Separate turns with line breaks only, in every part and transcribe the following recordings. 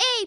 Oi,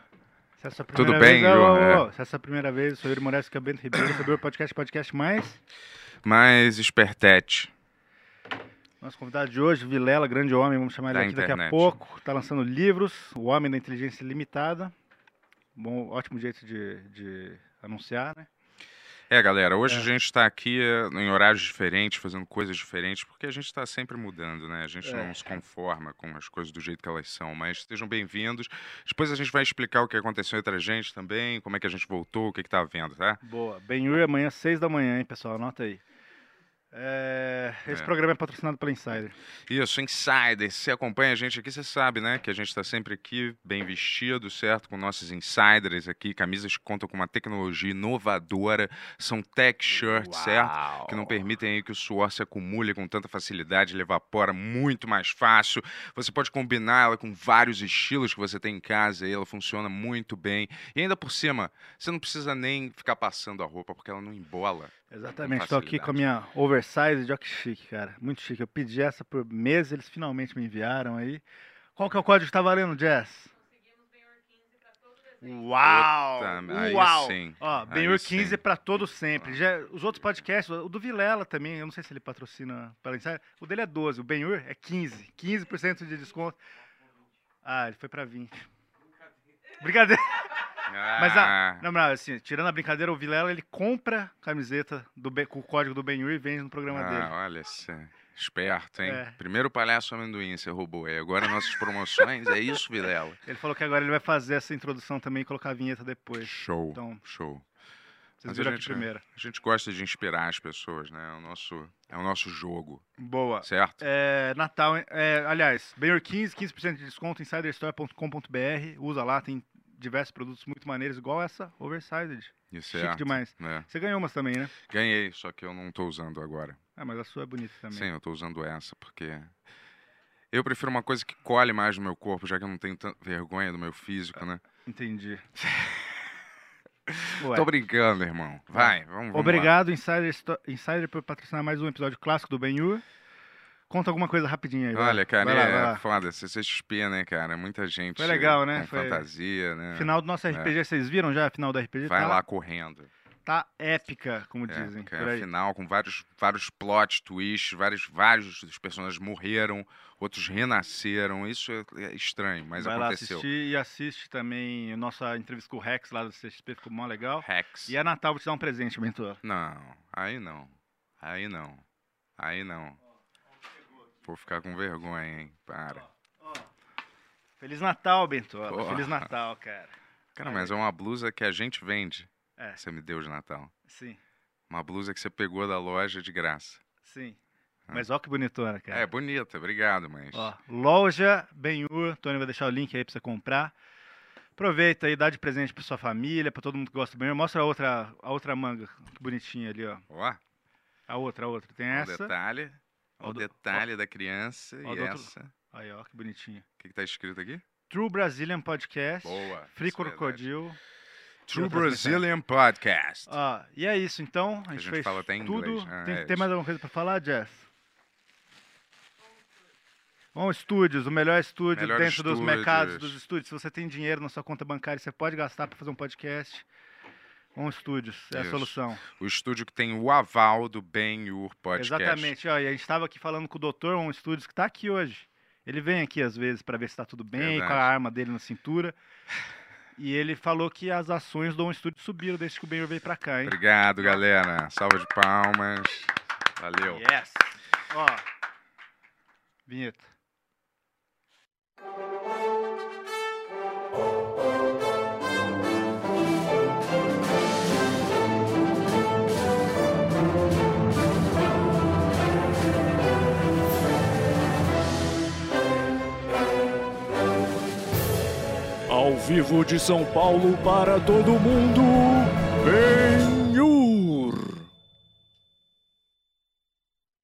Se é a sua
Tudo
primeira
bem,
vez,
João,
Ô, ô, ô, Se é a sua primeira vez, eu sou Yuri Moraes, que é o Bento Ribeiro, sobre o podcast, podcast mais.
mais espertete.
Nosso convidado de hoje, Vilela, grande homem, vamos chamar ele
Da
aqui daqui a
internet.
pouco. Está lançando livros, O Homem da Inteligência Limitada. Bom, ótimo jeito de, de anunciar, né?
É, galera, hoje
É.
a gente está aqui eh, em horários diferentes, fazendo coisas diferentes, porque a gente está sempre mudando, né? A gente
É.
não se conforma com as coisas do jeito que elas são, mas sejam bem-vindos. Depois a gente vai explicar o que aconteceu entre a gente também, como é que a gente voltou, o que está havendo, tá?
Boa. Benhur amanhã, às seis da manhã, hein, pessoal? Anota aí. É, Esse
É.
programa é patrocinado pela Insider.
Isso, Insiders. Se acompanha a gente aqui, você sabe, né? Que a gente está sempre aqui, bem vestido, certo? Com nossos insiders aqui, camisas que contam com uma tecnologia inovadora, são tech shirts, certo? que não permitem aí que o suor se acumule com tanta facilidade, ele evapora muito mais fácil. Você pode combinar ela com vários estilos que você tem em casa e ela funciona muito bem. E ainda por cima, você não precisa nem ficar passando a roupa porque ela não embola.
Exatamente, estou aqui com a minha oversize de chique, cara. Muito chique. Eu pedi essa por meses, eles finalmente me enviaram aí. Qual que é o código que está valendo, Jazz? Uau!
Puta, aí
Uau!
sim,
Ó,
aí
Benhur
sim.
15 para todo sempre. Já, os outros podcasts, o do Vilela também, eu não sei se ele patrocina pela Insider, o dele é 12, o Benhur é 15, 15% de desconto. Ah, ele foi para 20. Brincadeira. Mas
Ah.
a, na moral, assim, tirando a brincadeira, o Vilela ele compra camiseta do Ben- com o código do Benhur e vende no programa
Ah,
dele.
olha só. Esperto, hein?
É.
Primeiro o palhaço amendoim, você roubou. E agora nossas promoções, é isso, Vilela?
Ele falou que agora ele vai fazer essa introdução também e colocar a vinheta depois.
Show,
Então,
show.
vocês
Mas
viram
a
aqui
gente- é.
primeiro.
A gente gosta de inspirar as pessoas, né? É o nosso, é o nosso jogo,
Boa.
certo?
É, Natal, hein? é, aliás, Benhur 15, 15% de desconto, insiderstore.com.br. Usa lá, tem diversos produtos muito maneiros, igual essa oversized.
Isso
Chique demais.
É.
Você ganhou umas também, né?
Ganhei, só que eu não tô usando agora.
Ah, mas a sua é bonita também.
Sim, eu tô usando essa, porque. Eu prefiro uma coisa que colhe mais no meu corpo, já que eu não tenho tanta vergonha do meu físico, né?
Entendi. Ué.
Tô brincando, irmão. Vai, vamos, vamos lá.
Obrigado, Insider, Sto- Insider, por patrocinar mais um episódio clássico do Benhur. Conta alguma coisa rapidinho aí. vai.
Olha, cara,
Vai lá,
é
vai lá.
foda. CCXP, né, cara? Muita gente.
Foi legal, né?
Com
Foi-
fantasia, né?
Final do nosso RPG, vocês viram já a final do RPG?
Vai
tá,
lá correndo.
Tá épica, como
É,
dizem.
que é
por
a
aí.
final com vários, vários plot twists, vários, vários dos personagens morreram, outros renasceram. Isso é- é estranho, mas
vai
aconteceu.
lá assistir e assiste também a nossa entrevista com o Rex lá do CXP, ficou mó legal.
Hacks.
E a Natal vou te dar um presente, mentor.
Não, aí não. Aí não. Aí não. Vou ficar com vergonha, hein? Para.
Feliz Natal, Bentor.
Porra.
Feliz Natal, cara.
Cara, mas é uma blusa que a gente vende.
É.
Você me deu de Natal.
Sim,
Uma blusa que você pegou da loja de graça.
sim. Mas ó que bonitona,
É,
cara.
bonita, obrigado, mas.
Ó, loja Benhur, Tony vai deixar o link aí pra você comprar. Aproveita aí, dá de presente pra sua família, pra todo mundo que gosta do Benhur. Mostra a outra, a outra manga, que bonitinha ali, ó.
Ó,
A outra, a outra. Tem
o
essa.
detalhe. ó
Ó
O
do-
detalhe da criança
ó
e
do outro-
essa. O
Aí, ó, que bonitinha.
que, que tá escrito aqui?
True Brazilian Podcast.
Boa,
Free
isso é verdade.
Crocodile.
True
outras
Brazilian Podcast.
Ah, e é isso, então. A gente,
gente
fez
fala até em
tudo.
inglês, né?
Tem,
É
tem
isso.
mais alguma coisa pra falar, Jess? Bom, estúdios, o melhor estúdio
Melhor
dentro dos
estúdios.
mercados, dos estúdios. Se você tem dinheiro na sua conta bancária, você pode gastar pra fazer um podcast. Bom, estúdios, é a
Isso.
solução.
O estúdio que tem o aval do Ben Ur Podcast.
Exatamente. Ó, e a gente estava aqui falando com o doutor um estúdios que tá aqui hoje. Ele vem aqui às vezes pra ver se tá tudo bem, com a
Verdade.
arma dele na cintura. E ele falou que as ações do um estúdio subiram desde que o Benhur veio pra cá, hein?
Obrigado, galera. Salva de palmas. Valeu.
Yes. Ó. Vinheta.
Ao vivo de São Paulo para todo mundo. Benhur!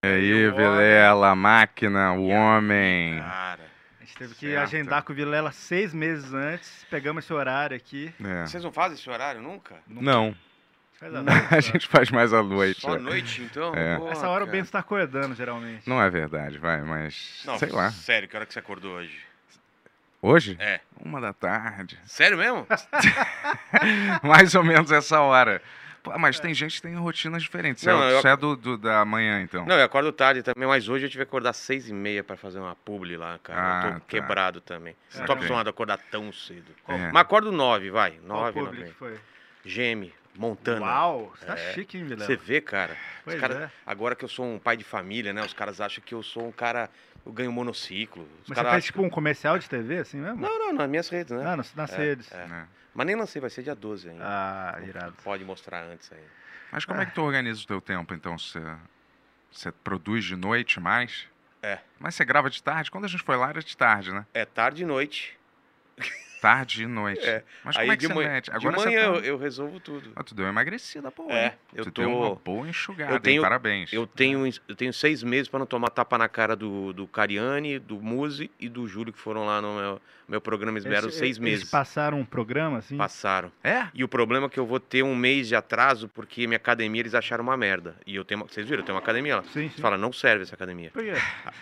E aí, Vilela, a máquina, o homem.
Ah.
Cara,
A gente teve que
Certo.
agendar com o Vilela seis meses antes. Pegamos esse horário aqui.
É.
vocês não fazem esse horário nunca?
Não,
Faz a
a
noite,
gente faz mais à noite.
Só à
é.
noite, então?
É.
Pô,
Essa hora o
cara.
Bento tá acordando, geralmente.
Não é verdade, vai, mas.
Não,
sei lá.
Sério, que hora que você acordou hoje?
Hoje?
É.
Uma da tarde.
Sério mesmo?
mais ou menos essa hora. Pô, mas tem gente que tem rotinas diferentes. Você
É. Não,
é,
eu-
você é do, do- da manhã, então.
Não, eu acordo tarde também, mas hoje eu tive que acordar às seis e meia pra fazer uma publi lá, cara.
Ah,
eu tô
tá.
quebrado também. Não
Saquei.
tô acostumado a acordar tão cedo.
É.
Mas acordo nove, vai.
Qual
Nove, nove. e
público
meia.
foi?
Geme, Montana.
Uau, você tá
É.
chique, hein, Vilela?
Você vê, cara. Os
Pois
cara-
é.
Agora que eu sou um pai de família, né? Os caras acham que eu sou um cara. Eu ganho monociclo. Os
Mas você
caras
faz
acham-
tipo um comercial de TV, assim mesmo?
Não, não, nas minhas redes, né?
Ah, nas, nas redes.
é.
Né?
Mas nem lancei, vai ser dia 12 ainda.
Tá
Ah,
Não
irado.
Pode mostrar antes aí.
Mas como é que tu organiza o teu tempo, então? Você, você produz de noite mais?
É.
Mas você grava de tarde? Quando a gente foi lá era de tarde, né?
É tarde e noite.
Tarde e noite.
É.
Mas
aí
como é que
de,
você
manhã,
mete?
de
Agora
manhã
você
eu,
tá...
eu resolvo tudo.
Ah, tu deu uma emagrecida boa,
É,
hein?
eu
tu deu
tô-
uma boa enxugada, hein?
tenho-
Parabéns.
Eu tenho,
né?
uns- eu tenho seis meses pra não tomar tapa na cara do, do Cariani, do Muzi e do Júlio, que foram lá no meu, meu programa. Eles me deram
Eles-
seis meses.
Eles passaram um programa, assim?
Passaram.
É?
E o problema é que eu vou ter um mês de atraso porque minha academia eles acharam uma merda. E eu tenho uma, Vocês viram? Eu tenho uma academia lá.
Sim,
Eles
sim.
falam, não serve essa academia.
Por quê?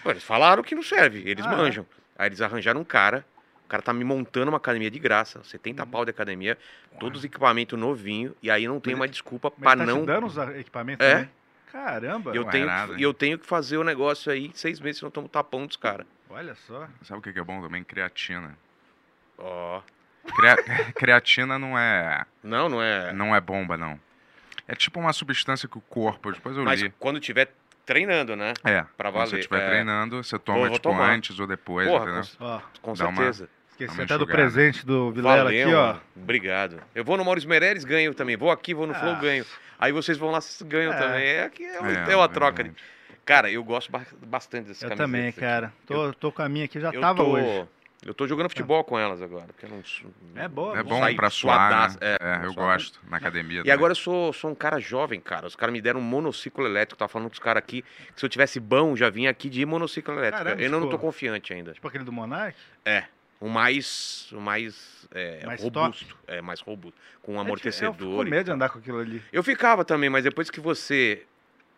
Pô, eles falaram que não serve, eles
Ah, é?
manjam. Aí eles arranjaram um cara, o cara tá me montando uma academia de graça, 70 pau de academia, todos os equipamentos novinho, e aí não tem
Mas-
uma desculpa
Mas
pra
tá
não.
te dando os equipamentos
É.
também? Caramba,
Eu
Ué,
tenho,
nada, hein?
que, eu tenho que fazer o negócio aí seis meses, senão eu tomo tapão dos caras.
olha só.
Sabe o que que é bom também? Creatina.
Ó.
Crea- Creatina não é,
Não, não é.
não é bomba, não. É tipo uma substância que o corpo, depois eu
Mas
li.
quando tiver treinando, né?
É,
pra
quando você
valer,
estiver
é.
treinando, você
Vou-
toma
vou
tipo
tomar.
antes ou depois,
Porra,
entendeu?
com,
Ó,
com
Dá uma-
certeza.
esqueci
Uma
até do
enxugada.
presente do Vilela aqui, ó.
mano. Obrigado. Eu vou no Maurício Meirelles, ganho também. Vou aqui, vou no Flow,
Ah.
ganho. Aí vocês vão lá, vocês ganham
É.
também. É, que é, uma- é uma troca. de-
verdade.
Cara, eu gosto ba- bastante dessas
Eu
camisetas.
também,
aqui.
cara. Tô, tô com a minha aqui, já
Eu
tava
tô-
hoje.
Eu tô jogando futebol com elas agora. Porque eu não,
É boa,
É
Vou
bom
sair
pra suar,
suadaço,
né?
é,
É, eu
suadaço.
gosto, na academia.
E
também.
agora eu sou, sou um cara jovem, cara. Os caras me deram um monociclo elétrico. Tava falando com os caras aqui que se eu tivesse bom, já vinha aqui de monociclo elétrico.
Caramba,
eu não, não tô
porra.
confiante ainda.
Tipo aquele do Monark?
um O mais. O mais. É,
Mais
robusto. É, mais robusto. Com amortecedor.
É Eu fico com
e
medo de
tal.
andar com aquilo ali.
Eu ficava também, mas depois que você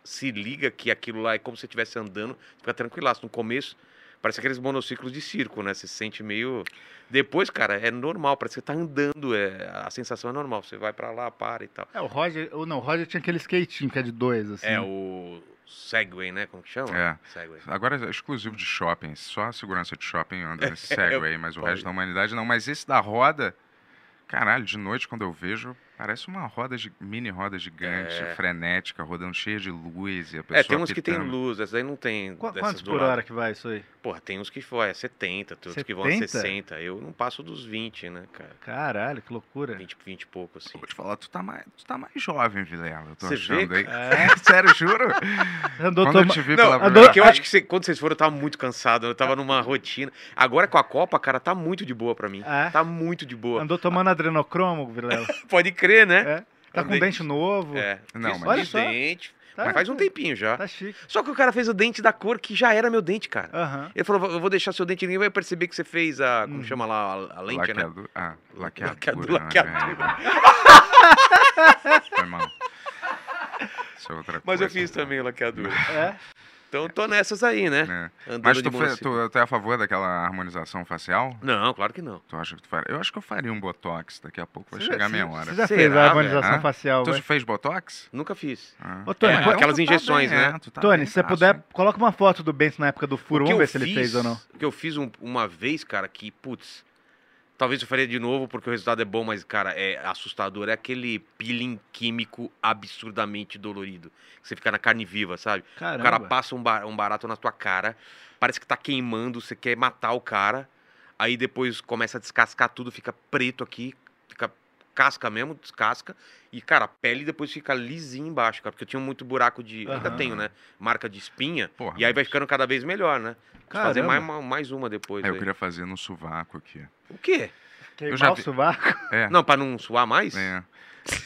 se liga que aquilo lá é como se você estivesse andando, fica tranquilaço. No começo, parece aqueles monociclos de circo, né? Você se sente meio. Depois, cara, é normal, parece que você tá andando, é... a sensação é normal. Você vai pra lá, para e tal.
É, o Roger. Ou não, o Roger tinha aquele skatinho que é de dois, assim.
É o Segway, né? Como que chama?
É.
Segway.
Agora é exclusivo de shopping, só a segurança de shopping
É,
anda nesse Segway, mas o resto da humanidade não. Mas esse da roda, caralho, de noite quando eu vejo, parece uma roda, gi- mini roda gigante,
É.
frenética, rodando cheia de luz e a pessoa
É, tem uns que tem
apitando.
luz, essas aí não tem.
Qu-
dessas
quantos
do
por
lado.
hora que vai isso aí?
Porra, tem uns que foi, é 70, tem uns que vão a
70?
60. Eu não passo dos 20, né, cara?
Caralho, que loucura.
20, 20 e pouco, assim.
Vou te falar, tu tá mais, tu tá mais jovem, Vilela, eu tô
Você vê,
achando aí.
É,
Sério, juro?
andou
Quando eu
toma-
te vi
Não,
pela
a
primeira
dor É que eu acho que cê- quando vocês foram, eu tava muito cansado. Eu tava numa rotina. Agora com a Copa, cara, tá muito de boa pra mim.
É.
Tá muito de boa.
Andou tomando adrenocromo, Vilela.
Pode crer, né?
É. Tá com
Andei-
dente novo.
É.
Não, mas-
Fiz- fiz
Olha só.
dente.
Tá-
mas faz um tempinho já.
Tá Ah. chique.
Só que o cara fez o dente da cor que já era meu dente, cara.
Aham.
Ele falou: eu vou deixar seu dente, ninguém vai perceber que você fez a. Como
Hum.
chama lá? A, a lente, né?
Laqueadu... Ah,
Laqueadu-
laqueadura.
laqueadura.
né? Foi mal. Isso é outra
Mas eu
coisa,
fiz
né?
também a laqueadura.
É.
Então eu tô nessas aí, né?
É.
Andando
Mas
de
tu, fe,
monociclo.
tu, tu é a favor daquela harmonização facial?
Não, claro que não.
Tu acha que tu faria? Eu acho que eu faria um botox, daqui a pouco vai
Você já-
chegar a minha
você-
hora.
Você já
Será,
fez a
velho? ah.
harmonização
Hã?
facial,
Tu já
velho?
fez botox?
Nunca fiz.
Ah.
Ô, Tony,
É,
pô-
aquelas
tu
injeções,
bem,
né?
é, tu tá
Tony,
bem,
se você
tá,
puder,
sim.
coloca uma foto do Bento na época do furo.
que
Vamos
eu
um ver se ele fez
fiz-
ou não.
O que eu fiz um- uma vez, cara, que, putz, talvez eu faria de novo porque o resultado é bom, mas, cara, é assustador. É aquele peeling químico absurdamente dolorido. que Você fica na carne viva, sabe? O cara
Caramba.
passa um, ba- um barato na tua cara, parece que tá queimando, você quer matar o cara. Aí depois começa a descascar tudo, fica preto aqui, fica casca mesmo, descasca. E, cara, a pele depois fica lisinha embaixo, cara, porque eu tinha muito buraco de. Ainda
Aham.
tenho, né? Marca de espinha.
Porra,
E aí vai
mas-
ficando cada vez melhor, né? Preciso
Caramba.
fazer mais, uma- mais uma depois.
É, eu
aí.
queria fazer no sovaco aqui.
O quê?
Queimar
já
o
vi-
sovaco.
É,
Não, pra não suar mais?
é.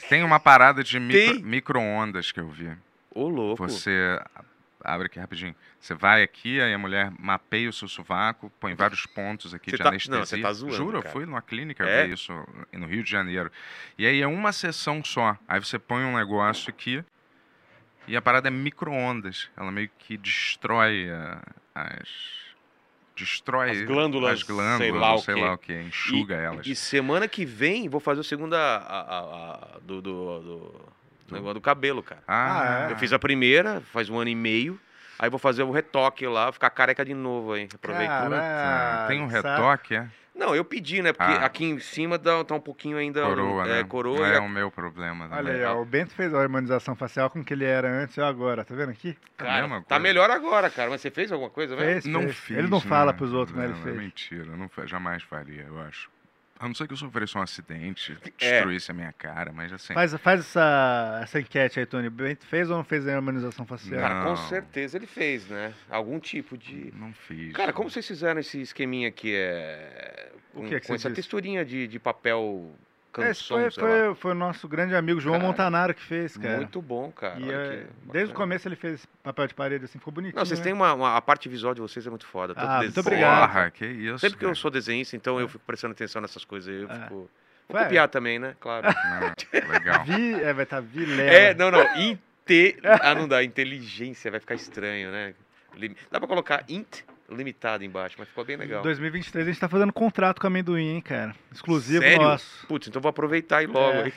Tem uma parada de micro-
Tem?
micro-ondas que eu vi.
Ô, louco.
Você abre aqui rapidinho. Você vai aqui, aí a mulher mapeia o seu sovaco, põe vários pontos aqui
Você
de
tá-
anestesia.
não, você tá zoando,
Juro, eu
cara.
fui numa clínica
É?
ver isso no Rio de Janeiro. E aí é uma sessão só. Aí você põe um negócio aqui e a parada é micro-ondas. Ela meio que destrói a- as. Destrói
As glândulas,
as glândulas,
sei lá
ou
o
sei
quê.
lá o que, enxuga é elas.
E semana que vem vou fazer o segundo a, a- a- a- do, do, do- negócio do cabelo, cara.
Ah, é?
Eu fiz a primeira, faz um ano e meio. Aí vou fazer o retoque lá, ficar careca de novo aí. Aproveitando.
Cara.
Puta, tem um
Caralho, Ah, sabe?
retoque, é?
Não, eu pedi, né? Porque
Ah.
aqui em cima dá- tá um pouquinho ainda.
Coroa,
é,
né?
Coroa.
é
e a-
o meu problema. é
Olha
é
também.
aí, ó, o Bento fez a harmonização facial com o que ele era antes e eu agora, tá vendo aqui?
É a
cara,
mesma
tá
coisa.
melhor agora, cara. Mas você fez alguma coisa, velho?
Fez, fez. Ele não fala pros outros,
né?
mas ele
Não,
fez.
É mentira, não, fa- jamais faria, eu acho. A não ser que eu sofresse um acidente,
É.
destruísse a minha cara, mas assim.
Faz, faz essa, essa enquete aí, Tony. O Bento fez ou não fez a harmonização facial?
Cara,
Não.
com certeza ele fez, né? Algum tipo de.
Não fiz.
Cara, como vocês fizeram esse esqueminha aqui? É...
O
Com,
que é que
com
você
essa
disse?
texturinha de, de papel
É, Esse
canção,
foi,
sei lá.
foi, foi o nosso grande amigo João
Cara,
Montanaro que fez, cara.
Muito bom, cara.
E,
Olha
é,
que
desde o
bacana.
começo ele fez esse papel de parede, assim, ficou bonitinho.
Não, vocês
né?
têm uma, uma- A parte visual de vocês é muito foda. tanto
Ah, muito
desenho-
obrigado.
Porra, que isso.
Sempre que
cara.
eu sou desenhista, então eu fico prestando atenção nessas coisas aí, eu
Né? É.
fico. Vou
Vai.
copiar também, né? Claro.
Não, legal.
Vi, é, vai estar Vilela.
um É, não, não. Inte... Ah, não dá. Inteligência vai ficar estranho, né? Lim- Dá pra colocar int limitado embaixo, mas ficou bem legal.
2023 a gente tá fazendo contrato com amendoim, hein, cara. Exclusivo
Sério?
nosso.
Putz, então vou aproveitar e logo.
É.
aí.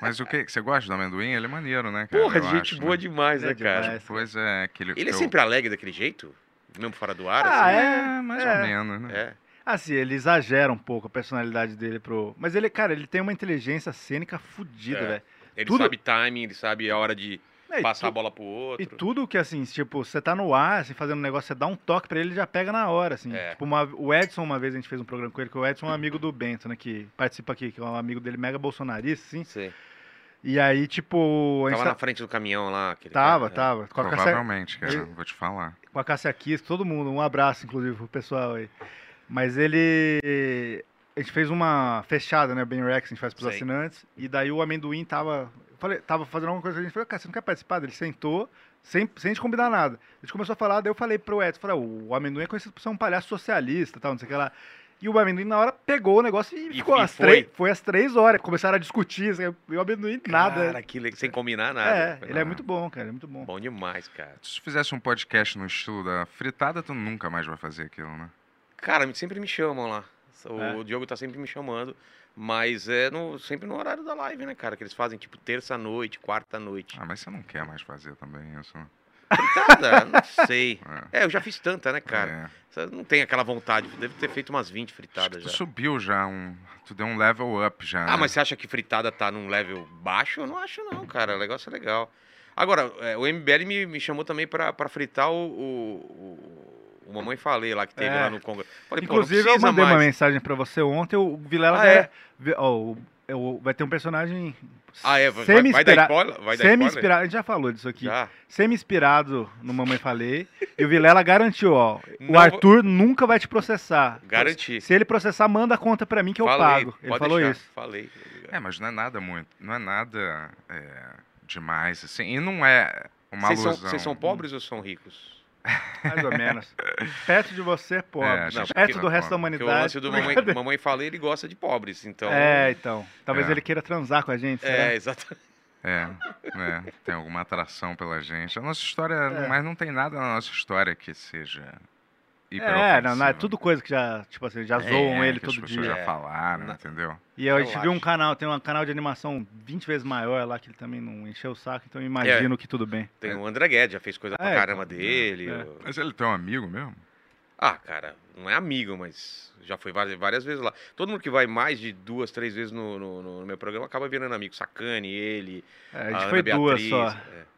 Mas o que? Você gosta do amendoim? Ele é maneiro, né, cara?
Porra,
Eu
gente
acho,
boa
né?
demais,
É
né, cara?
demais.
Pois é, aquele.
Ele é
eu-
sempre alegre daquele jeito? Mesmo fora do ar?
Ah,
assim?
é?
É, mais
É.
ou menos, né?
É.
Assim, ele exagera um pouco a personalidade dele pro. Mas ele, cara, ele tem uma inteligência cênica fodida,
É.
velho.
Ele
Tudo-
sabe timing, ele sabe a hora de
Não, e
passar a
tu-
bola pro
E
outro.
tudo que, assim, tipo, você tá no ar, assim, fazendo um negócio, você dá um toque pra ele, ele já pega na hora, assim.
É.
Tipo, uma- o Edson, uma vez a gente fez um programa com ele, que o Edson é um amigo do Bento, né, que participa aqui, que é um amigo dele mega bolsonarista, assim.
Sim.
E aí, tipo, a gente
Tava na
tá-
frente do caminhão lá. aquele
tava,
cara, né?
tava, com é a Cassia-
Provavelmente, cara, vou te falar.
com a Cássia Kiss, todo mundo. Um abraço, inclusive, pro pessoal aí. Mas ele. A gente fez uma fechada, né? Ben Rex, a gente faz pros
Sei.
assinantes. E daí o amendoim tava. eu Falei, tava fazendo alguma coisa que a gente falou, cara, você não quer participar? Ele sentou, sem, sem a gente combinar nada. A gente começou a falar, daí eu falei pro Edson, falei, o amendoim é conhecido por ser um palhaço socialista tal, não sei o que lá. E o amendoim, na hora, pegou o negócio e,
E-
ficou
e
às
foi?
três. Foi às três horas. Começaram a discutir, assim, e o amendoim, nada.
Cara, que le- sem combinar nada.
é,
Foi
ele é
nada.
muito bom, cara, é muito bom.
Bom demais, cara.
Se tu fizesse um podcast no estilo da fritada, tu nunca mais vai fazer aquilo, né?
Cara, me- sempre me chamam lá. O
É.
Diogo tá sempre me chamando, mas é no, sempre no horário da live, né, cara? Que eles fazem tipo terça-noite, quarta-noite.
Ah, mas você não quer mais fazer também isso, né?
Fritada? não sei.
É.
É, eu já fiz tanta, né,
É.
cara? Você Não tem aquela vontade. Deve ter feito umas
Acho
20
que
fritadas
tu
já.
subiu já um. Tu deu um level up já.
Ah,
né?
mas você acha que fritada tá num level baixo? Eu não acho, não, cara. O negócio é legal. Agora, é, o MBL me, me chamou também pra, pra fritar o, o, o- o Mamãe Falei lá que teve
É.
lá no Congo. Falei, pô, não
Inclusive, eu
precisa
mandei
mais.
uma mensagem pra você ontem, o Vilela
Ah,
vai,
é?
vi- ó, o- é o- vai ter um personagem
Ah, é, vai, vai- vai dar
semi-inspirado.
spoiler? Vai dar spoiler?
Semi-inspirado, a gente já falou disso aqui.
Já.
Semi-inspirado no Mamãe Falei. e o Vilela garantiu, ó.
Não
o
vou-
Arthur nunca vai te processar.
Garanti.
Se ele processar, manda a conta pra mim que eu
Falei,
pago. Ele
pode
falou
deixar,
isso.
Falei.
É, mas não é nada muito. Não é nada é, demais, assim. E não é uma
Vocês são,
alusão.
vocês são pobres ou são ricos?
Mais ou menos. Perto de você, pobre.
É, a gente
Não,
fica
Perto do resto da
pobre.
Porque
humanidade.
o lance do mamãe,
Brincadeira.
mamãe Falei, ele gosta de pobres, então...
É, então. Talvez
É.
ele queira transar com a gente. será?
É, exatamente.
É, né, tem alguma atração pela gente. A nossa história,
É.
mas não tem nada na nossa história que seja
É, não, não, é
hiperofensiva.
tudo coisa que já, tipo assim, já
É,
zoam ele
que as
todo
pessoas
dia.
já falaram,
É, Na-
entendeu?
E a gente
Relaxa.
viu um canal, tem um canal de animação 20 vezes maior lá, que ele também não encheu o saco, então eu
É.
imagino que tudo bem.
Tem o André Guedes, já fez coisa pra
É,
caramba dele.
é.
o-
Mas ele tem um amigo mesmo?
Ah, cara, não é amigo, mas já foi várias, várias vezes lá. Todo mundo que vai mais de duas, três vezes no, no- no meu programa acaba virando amigo. Sacane, ele,
É, a
a,
gente
Ana
foi duas
Beatriz.
só.
é.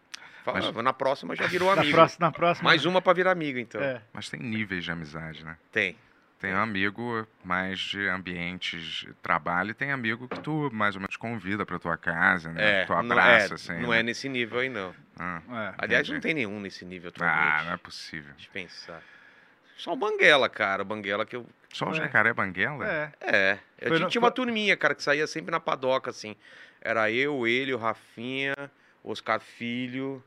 Fala,
Mas-
Na próxima já virou
Na
amigo.
próxima, na próxima.
Mais uma pra virar amigo, então.
É.
Mas tem níveis de amizade, né?
Tem.
Tem um amigo mais de ambientes de trabalho e tem amigo que tu mais ou menos convida pra tua casa, né?
É,
tu
não, é,
abraça, assim.
não
né?
é nesse nível aí, não.
Ah,
É.
Aliás,
Entendi.
não tem nenhum nesse nível
ah,
atualmente.
não é possível.
Deixa eu pensar. Só o Banguela, cara. O Banguela que eu.
Só o
É.
jacaré banguela?
É.
É. Eu
Foi
tinha,
no-
tinha uma
foi-
turminha, cara, que saía sempre na padoca, assim. Era eu, ele, o Rafinha, o Oscar Filho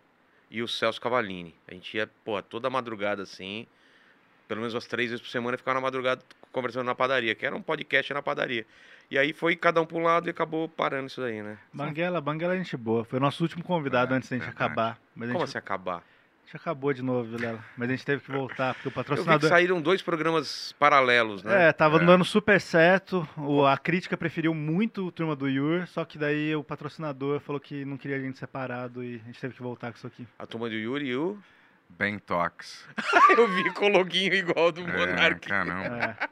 e o Celso Cavalini. A gente ia, pô, toda madrugada, assim. Pelo menos umas três vezes por semana, ficava na madrugada conversando na padaria, que era um podcast na padaria. E aí foi cada um pra um lado e acabou parando isso daí, né?
Banguela, Banguela é gente boa. Foi o nosso último convidado
É,
antes da gente
verdade.
acabar. Mas a gente,
Como assim acabar?
a gente acabou de novo, Vilela. Mas a gente teve que voltar, porque o
Eu vi que
patrocinador.
saíram dois programas paralelos, né?
É, tava
É.
dando super certo. O- a crítica preferiu muito o turma do Yur, só que daí o patrocinador falou que não queria a gente separado e a gente teve que voltar com isso aqui.
A turma do Yuri e o.
Ben Tox.
Eu vi com o loguinho igual
um
do
É,
Monark.
caramba.
É.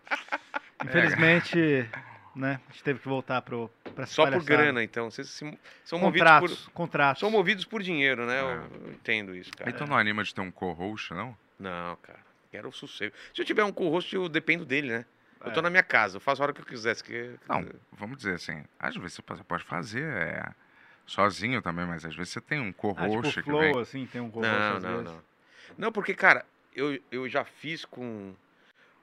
Infelizmente, né, a gente teve que voltar pro, pra essa
Só por
palhaçada.
grana, então. Vocês se- são movidos por.
Contratos, contratos.
São movidos por dinheiro, né?
É.
Eu, eu entendo isso,
É.
cara.
Então não anima de ter um co-host, não?
Não, cara. Quero o sossego. Se eu tiver um co-host, eu dependo dele, né? Eu tô
É.
na minha casa, eu faço a hora que eu quiser. se que-
Não, vamos dizer assim, às vezes você pode fazer é, sozinho também, mas às vezes você tem um
Ah,
co-host
tipo
que vem.
flow, assim, tem um co-host
Não,
às
não,
vezes.
não. Não, porque, cara, eu, eu já fiz com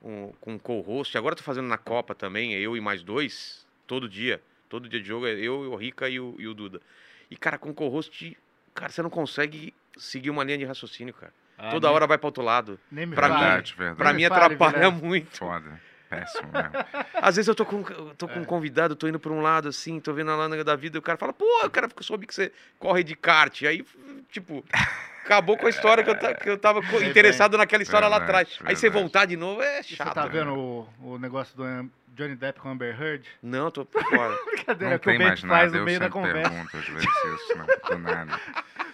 um, com um co-host. Agora eu tô fazendo na Copa também, é eu e mais dois, todo dia. Todo dia de jogo, é eu, o Rica e o, e o Duda. E, cara, com co-host, cara, você não consegue seguir uma linha de raciocínio, cara. Toda hora vai pro outro lado.
Ah, Nem me
pra
fala.
Verdade, verdade.
Pra mim
me fale,
atrapalha
Vilela.
muito.
Foda. Péssimo
É,
mesmo.
Às vezes eu tô com, eu tô com
É.
um convidado, tô indo pra um lado assim, tô vendo a lâmina da vida, e o cara fala, pô, cara, eu soube que você corre de kart. Aí, tipo, acabou com a história que eu, ta- que eu tava co-
Sei
interessado naquela história lá
É Verdade,
atrás. Aí você
verdade.
voltar de novo é
E
chato.
Você tá
né?
vendo o, o negócio do Am- Johnny Depp com Amber Heard?
Não, tô por fora.
Brincadeira,
é
Não
que o
tem
Bento
mais nada,
faz no
eu
meio da
sempre
conversa.
pergunto às vezes isso, não, do nada.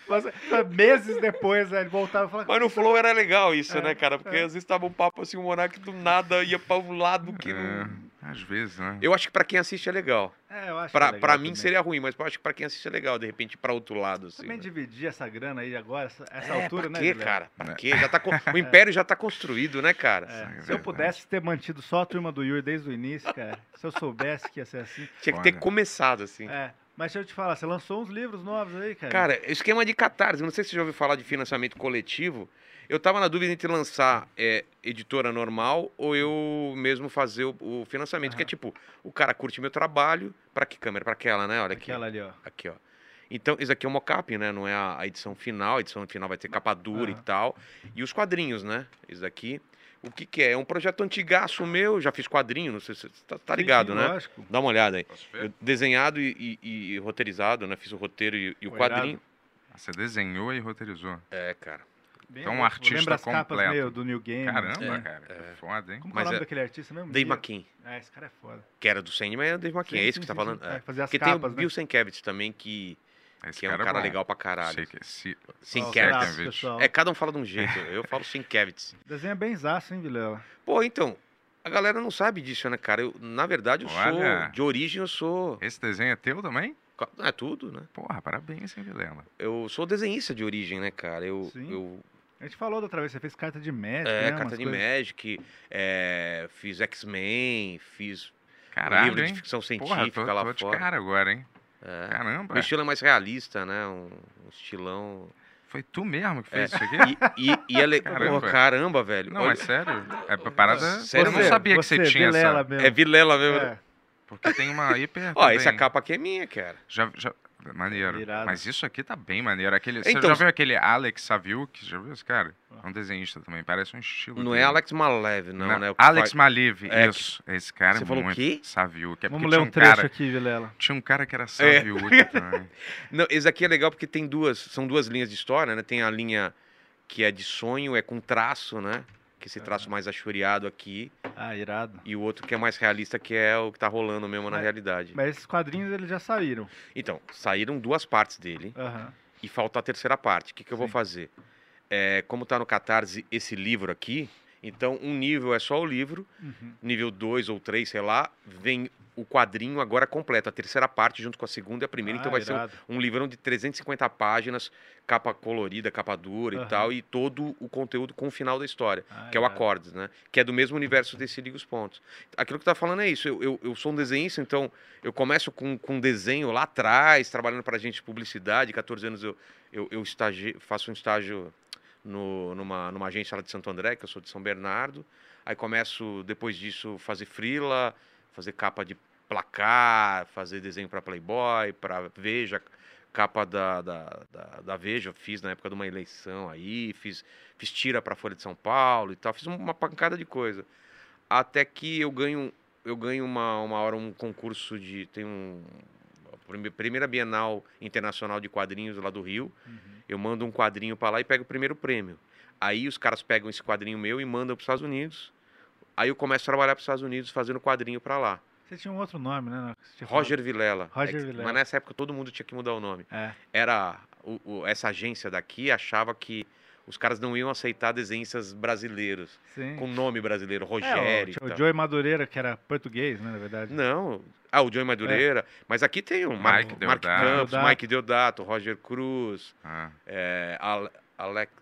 Mas,
eh,
meses depois, né, ele voltava e falava...
Mas no Flow era legal isso, né, cara? Porque
é.
às vezes tava um papo assim, o Monark do nada ia pra um lado que não.
É, às vezes, né?
Eu acho que pra quem assiste é legal.
É, eu acho que é
Pra,
legal
pra mim
também.
seria ruim, mas eu acho que pra quem assiste é legal, de repente, pra outro lado, assim.
Também
né?
dividir essa grana aí agora, essa, essa
É,
altura,
pra
né,
quê,
Guilherme?
cara? Pra quê? Já tá co- O império já tá construído, né, cara?
É, se eu
verdade.
pudesse ter mantido só a turma do Yuri desde o início, cara, se eu soubesse que ia ser assim.
Tinha que ter
Olha.
começado, assim.
É, mas deixa eu te falar, você lançou uns livros novos aí, cara.
Cara, o esquema de catarse, não sei se você já ouviu falar de financiamento coletivo. Eu tava na dúvida entre lançar é, editora normal ou eu mesmo fazer o, o financiamento, que é
Aham.
tipo, o cara curte meu trabalho, pra que câmera? Pra aquela, né? Olha aqui.
aquela ali, ó.
Aqui, ó. Então, isso aqui é o mocap, né? Não é a, a edição final. A edição final vai ter capa dura
Aham.
e tal. E os quadrinhos, né? Isso aqui. O que que é? É um projeto antigaço meu. Já fiz quadrinho, não sei se você tá, tá
Sim,
ligado,
sim,
né?
Lógico.
Dá uma olhada aí.
Posso ver?
Eu desenhado e, e- e roteirizado, né? Fiz o roteiro e, e o
Pô,
quadrinho.
Você desenhou e roteirizou.
É, cara.
Bem
Então, um
louco.
artista
Lembra as capas
completo.
meio do New Game. né?
Caramba,
É,
cara.
é.
Que foda, hein?
Como que é o
Mas
nome
é-
daquele artista mesmo?
Dave
Neil-
McKean,
É, esse cara é foda.
que era do Sandman, é o Dave McKean. é
Sim,
esse que
sim,
você tá
sim,
falando?
sim.
É.
É, fazer as
Porque tem o
capas, né?
Bill Sienkiewicz também, que,
Esse
que é um
cara,
cara
bom.
legal pra caralho.
Sei que se...
Ó, os
Sienkiewicz.
traços,
Sienkiewicz.
pessoal.
É, cada um fala de um jeito. Eu falo Sienkiewicz.
Desenha bem zaço, hein, Vilela?
Pô, então, a galera não sabe disso, né, cara? Eu, na verdade, eu
Olha.
sou. De origem, eu sou.
Esse desenho é teu também?
Ca- É tudo, né?
Porra, parabéns, hein, Vilela.
Eu sou desenhista de origem, né, cara? Eu.
Sim.
eu
A gente falou da outra vez, você fez carta de médico,
é,
né?
carta
umas
de
coisas-
Magic, é, fiz X-Men, fiz um
Caralho,
livro
hein?
de ficção científica
Porra, tô,
lá
tô de
fora.
cara agora, hein?
É.
Caramba.
Meu estilo é mais realista, né? Um, um estilão.
Foi tu mesmo que
É,
fez isso aqui?
E, e, e é le...
Caramba.
Porra, caramba, velho.
Não,
Olha-
é sério. É pra parada.
Sério
eu não
mesmo.
sabia que você tinha
Vilela
essa.
mesmo.
É vilela mesmo. né?
É,
Porque tem uma hiper.
Ó,
também.
essa capa aqui é minha, cara.
Já, já... Maneiro.
Irado.
Mas isso aqui tá bem maneiro. Aquele... Você
Então-
já viu aquele Alex Saviuk? Já viu esse cara? É um desenhista também, parece um estilo.
Não é
dele.
Alex Malev, não, né? O que
Alex
faz-
Maliv,
É, que-
isso. Esse cara
Você
é
falou o
muito
quê?
Saviuk. É porque
Vamos ler
tinha
um
um
trecho
cara...
aqui, Vilela.
Tinha um cara que
É.
era Saviuk também.
Não, esse aqui é legal porque tem duas, são duas linhas de história, né? Tem a linha que é de sonho, é com traço, né? Que esse traço mais achoreado aqui,
Ah, irado.
e o outro que é mais realista, que é o que tá rolando mesmo na
Mas-
realidade.
Mas esses quadrinhos, eles já saíram.
Então, saíram duas partes dele
Aham.
e falta a terceira parte. O que, que eu vou
Sim.
fazer? É, como tá no Catarse esse livro aqui, então um nível é só o livro,
Uhum.
nível 2 ou 3, sei lá, vem o quadrinho agora completo, a terceira parte junto com a segunda e a primeira, então
Ah,
vai ser um-
irado.
um livrão de 350 páginas, capa colorida, capa dura
Aham.
e tal, e todo o conteúdo com o final da história,
Ah,
que é o
irado.
Acordes, né? Que é do mesmo universo desse Liga os Pontos. Aquilo que tá falando é isso, eu, eu, eu sou um desenhista, então eu começo com, com um desenho lá atrás, trabalhando pra gente de publicidade, 14 anos eu, eu, eu estagiei- faço um estágio no, numa, numa agência lá de Santo André, que eu sou de São Bernardo. Aí começo, depois disso, fazer frila, fazer capa de placar, fazer desenho para Playboy, para Veja, capa da, da, da, da Veja, eu fiz na época de uma eleição aí, fiz, fiz tira para Folha de São Paulo e tal, fiz uma pancada de coisa. Até que eu ganho, eu ganho uma, uma hora um concurso de. Tem um. a prime- Primeira Bienal Internacional de Quadrinhos lá do Rio.
Uhum.
Eu mando um quadrinho para lá e pego o primeiro prêmio. Aí os caras pegam esse quadrinho meu e mandam para os Estados Unidos. Aí eu começo a trabalhar para os Estados Unidos fazendo quadrinho para lá.
Você tinha um outro nome, né? que você tinha
Roger Vilela.
Roger
É que-
Vilela.
Mas nessa época todo mundo tinha que mudar o nome.
falado. É.
Era o- o- essa agência daqui achava que os caras não iam aceitar desenhistas brasileiros
Sim.
com nome brasileiro,
É,
Rogério. e
o, o
tal.
Joey Madureira, que era português, né, na verdade.
Não. Ah, o Joey Madureira. Mas aqui tem o Mar-
Mike
Mark
Deodato.
Campos,
É. Deodato.
Mike Deodato, Roger Cruz,
Ah,
é, Ale- Alec.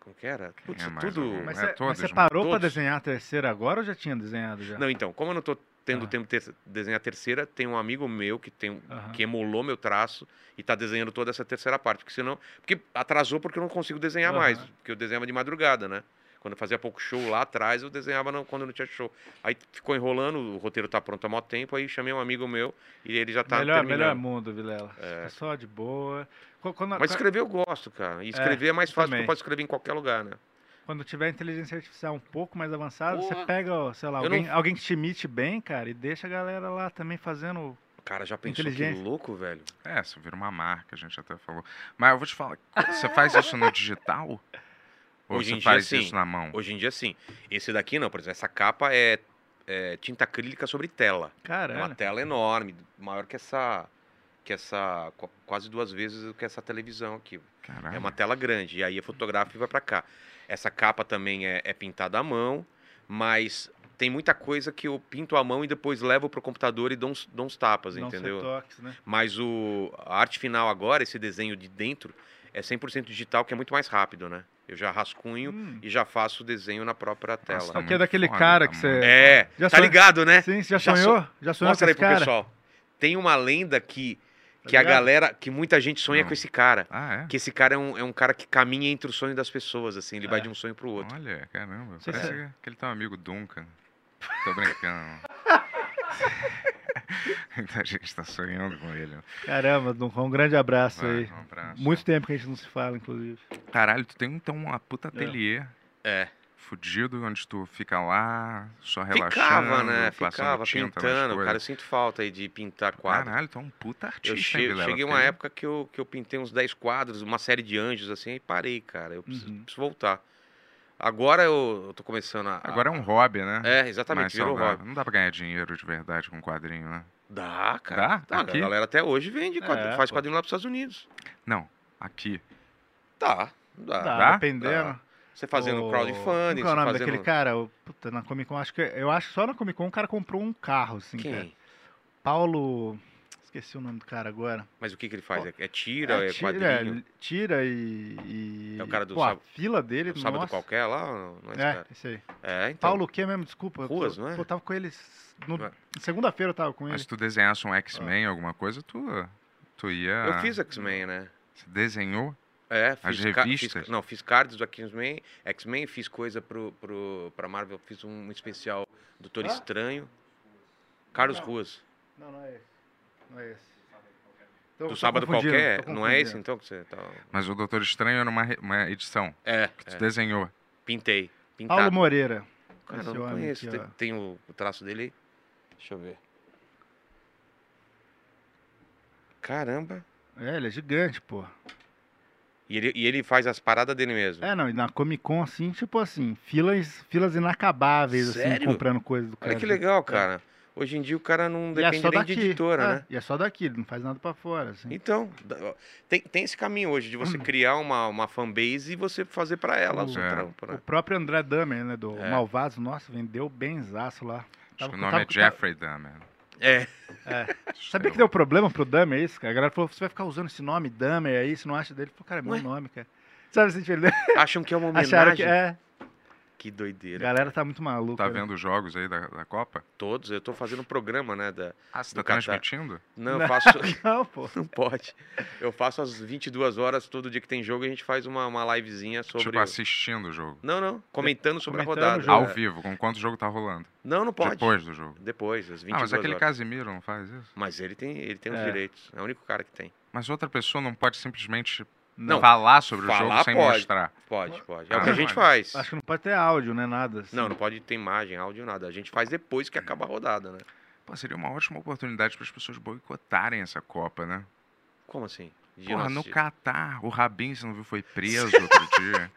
Como que era? Putz,
é mais
tudo.
algum?
Mas,
É,
você, mas
todos,
você
né?
parou pra
Todos.
desenhar a terceira agora ou já tinha desenhado já?
Não, então, como eu não tô tendo
É. Ah.
tempo de ter- desenhar a terceira, tem um amigo meu que tem
Aham.
que emulou meu traço e tá desenhando toda essa terceira parte, porque senão, porque atrasou porque eu não consigo desenhar
Aham.
mais, porque eu desenhava de madrugada, né? Quando eu fazia pouco show lá atrás, eu desenhava não, quando não tinha show. Aí ficou enrolando, o roteiro tá pronto há mó tempo, aí chamei um amigo meu e ele já tá
melhor,
terminando. É.
melhor mundo, Vilela. Fica só de boa. Qu- Quando,
Mas
qu-
escrever eu gosto, cara. E escrever é, mais fácil, porque
também.
eu posso escrever em qualquer lugar, né?
quando tiver inteligência artificial um pouco mais avançada, você
Porra.
pega, ó, sei lá,
Eu não-
alguém, alguém que te imite bem, cara, e deixa a galera lá também fazendo.
Cara, já pensou que
Inteligência.
louco, velho?
é, isso vira uma marca, a gente até falou. Mas eu vou te falar, você faz isso no digital? Ou
Hoje em
você
dia,
faz
sim.
isso na mão?
Hoje em dia, sim. Esse daqui não, por exemplo, essa capa é, é tinta acrílica sobre tela. É uma
Caralho.
tela enorme, maior que essa. Que essa. qu- Quase duas vezes que essa televisão aqui.
Caralho.
É uma tela grande. E aí é fotográfico e vai pra cá. Essa capa também é, é pintada à mão, mas tem muita coisa que eu pinto à mão e depois levo pro computador e dou uns, dou uns tapas,
Não ser
entendeu?
toques, né?
Mas o, a arte final agora, esse desenho de dentro, é 100% digital, que é muito mais rápido, né? Eu já rascunho
Hum.
e já faço o desenho na própria tela.
Só
Nossa,
que é
tá muito
daquele
foda,
cara
tá
que
muito-
você.
É,
Já
tá
sonhou-
ligado, né?
Sim, você já
Já
sonhou? Já sonhou
Mostra
com
aí
esse
pro
cara?
pessoal. Tem uma lenda que,
Tá
que a
ligado?
galera, que muita gente sonha
Não.
com esse cara.
Ah, é?
Que esse cara é um, é um cara que caminha entre o sonho das pessoas, assim, ele vai
É.
de um sonho pro outro.
Olha, caramba.
Você
parece
sabe-
é.
que aquele teu amigo Duncan. Tô brincando. Muita gente tá sonhando com ele.
Caramba, Duncan, um grande abraço
Vai,
aí.
um abraço.
Muito tempo que a gente não se fala, inclusive.
Caralho, tu tem então uma puta ateliê
É.
fudido, onde tu fica lá, só relaxando.
Ficava, né?
passando
Ficava
tinta nas
pintando.
coisas.
Cara, eu sinto falta aí de pintar quadro.
Caralho, tu é um puta artista,
Eu che-
hein, Vilela?
cheguei uma
Tem-
época que eu, que eu pintei uns 10 quadros, uma série de anjos, assim, e parei, cara. Eu preciso,
Uhum.
preciso voltar. Agora eu, eu tô começando a. a-
Agora é um hobby, né?
É,
Mais
exatamente, virou
saudável.
hobby.
Não dá pra ganhar dinheiro de verdade com quadrinho, né?
Dá, cara.
Dá?
Dá,
Aqui?
A galera até hoje vende, quadro,
É,
faz
pô.
quadrinho lá pros Estados Unidos.
Não, aqui.
Tá, dá.
Tá,
dá?
dependendo.
Dá. Você fazendo
O-
crowdfunding,
Qual é o
você
nome
fazendo...
daquele cara? O- Puta, na Comic Con, acho que. Eu acho que só na Comic Con o cara comprou um carro, assim. cara.
Quem?
Paulo. Esqueci o nome do cara agora.
Mas o que, que ele faz? É- É tira, é,
ti-
quadrinho?
é, tira e, e-
É o cara do
Pô, a
sábado-
fila dele,
É... Sábado
nossa.
qualquer lá? ou Não é, esse
É,
cara?
isso aí.
é então.
Paulo o quê mesmo? Desculpa. eu tô-
Ruas, não é?
Pô, eu tava com ele. s- no-
Não é.
Segunda-feira eu tava com
Mas se
ele.
tu desenhasse um X-Men, alguma coisa, tu, tu ia...
Ah.
Ah.
Eu fiz X-Men, né?
Você desenhou?
É,
As
fiz, ca- fiz-
revistas?
não, fiz cards do X-Men, X-Men, fiz coisa pro, pro, pra Marvel, fiz um especial Doutor
Hã?
Estranho. Carlos
Não.
Ruas.
Não, não é esse. Não é esse.
Do sábado qualquer, não é esse então que você tá.
Mas o Doutor Estranho era uma, re- uma edição
É,
que tu
é,
desenhou.
pintei. Pintado.
Paulo Moreira.
tá. Cara,
esse
eu não
homem
conheço.
aqui,
Tem,
ó.
tem o, o traço dele aí? Deixa eu ver. Caramba.
É, ele é gigante, pô.
E ele, e ele faz as paradas dele mesmo.
É, não, e na Comic Con, assim, tipo assim, filas, filas inacabáveis, assim,
Sério?
comprando coisa do cara.
Olha que legal, cara. Hoje em dia o cara não
é. E é
depende
só
nem
daqui.
de editora,
é,
né?
E é só daqui, ele não faz nada pra fora, assim.
Então, da- ó, tem, tem esse caminho hoje de
Hum.
você criar uma, uma fanbase e você fazer pra ela o seu
É.
trampo,
O
né?
próprio André Dahmer, né, do
É.
Malvados, nossa, vendeu benzaço lá.
Acho
Tava-
que o nome
tava-
é Jeffrey Dahmer.
É.
Sabia que deu problema pro Dahmer isso, cara? A galera falou, você vai ficar usando esse nome, Dahmer, aí, se não acha dele. Falou, cara, é meu
Ué?
nome, cara. Sabe assim, tipo, ele
Acham que é uma
acharam que
homenagem.
é...
Que doideira.
galera tá muito maluca.
Tá
né?
vendo os jogos aí da, da Copa?
Todos, eu tô fazendo um programa, né? Da...
Ah, você
Do
tá
Catar.
transmitindo?
Não,
Não.
eu faço.
Não, pô.
Não pode. Eu faço às 22 horas, todo dia que tem jogo, a gente faz uma, uma livezinha sobre.
Tipo, assistindo o jogo.
Não, não. Comentando sobre
Comentando
a
o
rodada.
jogo.
Ao
É.
vivo, com quanto o jogo tá rolando.
Não, não pode.
Depois do jogo.
Depois, às 22
Ah, mas aquele
horas.
Casimiro não faz isso?
Mas ele tem, ele tem os
É.
direitos. É o único cara que tem.
Mas outra pessoa não pode simplesmente
Não.
falar sobre o
Falar
jogo sem
pode.
mostrar.
Pode, pode. É o
Ah,
que a gente
olha.
faz.
Acho que não pode ter áudio, né? Nada. assim.
Não, não pode ter imagem, áudio, nada. A gente faz depois que acaba a rodada, né?
Pô, seria uma ótima oportunidade para as pessoas boicotarem essa Copa, né?
Como assim? De
Porra,
não
no
assistir.
Catar, o Rabin, você não viu, foi preso outro dia.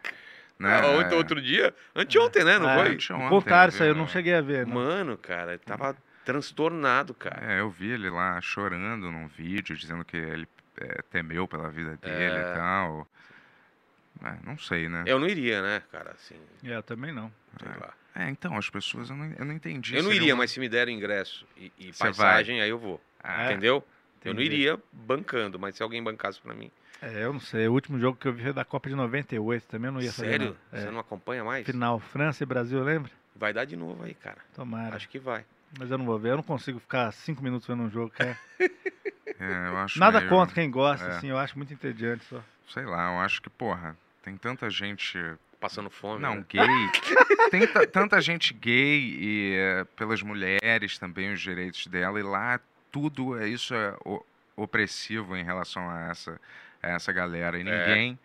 Né?
Ah, outro, outro dia? Anteontem, né? Não
É.
foi?
Anteontem,
Não Contaram isso aí, eu
viu?
não cheguei a ver. né? Não.
Mano, cara, ele tava transtornado, cara.
É, eu vi ele lá chorando num vídeo, dizendo que ele é, temeu pela vida dele e tal. É, não sei, né?
Eu não iria, né, cara? Assim,
É, eu também não.
sei lá.
É, então, as pessoas, eu não, eu não entendi. é
Eu não
seria
iria,
uma-
mas se me deram ingresso e, e
Você vai.
passagem, aí eu vou.
Ah,
É.
Entendeu? Eu não
Entendi.
iria bancando, mas se alguém bancasse pra mim.
É, eu não sei. O último jogo que eu vi foi da Copa de 98. Também eu não ia saber.
Sério?
nada. É.
Você não acompanha mais?
Final França e Brasil, lembra?
Vai dar de novo aí, cara.
Tomara.
Acho que vai.
Mas eu não vou ver. Eu não consigo ficar cinco minutos vendo um jogo. Cara.
é, eu acho
Nada
meio-
contra quem gosta,
É.
assim. Eu acho muito entediante só.
Sei lá, eu acho que, porra, tem tanta gente
Passando fome.
Não,
né?
gay. Tem ta- tanta gente gay e eh, pelas mulheres também os direitos dela e lá tudo é isso é o- opressivo em relação a essa a essa galera e ninguém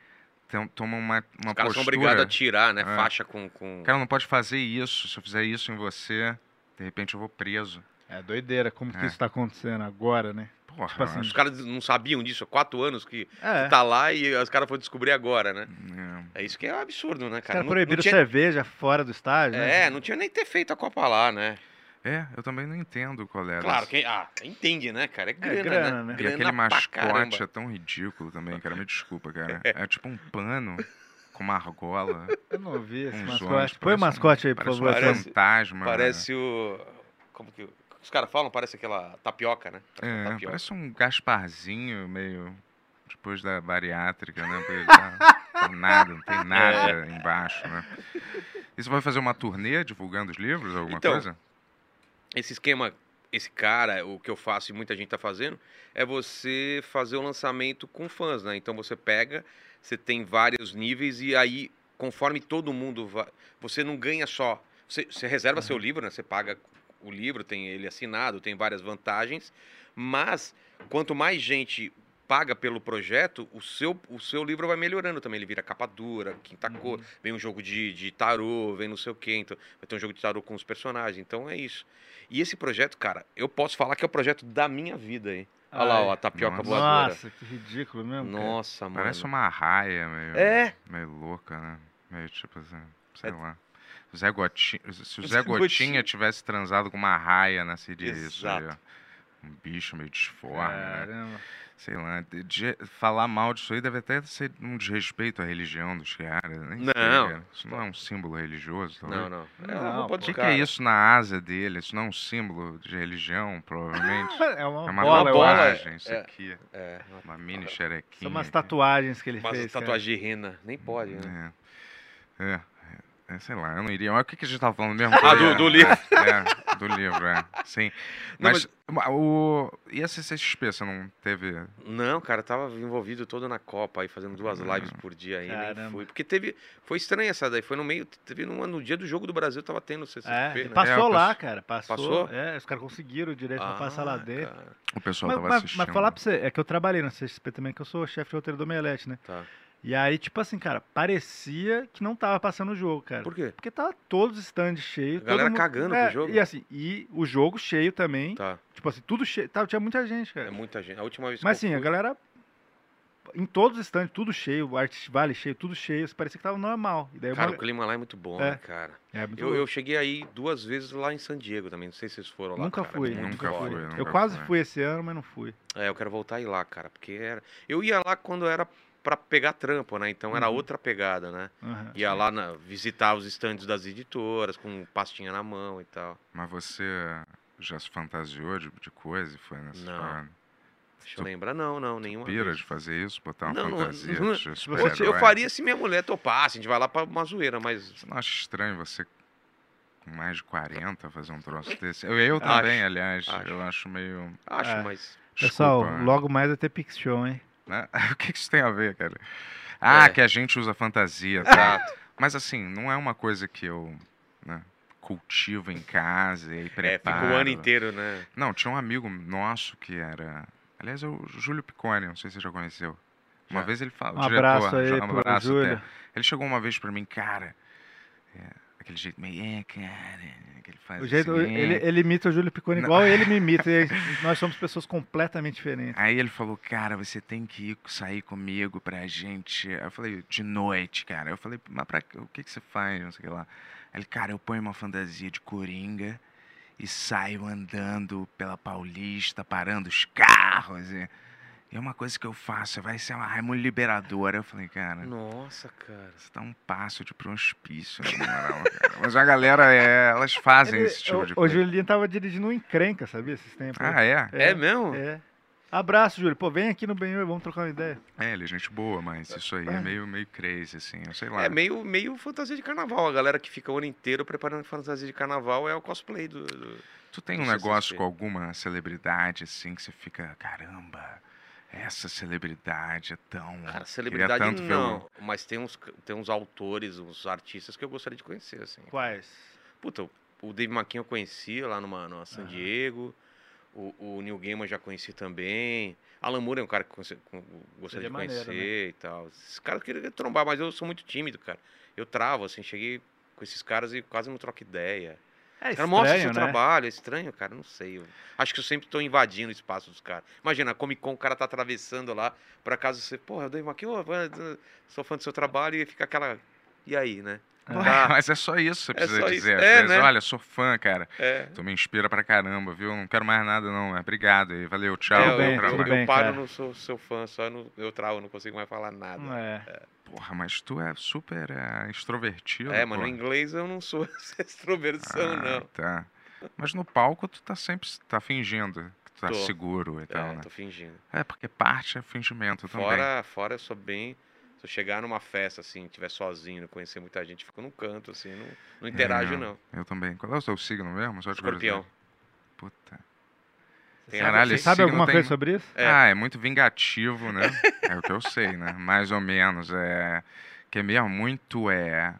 tem- toma uma uma
É. Os caras são obrigados
postura.
a tirar, né?
É.
Faixa com. com...
Cara, não pode fazer isso. Se eu fizer isso em você, de repente eu vou preso.
É doideira como que
É.
isso tá acontecendo agora, né?
Porra,
Tipo
eu
assim,
acho-
Os caras não sabiam disso há quatro anos que
É. Uhum.
tá lá e os caras foram descobrir agora, né?
é.
É isso que é um absurdo, né,
Os
cara?
caras
Não-
proibiram
não tinha...
cerveja fora do estádio, né?
É, não tinha nem ter feito a Copa lá, né?
É, eu também não entendo qual era.
Claro,
esse-
quem. Ah, entende, né, cara? É grana,
É, grana,
né?
né?
E aquele
pra
mascote
caramba.
é tão ridículo também, cara. Me desculpa, cara. É tipo um pano com uma argola.
Eu não vi
É
esse
Uns olhos,
mascote. Põe o
parece um-
mascote aí, por
Parece
favor.
um
Sam.
Parece-
fantasma.
Parece o. Como que. Os caras falam, parece aquela tapioca, né?
É,
Tá
tapioca.
parece um Gasparzinho meio. Depois da bariátrica, né? Porque ele tá, tá nada, não tem
É.
nada embaixo, né? E você vai fazer uma turnê divulgando os livros, alguma
Então,
coisa?
Esse esquema, esse cara, o que eu faço e muita gente tá fazendo, é você fazer o lançamento com fãs, né? Então você pega, você tem vários níveis e aí, conforme todo mundo vai. Você não ganha só. Você, você reserva seu livro, né? Você paga o livro, tem ele assinado, tem várias vantagens, mas quanto mais gente paga pelo projeto, o seu, o seu livro vai melhorando também. Ele vira capa dura, quinta cor, vem um jogo de, de tarô, vem não sei o quê. Então, vai ter um jogo de tarô com os personagens. Então é isso. E esse projeto, cara, eu posso falar que é o projeto da minha vida, hein? Olha lá, ó, tá a tapioca
Nossa.
voadora.
Nossa, que ridículo mesmo. cara.
Nossa, mano.
Parece uma raia meio,
É.
meio louca, né? Meio tipo assim, sei
É.
lá. Zé Gotinha, se o
Zé
Zé
Gotinha.
Gotinha tivesse transado com uma raia, né? Seria isso aí,
Exato.
ó. Um bicho meio disforme, né?
Caramba.
Sei lá, de- de- falar mal disso aí deve até ser um desrespeito à religião dos caras. Nem sei,
Não.
cara. Isso não é um símbolo religioso, talvez.
Não, não. É,
Não,
não,
pô.
O
pode
que, que é isso na asa dele? Isso não é um símbolo de religião, provavelmente.
É uma,
É
bola,
uma
eu acho.
bola,
tatuagem, isso
é.
aqui.
É,
Uma mini
São
xerequinha.
umas tatuagens que ele
mas
fez. cara.
tatuagem de rena. Nem pode, né?
É. É, é, é, sei lá, eu não iria. Mas o que, que a gente tava falando mesmo?
Ah, do- do livro.
É, do livro, é. Sim.
Não,
Mas, o. E a CCXP, você não teve.
Não, cara, eu tava envolvido todo na Copa aí, fazendo duas lives por dia aí, nem
Ah. Caramba.
fui. Porque teve. Foi estranha essa daí, foi no meio. Teve no, no dia do jogo do Brasil, tava tendo
É,
CCP,
ele
né?
É,
passou
eu
lá,
passo-
cara. Passou.
Passou?
É, os caras conseguiram o direito pra passar lá
Ah,
dentro.
cara.
O pessoal
Mas,
tava
mas-
assistindo.
mas
né?
falar pra você, é que eu trabalhei na CXP também, que eu sou chefe de roteiro do Omelete, né?
Tá.
E aí, tipo assim, cara, parecia que não tava passando o jogo, cara.
Por quê?
Porque tava todos os stands cheios. todo
Galera
mundo-
cagando
É,
pro jogo.
E assim, e o jogo cheio também.
Tá.
Tipo assim, tudo cheio. Tava, tinha muita gente,
É
cara.
muita gente. A última vez
Mas
que eu
assim, a
fui-
galera. Em todos os stands, tudo cheio, o Art Valley cheio, tudo cheio. Parecia que tava normal. E daí
Cara,
uma...
o clima lá é muito bom,
É.
né, cara?
É, muito
Eu, eu cheguei aí duas vezes lá em San Diego também. Não sei se vocês foram lá.
Nunca
cara.
fui.
Muito
Nunca
foda.
fui,
Eu
nunca
quase
fui.
fui esse ano, mas não fui.
É, eu quero voltar a ir lá, cara, porque era... eu ia lá quando era pra pegar trampo, né? Então era
Uhum. Ah,
outra pegada, né?
Aham.
Ia lá na- visitar os estandes das editoras com pastinha na mão e tal.
Mas você já se fantasiou de, de coisa e foi nessa
Não.
parada?
Deixa eu lembrar. Não, não, nenhuma. vez.
Pira de fazer é? isso, botar uma
Não, não-
fantasia
não-
de
Pô, se-
super-herói.
Eu faria se minha mulher topasse, a gente vai lá pra uma zoeira, mas.
Você não acha estranho você com mais de 40 fazer um troço desse? Eu, eu também,
Acho,
aliás.
acho.
Eu acho meio.
Acho,
É.
mas.
Pessoal,
desculpa,
logo mais vai ter Pix Show, hein?
né? O que que isso tem a ver, cara? Ah,
É.
que a gente usa fantasia, tá?
Exato.
Mas assim, não é uma coisa que eu né, cultivo em casa e preparo.
É, fica o ano inteiro, né?
Não, tinha um amigo nosso que era. Aliás, é o Júlio Picone, não sei se você já conheceu. Uma
Já.
vez ele falou.
Um abraço aí
diretor, um
pro
abraço até.
Júlio.
Ele chegou uma vez pra mim, cara. é, aquele jeito meio, é, cara. Que ele faz
O jeito,
assim, é.
ele, ele imita o Júlio Picone
Não.
igual ele me imita. e nós somos pessoas completamente diferentes.
Aí ele falou, cara, você tem que ir sair comigo pra gente. Aí eu falei, de noite, cara. Eu falei, mas pra, o que, que você faz? Não sei o que lá. Aí ele, cara, eu ponho uma fantasia de coringa e saio andando pela Paulista, parando os carros. E, e é uma coisa que eu faço, vai ser uma raimunda liberadora. Eu falei, cara.
Nossa, cara.
Você tá um passo de pro hospício, na moral, cara. Mas a galera, é, elas fazem
Ele-
esse tipo
o,
de
o
coisa.
Julinho tava dirigindo um encrenca, sabia? Esses tempos. né?
Ah, é?
É, mesmo?
É. Abraço, Júlio. Pô, vem aqui no Benhur, vamos trocar uma ideia.
É, ele é gente boa, mas isso aí é meio, meio crazy, assim. Eu sei lá.
É meio, meio fantasia de carnaval. A galera que fica o ano inteiro preparando fantasia de carnaval é o cosplay do. do-
Tu tem um
Não sei se
negócio
você-
com alguma celebridade, assim, que você fica, caramba, essa celebridade é tão.
Cara,
queria
celebridade
tanto ver o-"
um.
não. Mas tem uns, tem uns autores, uns artistas que eu gostaria de conhecer, assim.
Quais?
Puta, o- o Dave McKean eu conhecia lá numa, numa San
Aham.
Diego. O, o Neil Gaiman eu já conheci também. Alan Moore é um cara que conce- com-
Ele
gostaria
é
de
maneiro,
conhecer e tal. Esses caras eu queria trombar, mas eu sou muito tímido, cara. Eu travo, assim, cheguei com esses caras e quase não troco ideia.
É
Cara,
estranho,
mostra o seu
né?
trabalho, é estranho, cara, não sei. eu- acho que eu sempre tô invadindo o espaço dos caras. Imagina, a Comic Con, o cara tá atravessando lá, por acaso você, porra, eu dei uma aqui, ô, sou fã do seu trabalho, e fica aquela. E aí, né?
É.
Tá,
Mas é só isso que você
É só
precisa
isso.
dizer. às
É,
vezes,
né?
Olha, sou fã, cara.
é.
Tu me inspira pra caramba, viu? Não quero mais nada, não. mas Obrigado aí. Valeu, tchau.
É,
Tudo
bom
eu,
bem,
eu-
trabalho.
tudo
eu
bem,
paro,
cara.
não sou seu fã, só no, eu travo, não consigo mais falar nada.
É.
Porra, mas tu é super é, extrovertido.
É, mano,
porra.
no inglês eu não sou essa extroversão,
Ah,
não.
Tá. Mas no palco tu tá sempre tá fingindo que tu tá
Tô.
seguro e
então,
tal,
é,
né?
tô fingindo.
É, porque parte é fingimento também.
Fora, fora eu sou bem. Se eu chegar numa festa, assim, tiver sozinho, não conhecer muita gente, fico num canto, assim, não, não interajo,
É,
não.
Eu também. Qual é o seu signo mesmo? Só de
Escorpião.
curiosidade. Puta.
Tem
Caralho,
a
Você
ver?
esse
sabe
signo
alguma
tem-
coisa sobre isso?
É.
Ah, é muito vingativo, né? é o que eu sei, né? Mais ou menos. É... Que é meio muito é...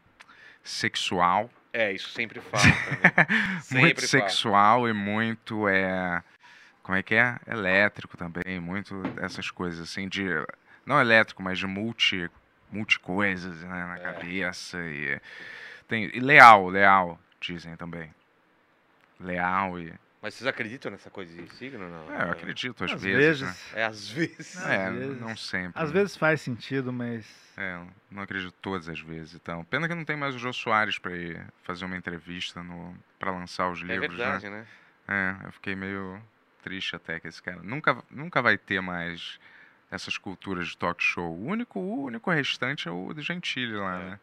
sexual.
É, isso sempre falo. também.
muito
sempre falo.
sexual e muito é como é que é elétrico também muito essas coisas assim de não elétrico mas de multi multi coisas né, na
É.
cabeça e tem e leal leal dizem também leal e
Mas vocês acreditam nessa coisa de signo, não?
é, eu acredito às,
Às
vezes, né?
É, às vezes.
Às
é
vezes.
não sempre
Às
né?
vezes faz sentido, mas.
É, eu não acredito todas as vezes então pena que não tem mais o Jô Soares para ir fazer uma entrevista no para lançar os
É
livros né?
verdade, né?
É, eu fiquei meio triste até com esse cara. Nunca, nunca vai ter mais essas culturas de talk show. O único, o único restante é o do Gentili lá,
É.
né?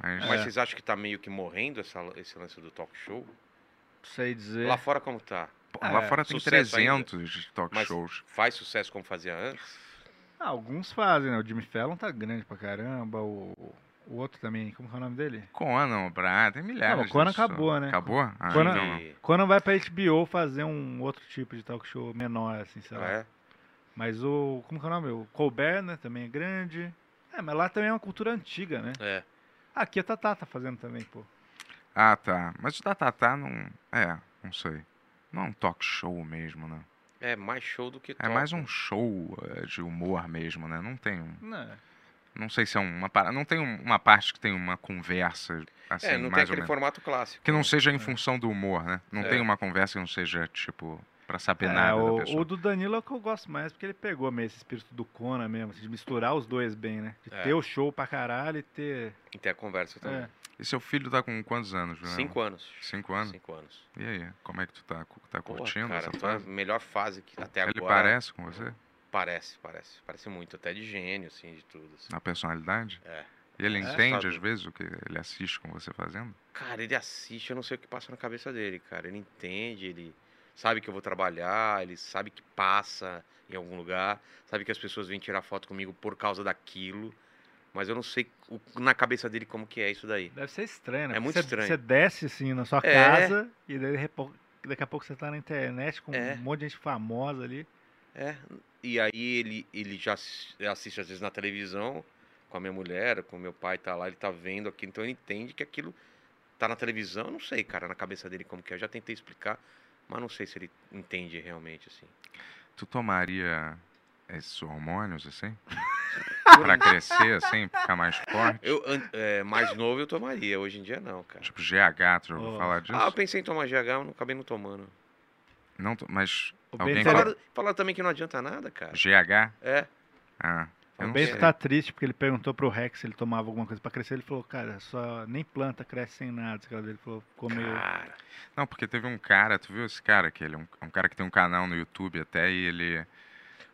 Mas,
Mas vocês acham que tá meio que morrendo essa, esse lance do talk show?
Sei dizer.
Lá fora como tá?
pô, lá
é,
fora tem
sucesso ainda.
300 talk
Mas-
shows.
Faz sucesso como fazia antes?
Ah, alguns fazem, né? O Jimmy Fallon tá grande pra caramba. O, o outro também, como que é o nome dele?
Conan, o Brian, tem milhares.
Não, o Conan
né, só.
acabou, né?
Acabou? Ah,
Conan-
então não.
E-
Quando vai pra HBO fazer um outro tipo de talk show menor, assim, sei lá.
É.
Mas o. Como que é o nome? O Colbert, né? Também é grande. É, mas lá também é uma cultura antiga, né?
É.
Aqui a Tatá tá fazendo também, pô.
Ah, tá. Mas o da Tatá não. É, não sei. Não é um talk show mesmo, né?
É mais show do que
É
talk.
mais um show eh, de humor mesmo, né? Não tem um.
Não, é.
Não sei se é uma parada. Não tem um- uma parte que tem uma conversa assim,
É, não tem
mais ou
aquele
menos.
formato clássico.
Que não
né?
seja em função do humor, né? Não
É.
tem uma conversa que não seja, tipo, pra saber
É,
nada da
o,
pessoa.
o do Danilo é o que eu gosto mais, porque ele pegou meio esse espírito do Conan mesmo, assim, de misturar os dois bem, né? De
É.
ter o show pra caralho e ter.
E tem a conversa também.
É.
E seu filho tá com quantos anos, Juliano?
Cinco anos.
Cinco anos?
Cinco anos.
E aí, como é que tu tá? cu- Tá
Porra,
curtindo
cara,
essa
tá na
fase?
melhor fase que até
Ele
agora.
parece com você?
Parece, parece. Parece muito, até de gênio, assim, de tudo. assim.
Na personalidade?
É.
E ele
É.
entende,
Assustador.
às vezes, o que ele assiste com você fazendo?
Cara, ele assiste, eu não sei o que passa na cabeça dele, cara. Ele entende, ele sabe que eu vou trabalhar, ele sabe que passa em algum lugar, sabe que as pessoas vêm tirar foto comigo por causa daquilo, mas eu não sei o- na cabeça dele como que é isso daí.
Deve ser estranho, né?
É
Porque
muito
você,
estranho.
Você desce, assim, na sua
É.
casa e daí, de repo- daqui a pouco você tá na internet com
É.
um monte de gente famosa ali.
É, e aí ele, ele já assis- assiste às vezes na televisão com a minha mulher, com meu pai tá lá, ele tá vendo aqui, então ele entende que aquilo tá na televisão, eu não sei, cara, na cabeça dele como que é. Eu já tentei explicar, mas não sei se ele entende realmente assim.
Tu tomaria esses hormônios, assim? pra crescer, assim, ficar mais forte?
Eu an- é, mais novo eu tomaria, hoje em dia não, cara.
Tipo, GH, tu já ouviu
Oh.
falar disso?
Ah, eu pensei em tomar GH, mas não acabei não tomando.
Não, to- mas
O
alguém...
Bento
fala-
Falaram, falaram também que não adianta nada, cara.
GH?
É,
Ah, eu
O
não
Bento
sei.
tá triste porque ele perguntou pro Rex se ele tomava alguma coisa pra crescer. Ele falou, cara, só nem planta cresce sem nada. Esse cara dele falou, comeu.
cara.
Não, porque teve um cara, tu viu esse cara? Que ele é um, é um cara que tem um canal no YouTube até e ele...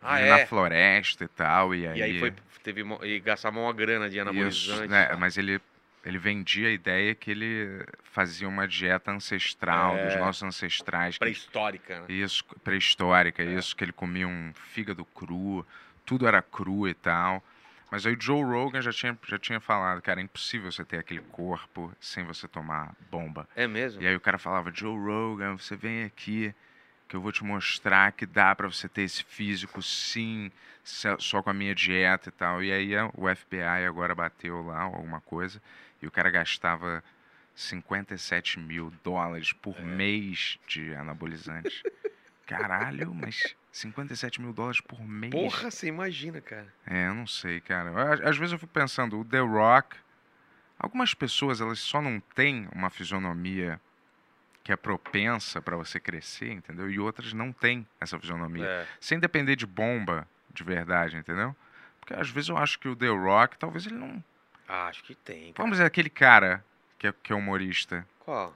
Ah,
vive
é.
Na floresta e tal, e aí...
E aí foi, teve, mo- e gastar uma grana de
Isso,
anabolizante.
né, Mas ele, ele vendia a ideia que ele fazia uma dieta ancestral dos
É.
nossos ancestrais. que-
pré-histórica, né?
isso, pré-histórica, isso, que ele comia um fígado cru, tudo era cru e tal. Mas aí o Joe Rogan já tinha, já tinha falado, cara, é impossível você ter aquele corpo sem você tomar bomba.
É mesmo?
E aí o cara falava, Joe Rogan, você vem aqui que eu vou te mostrar que dá pra você ter esse físico sim, só só com a minha dieta e tal. E aí a- o FBI agora bateu lá ou alguma coisa e o cara gastava 57 mil dólares por mês de anabolizante. Caralho, mas 57 mil dólares por mês?
Porra, você imagina, cara.
É, eu não sei, cara. Eu- a- Às vezes eu fico pensando, o The Rock, algumas pessoas elas só não têm uma fisionomia que é propensa pra você crescer, entendeu? E outras não têm essa fisionomia.
É.
Sem depender de bomba de verdade, entendeu? Porque às vezes eu acho que o The Rock, talvez ele não.
Ah, acho que tem. Cara.
Vamos dizer, aquele cara que é, que é humorista,
Qual?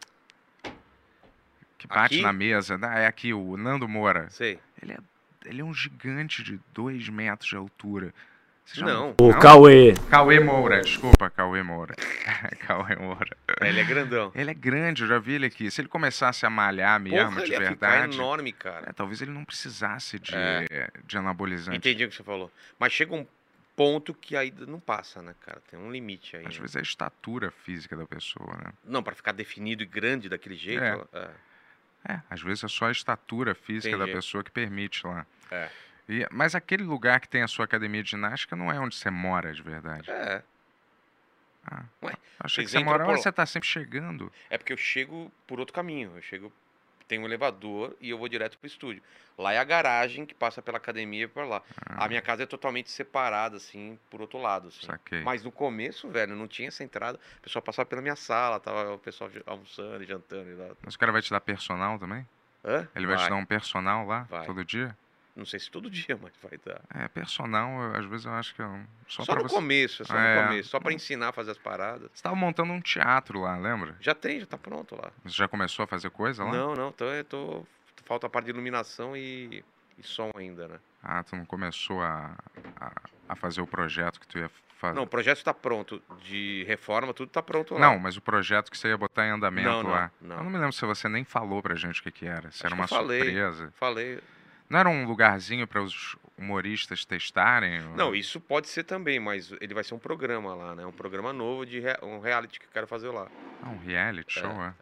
que bate
Aqui?
na mesa, né? é aqui, o Nando Moura.
Sei.
Ele é, ele é um gigante de 2 metros de altura. Você já
Não.
O Cauê.
Cauê Moura, desculpa, Cauê Moura. Cauê Moura.
Ele é grandão.
Ele é grande, eu já vi ele aqui. Se ele começasse a malhar mesmo,
Porra,
de
ele ia ficar
verdade.
enorme, É. cara.
é, talvez ele não precisasse de, de anabolizante.
Entendi o que você falou. Mas chega um ponto que aí não passa, né, cara? Tem um limite aí.
Às
né?
vezes é a estatura física da pessoa, né?
Não, pra ficar definido e grande daquele jeito.
É.
ó, é.
É, às vezes é só a estatura física da
Entendi.
pessoa que permite lá.
É.
E- mas aquele lugar que tem a sua academia de ginástica não é onde você mora de verdade.
É. é.
Ah,
Ué,
achei que
vocês
você
entram
mora
por
onde
lá.
você tá sempre chegando.
É porque eu chego por outro caminho. Eu chego. Tem um elevador e eu vou direto pro estúdio. Lá é a garagem que passa pela academia e por lá.
Ah,
A minha casa é totalmente separada, assim, por outro lado. Assim.
Saquei.
Mas no começo, velho, não tinha essa entrada. O pessoal passava pela minha sala, tava o pessoal almoçando e jantando e lá.
Mas o cara vai te dar personal também?
Hã?
Ele vai, te dar um personal lá
Vai.
todo dia?
Não sei se todo dia, mas vai dar.
É, personal, eu- às vezes eu acho que é um... só,
Só,
pra
no
você.
começo, só
É.
no começo. Só pra ensinar a fazer as paradas.
Você tava montando um teatro lá, lembra?
Já tem, já tá pronto lá.
Você já começou a fazer coisa Tá lá?
Não, não, então eu tô. Falta a parte de iluminação e, e som ainda, né?
Ah, tu não começou a, a, a fazer o projeto que tu ia fazer?
Não, o projeto tá pronto. De reforma, tudo tá pronto lá.
Não, mas o projeto que você ia botar em andamento
Não, não,
lá.
não.
Eu não me lembro se você nem falou pra gente o que, que era. Se
Acho
era
que
uma
eu falei.
surpresa.
Falei.
Não era um lugarzinho para os humoristas testarem? ou-
Não, isso pode ser também, mas ele vai ser um programa lá, né? Um programa novo de rea- um reality que eu quero fazer lá.
Ah, um reality show, é?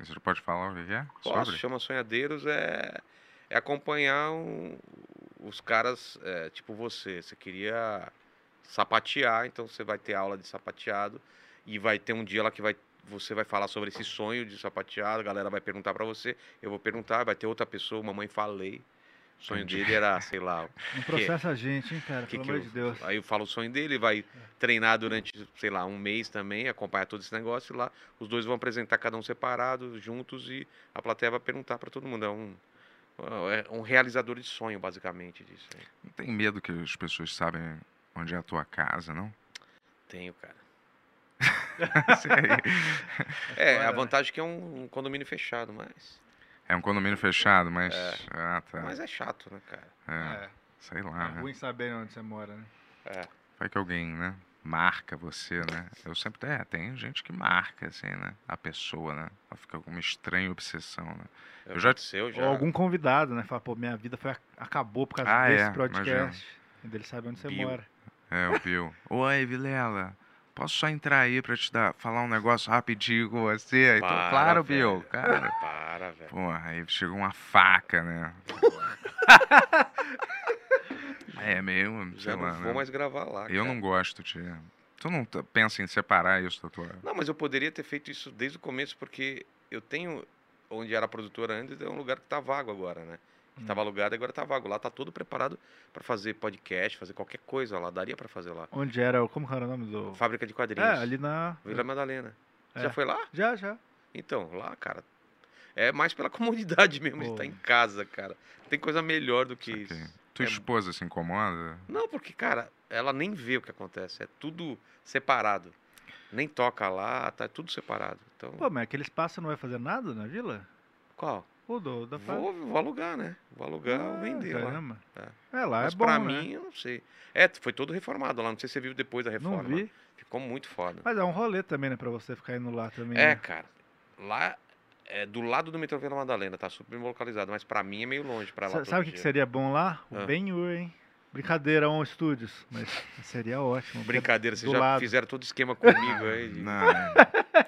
Você não pode falar o que que é?
Posso,
Sobre?
chama Sonhadeiros é, é acompanhar um- os caras, é, tipo você. Você queria sapatear, então você vai ter aula de sapateado e vai ter um dia lá que vai, você vai falar sobre esse sonho de sapateado, a galera vai perguntar pra você, eu vou perguntar, vai ter outra pessoa, mamãe falei. O sonho
Entendi.
dele era, sei lá,
Não processa a gente, hein, cara,
que
pelo
que
amor
eu-
de Deus. É.
Aí eu falo o sonho dele, vai treinar durante, sei lá, um mês também, acompanhar todo esse negócio e lá. Os dois vão apresentar cada um separado, juntos, e a plateia vai perguntar pra todo mundo. É um, é um realizador de sonho, basicamente, disso. aí.
Não tem medo que as pessoas sabem onde é a tua casa, não?
Tenho, cara.
Isso aí.
É,
Fora,
a
né?
vantagem é que é um, um condomínio fechado, mas.
É um condomínio fechado, mas. Ah, tá.
Mas é chato, né, cara?
É,
É,
Sei lá,
é
né?
ruim saber onde você mora, né?
É.
Vai que alguém, né? marca você, né? Eu sempre. É, tem gente que marca, assim, né? A pessoa, né? Ela fica com uma estranha obsessão, né? Eu já-
Aconteceu, já.
Ou algum convidado, né? Fala, pô, minha vida foi, acabou por causa
Ah,
desse
é,
podcast. Ainda ele sabe onde você
Bio.
mora.
É, o Bill. Oi, Vilela. Posso só entrar aí pra te dar, falar um negócio rapidinho com você? Aí tu,
Para,
então, claro,
velho.
Bill, cara.
Para, velho.
Porra, aí chegou uma faca, né? é meio, sei
Já
lá,
não
né?
vou mais gravar lá.
Eu
cara.
não gosto de... Tu não t- pensa em separar isso da tua...
Não, mas eu poderia ter feito isso desde o começo, porque eu tenho. Onde era a produtora antes, é um lugar que tá vago agora, né? Que
Hum.
tava alugado, agora tá vago. Lá tá tudo preparado pra fazer podcast, fazer qualquer coisa lá. Daria pra fazer lá.
Onde era. o- Como que era o nome do.
Fábrica de quadrinhos.
É, ali na.
Vila Madalena. Você
É.
Já foi lá?
Já, já.
Então, lá, cara. É mais pela comodidade mesmo de
Pô.
estar em casa, cara. Não tem coisa melhor do que
Isso aqui.
isso.
Tua
É-
esposa se incomoda?
Não, porque, cara, ela nem vê o que acontece. É tudo separado. Nem toca lá, tá tudo separado. Então,
Pô, mas aquele espaço não vai fazer nada na vila?
qual?
O do, da
Vou, vou alugar, né? Vou alugar ou vender lá.
Ah, Caramba.
Tá.
É lá,
Mas
é bom.
pra
né?
mim, é eu não sei. É, foi todo reformado lá. Não sei se você viu depois da
não
reforma.
vi.
Ficou muito foda.
Mas é um rolê também, né? Pra você ficar indo lá também.
É,
né?
cara. Lá é do lado do metrô Vila Madalena, tá super localizado, mas pra mim é meio longe pra lá.
Sa-
todo
Sabe o que, que
dia.
seria bom lá? O
Ah.
Ben-Hur, hein? Brincadeira, um estúdios. Mas seria ótimo.
Brincadeira, vocês
Do
já
lado.
fizeram todo esquema comigo aí. de-
Não.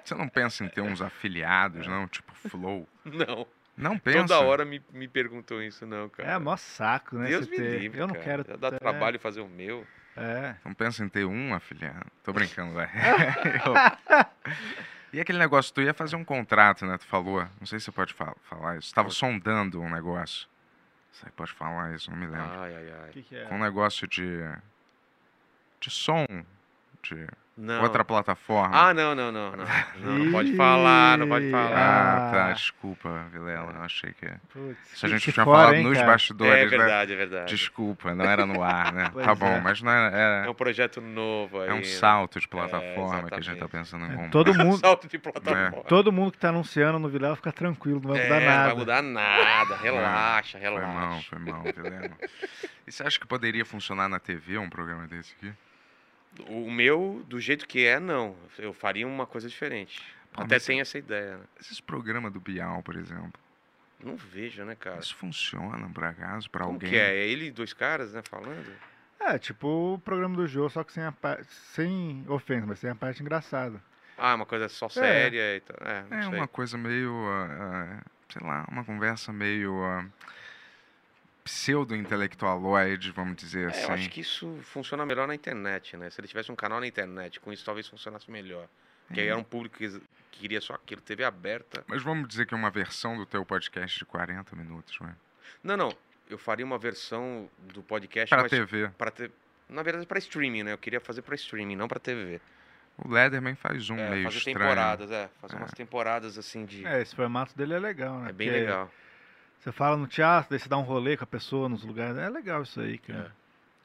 Você não pensa em ter uns afiliados, não? Tipo Flow?
Não.
Não pensa?
Toda hora me, me perguntam isso, não, cara.
É, mó saco, né?
Deus
você
me
ter.
livre.
Eu não
cara.
quero.
Já dá
ter- né?
trabalho fazer o meu.
É.
Não pensa em ter um afiliado? Tô brincando, vai. E aquele negócio, tu ia fazer um contrato, né? Tu falou. Não sei se você pode fa- falar isso. Tava sondando um negócio. Você pode falar isso, não me lembro.
Ai, ai, ai.
O que, que é?
Com um negócio de. de som. De
Não.
outra plataforma.
Ah, não, não, não, não. Não, não pode falar, não pode falar.
Ah, tá.
ah.
Desculpa, Vilela. Eu achei que.
Putz,
Se a
que-
gente
que
tinha
fora,
falado
hein,
nos
cara?
bastidores,
é
né?
verdade, é verdade.
Desculpa, não era no ar, né?
Pois
tá bom,
é.
mas não era.
É
era-
um projeto novo aí.
É um
né?
salto de plataforma que a gente tá
exatamente.
pensando em
É,
comprar.
Todo mundo,
Salto
né?
de plataforma.
todo mundo que tá anunciando no Vilela fica tranquilo, não vai
É,
mudar
não
nada.
vai mudar nada. Relaxa,
Foi mal,
relaxa.
foi mal, Vilema. E você acha que poderia funcionar na TV um programa desse aqui?
O meu, do jeito que é, não. Eu faria uma coisa diferente.
Pô,
Até
mas- é
tem essa ideia, né?
Esses programas do Bial, por exemplo,
Não vejo, né, cara?
isso funciona, por acaso, pra
Como
alguém?
que é? É ele e dois caras, né, falando?
É, tipo o programa do Jô, só que sem a parte. Sem ofensa, mas sem a parte engraçada.
Ah, uma coisa só séria e tal. É, não
É
sei.
uma coisa meio, ah, ah, sei lá, uma conversa meio ah, pseudo-intelectualoide, vamos dizer
É,
assim.
eu acho que isso funciona melhor na internet, né? Se ele tivesse um canal na internet, com isso talvez funcionasse melhor. Porque aí era um público que que queria só aquilo, TV aberta.
Mas vamos dizer que é uma versão do teu podcast de 40 minutos, né?
Não, não. Eu faria uma versão do podcast
Pra
mas
TV.
pra te- Na verdade, pra streaming, né? Eu queria fazer pra streaming, não pra TV.
O Lederman faz um
É,
meio
fazer
estranho.
temporadas, é. Fazer umas temporadas assim de. É,
É, esse formato dele é legal, né?
bem
Porque
legal.
Você fala no teatro, daí você dá um rolê com a pessoa nos lugares. É legal isso aí, cara.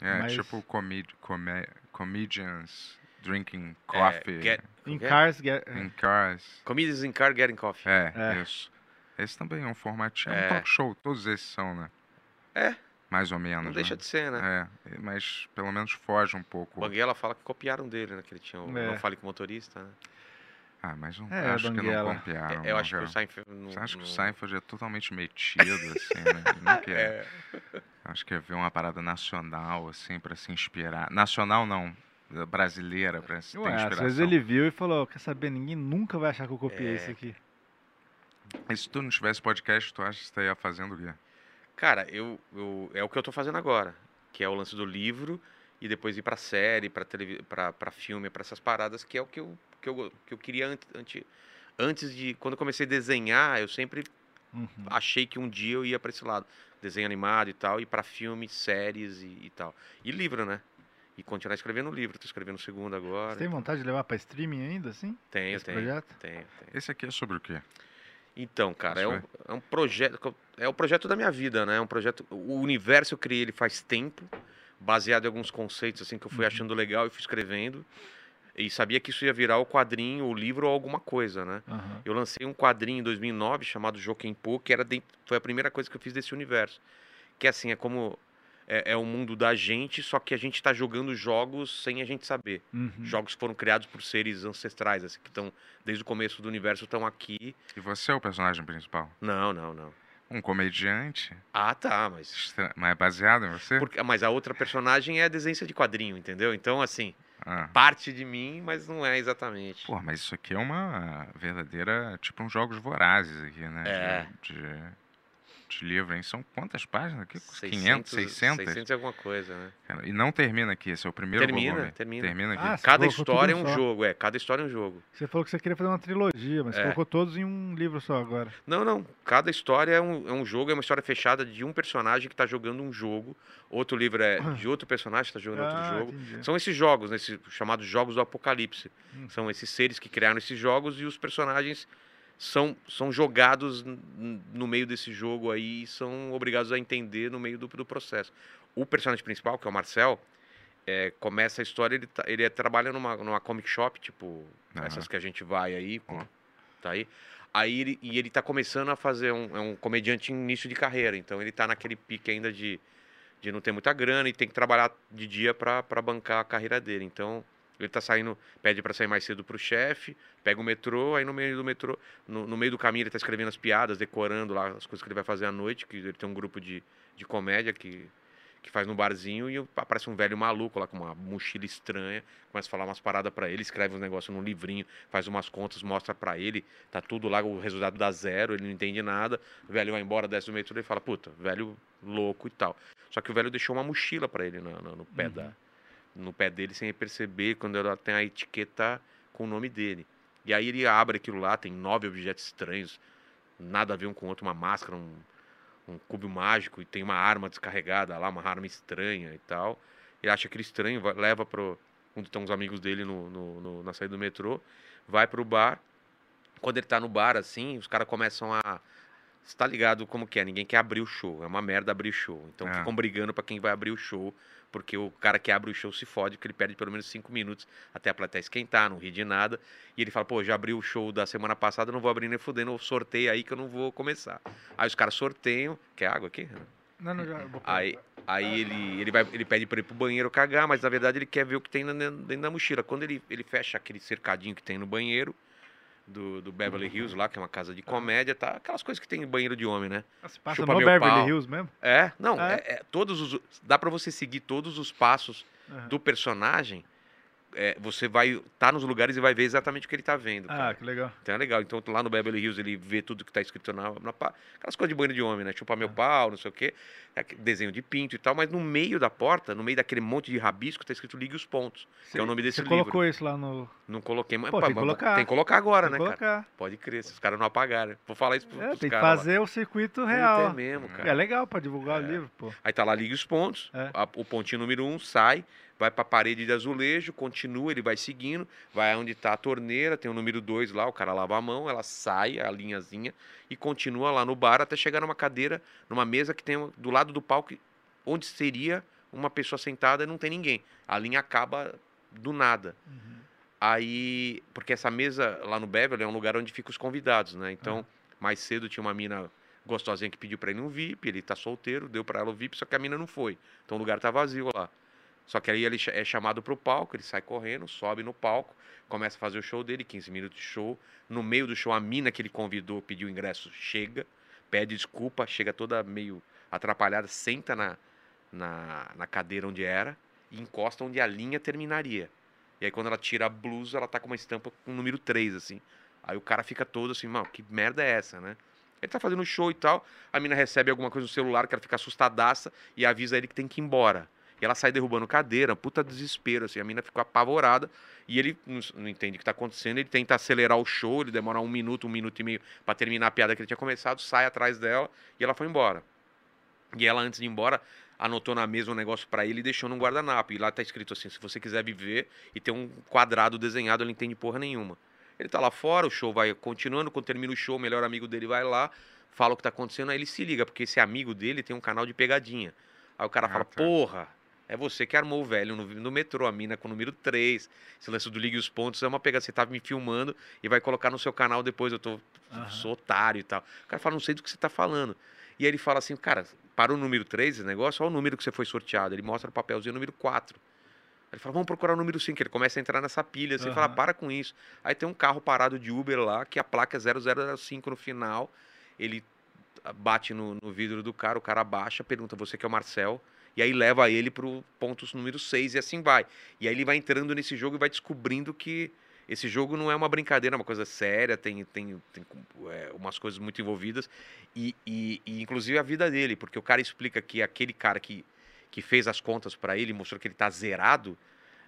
É,
Mas-
tipo comi come- comedians drinking coffee
É, get-
Em
Como é?
Cars Get-
in cars.
Comidas in car getting coffee.
É,
É.
isso. Esse também é um formatinho, é
É.
um talk show. Todos esses são, né?
É.
Mais ou menos,
Não
né?
deixa de ser, né?
É, mas pelo menos foge um pouco.
O Banguela fala que copiaram dele, né? Que ele tinha o
É.
Não Fale com o Motorista, né?
Ah, mas não,
É,
acho que não
Banguela.
É,
copiaram.
eu
Ah, não,
acho que
cara.
o Seinfeld. não-
Você acha que o
não-
Seinfeld é totalmente metido, assim, né? Ele não quer.
É.
Acho que é ver uma parada nacional, assim, pra se inspirar. Nacional não, eh, brasileira, pra se ter
Ué, às
inspiração.
vezes ele viu e falou, quer saber, ninguém nunca vai achar que eu copiei
É.
isso aqui.
E se tu não tivesse podcast, tu acha que estaria fazendo o quê?
Cara, eu, eu- é o que eu tô fazendo agora, que é o lance do livro e depois ir pra série, pra televi- pra pra filme, pra essas paradas, que é o que eu, que eu, go- que eu queria antes, antes, antes de quando eu comecei a desenhar, eu sempre
Uhum.
achei que um dia eu ia pra esse lado, desenho animado e tal, e pra filme, séries e, e tal. E livro, né? E continuar escrevendo livro, tô escrevendo o segundo agora.
Você tem vontade de levar pra streaming ainda, assim?
Tenho,
esse
tenho,
projeto?
tenho, tenho.
Esse aqui é sobre o quê?
Então, cara, é
Isso
um, é um projeto. que eu- É o projeto da minha vida, né? É um projeto. O universo eu criei ele faz tempo, baseado em alguns conceitos assim que eu fui achando legal e fui escrevendo. E sabia que isso ia virar o quadrinho, o livro ou alguma coisa, né?
Aham.
Eu lancei um quadrinho em 2009 chamado Jokenpô, que era dentro, foi a primeira coisa que eu fiz desse universo. Que assim, é como é, é o mundo da gente, só que a gente tá jogando jogos sem a gente saber.
Uhum.
Jogos que foram criados por seres ancestrais, assim, que estão desde o começo do universo, estão aqui.
E você é o personagem principal?
Não, não, não.
Um comediante?
Ah, tá, mas.
Estra... Mas é baseado em você?
Porque, mas a outra personagem é a desenhista de quadrinho, entendeu? Então, assim,
Ah.
parte de mim, mas não é exatamente.
Pô, mas isso aqui é uma verdadeira. Tipo, uns jogos vorazes aqui, né?
É.
De, de- de livro, hein? São quantas páginas aqui? 500,
600,
600?
600 e alguma coisa, né?
Cara, e não termina aqui, esse é o primeiro
Termina,
volume.
termina.
aqui.
Ah, Você
Cada
colocou tudo
história é
num
um
só.
jogo, é. Cada história é um jogo.
Você falou que você queria fazer uma trilogia, mas
É.
colocou todos em um livro só agora.
Não, não. Cada história é um, é um jogo, é uma história fechada de um personagem que tá jogando um jogo. Outro livro é
Ah.
de outro personagem que tá jogando outro jogo.
entendi.
São esses jogos, né, esses chamados jogos do apocalipse.
Hum.
São esses seres que criaram esses jogos e os personagens são, são jogados n- n- no meio desse jogo aí e são obrigados a entender no meio do, do processo. O personagem principal, que é o Marcel, é, começa a história, ele, tá- ele é- trabalha numa, numa comic shop, tipo
Aham.
essas que a gente vai aí, pô, tá aí. Aí ele, e ele tá começando a fazer um, é um comediante em início de carreira, então ele tá naquele pique ainda de de não ter muita grana e tem que trabalhar de dia pra pra bancar a carreira dele. Então, ele tá saindo, pede pra sair mais cedo pro chefe, pega o metrô, aí no meio do metrô, no, no meio do caminho ele tá escrevendo as piadas, decorando lá as coisas que ele vai fazer à noite, que ele tem um grupo de, de comédia que, que faz no barzinho e aparece um velho maluco lá com uma mochila estranha, começa a falar umas paradas pra ele, escreve uns negócios num livrinho, faz umas contas, mostra pra ele, tá tudo lá, o resultado dá zero, ele não entende nada, o velho vai embora, desce do metrô e fala, puta, velho louco e tal. Só que o velho deixou uma mochila pra ele na- na- no pé
Uhum.
da, no pé dele sem ele perceber, quando ela tem a etiqueta com o nome dele. E aí ele abre aquilo lá, tem nove objetos estranhos, nada a ver um com o outro, uma máscara, um, um cubo mágico, e tem uma arma descarregada lá, uma arma estranha e tal. Ele acha aquilo estranho, vai- leva pro onde estão os amigos dele no, no- no- na saída do metrô, vai pro bar. Quando ele tá no bar, assim, os caras começam a. Você tá ligado como que é? Ninguém quer abrir o show. É uma merda abrir o show. Então
É.
ficam brigando pra quem vai abrir o show, porque o cara que abre o show se fode, porque ele perde pelo menos cinco minutos até a plateia esquentar, não ri de nada. E ele fala, pô, já abri o show da semana passada, não vou abrir nem fudendo, sorteio aí que eu não vou começar. Aí os caras sorteiam. Quer água aqui? Renan?
Não, não, já, eu vou-
Aí, aí ele, ele, vai, ele pede pra ir pro banheiro cagar, mas na verdade ele quer ver o que tem na- na- dentro da mochila. Quando ele, ele fecha aquele cercadinho que tem no banheiro do, do Beverly Hills lá, que é uma casa de comédia, tá? Aquelas coisas que tem em banheiro de homem, né?
Ah, se passa
Chupa
no
meu
Beverly
pau.
Hills mesmo?
É, não,
É.
é- é todos os. Dá pra você seguir todos os passos
Aham.
do personagem, é, você vai estar nos lugares e vai ver exatamente o que ele tá vendo.
Ah,
cara.
que legal.
Então é legal. Então lá no Beverly Hills ele vê tudo que tá escrito na, na pá. Aquelas coisas de banho de homem, né? Chupar meu pau, não sei o quê. É que- Desenho de pinto e tal. Mas no meio da porta, no meio daquele monte de rabisco, tá escrito Ligue os Pontos. que é o nome desse
Você
livro.
colocou isso lá no.
Não coloquei, mas
Pô, tem que colocar.
tem que colocar agora,
Tem que
né, cara?
colocar.
Pode crer, se os caras não apagaram. Vou falar isso pro,
É,
pros
tem que
caras lá.
fazer o circuito
Puta,
real.
É mesmo, cara.
É legal pra divulgar
É.
o livro, pô.
Aí tá lá, liga os pontos.
É.
a- o pontinho número um sai, vai pra parede de azulejo, continua, ele vai seguindo, vai onde tá a torneira, tem o número dois lá, o cara lava a mão, ela sai, a linhazinha, e continua lá no bar até chegar numa cadeira, numa mesa que tem um- do lado do palco, onde seria uma pessoa sentada e não tem ninguém. A linha acaba do nada. Aí, porque essa mesa lá no Beverly é um lugar onde ficam os convidados, né? Então, mais cedo tinha uma mina gostosinha que pediu pra ele um VIP, ele tá solteiro, deu pra ela o VIP, só que a mina não foi. Então o lugar tá vazio lá. Só que aí ele cha- é chamado pro palco, ele sai correndo, sobe no palco, começa a fazer o show dele, 15 minutos de show. No meio do show, a mina que ele convidou, pediu o ingresso, chega, pede desculpa, chega toda meio atrapalhada, senta na, na, na cadeira onde era e encosta onde a linha terminaria. E aí quando ela tira a blusa, ela tá com uma estampa com o número 3, assim. Aí o cara fica todo assim, mano, que merda é essa, né? Ele tá fazendo show e tal, a mina recebe alguma coisa no celular que ela fica assustadaça e avisa ele que tem que ir embora. E ela sai derrubando cadeira, puta desespero, assim, a mina ficou apavorada e ele não, s- não entende o que tá acontecendo, ele tenta acelerar o show, ele demora um minuto, um minuto e meio pra terminar a piada que ele tinha começado, sai atrás dela e ela foi embora. E ela, antes de ir embora, anotou na mesa um negócio pra ele e deixou num guardanapo. E lá tá escrito assim: se você quiser viver e tem um quadrado desenhado, ele não entende porra nenhuma. Ele tá lá fora, o show vai continuando. Quando termina o show, o melhor amigo dele vai lá, fala o que tá acontecendo, aí ele se liga, porque esse amigo dele tem um canal de pegadinha. Aí o cara
Ah,
fala:
tá.
porra, é você que armou o velho no, no metrô, a mina com o número 3. Esse lance do Ligue os Pontos é uma pegada. Você tá me filmando e vai colocar no seu canal depois, eu tô.
Aham.
Sou otário e tal. O cara fala: não sei do que você tá falando. E aí ele fala assim, cara, para o número 3 esse negócio, olha o número que você foi sorteado. Ele mostra o papelzinho, o número 4. Ele fala, vamos procurar o número 5. Ele começa a entrar nessa pilha, assim,
Aham.
fala, para com isso. Aí tem um carro parado de Uber lá, que a placa é 0005 no final. Ele ah, bate no, no vidro do cara, o cara abaixa, pergunta, você que é o Marcel? E aí leva ele pro ponto número 6 e assim vai. E aí ele vai entrando nesse jogo e vai descobrindo que esse jogo não é uma brincadeira, é uma coisa séria, tem, tem, tem é, umas coisas muito envolvidas. E, e- e, inclusive a vida dele, porque o cara explica que aquele cara que, que fez as contas para ele, mostrou que ele tá zerado,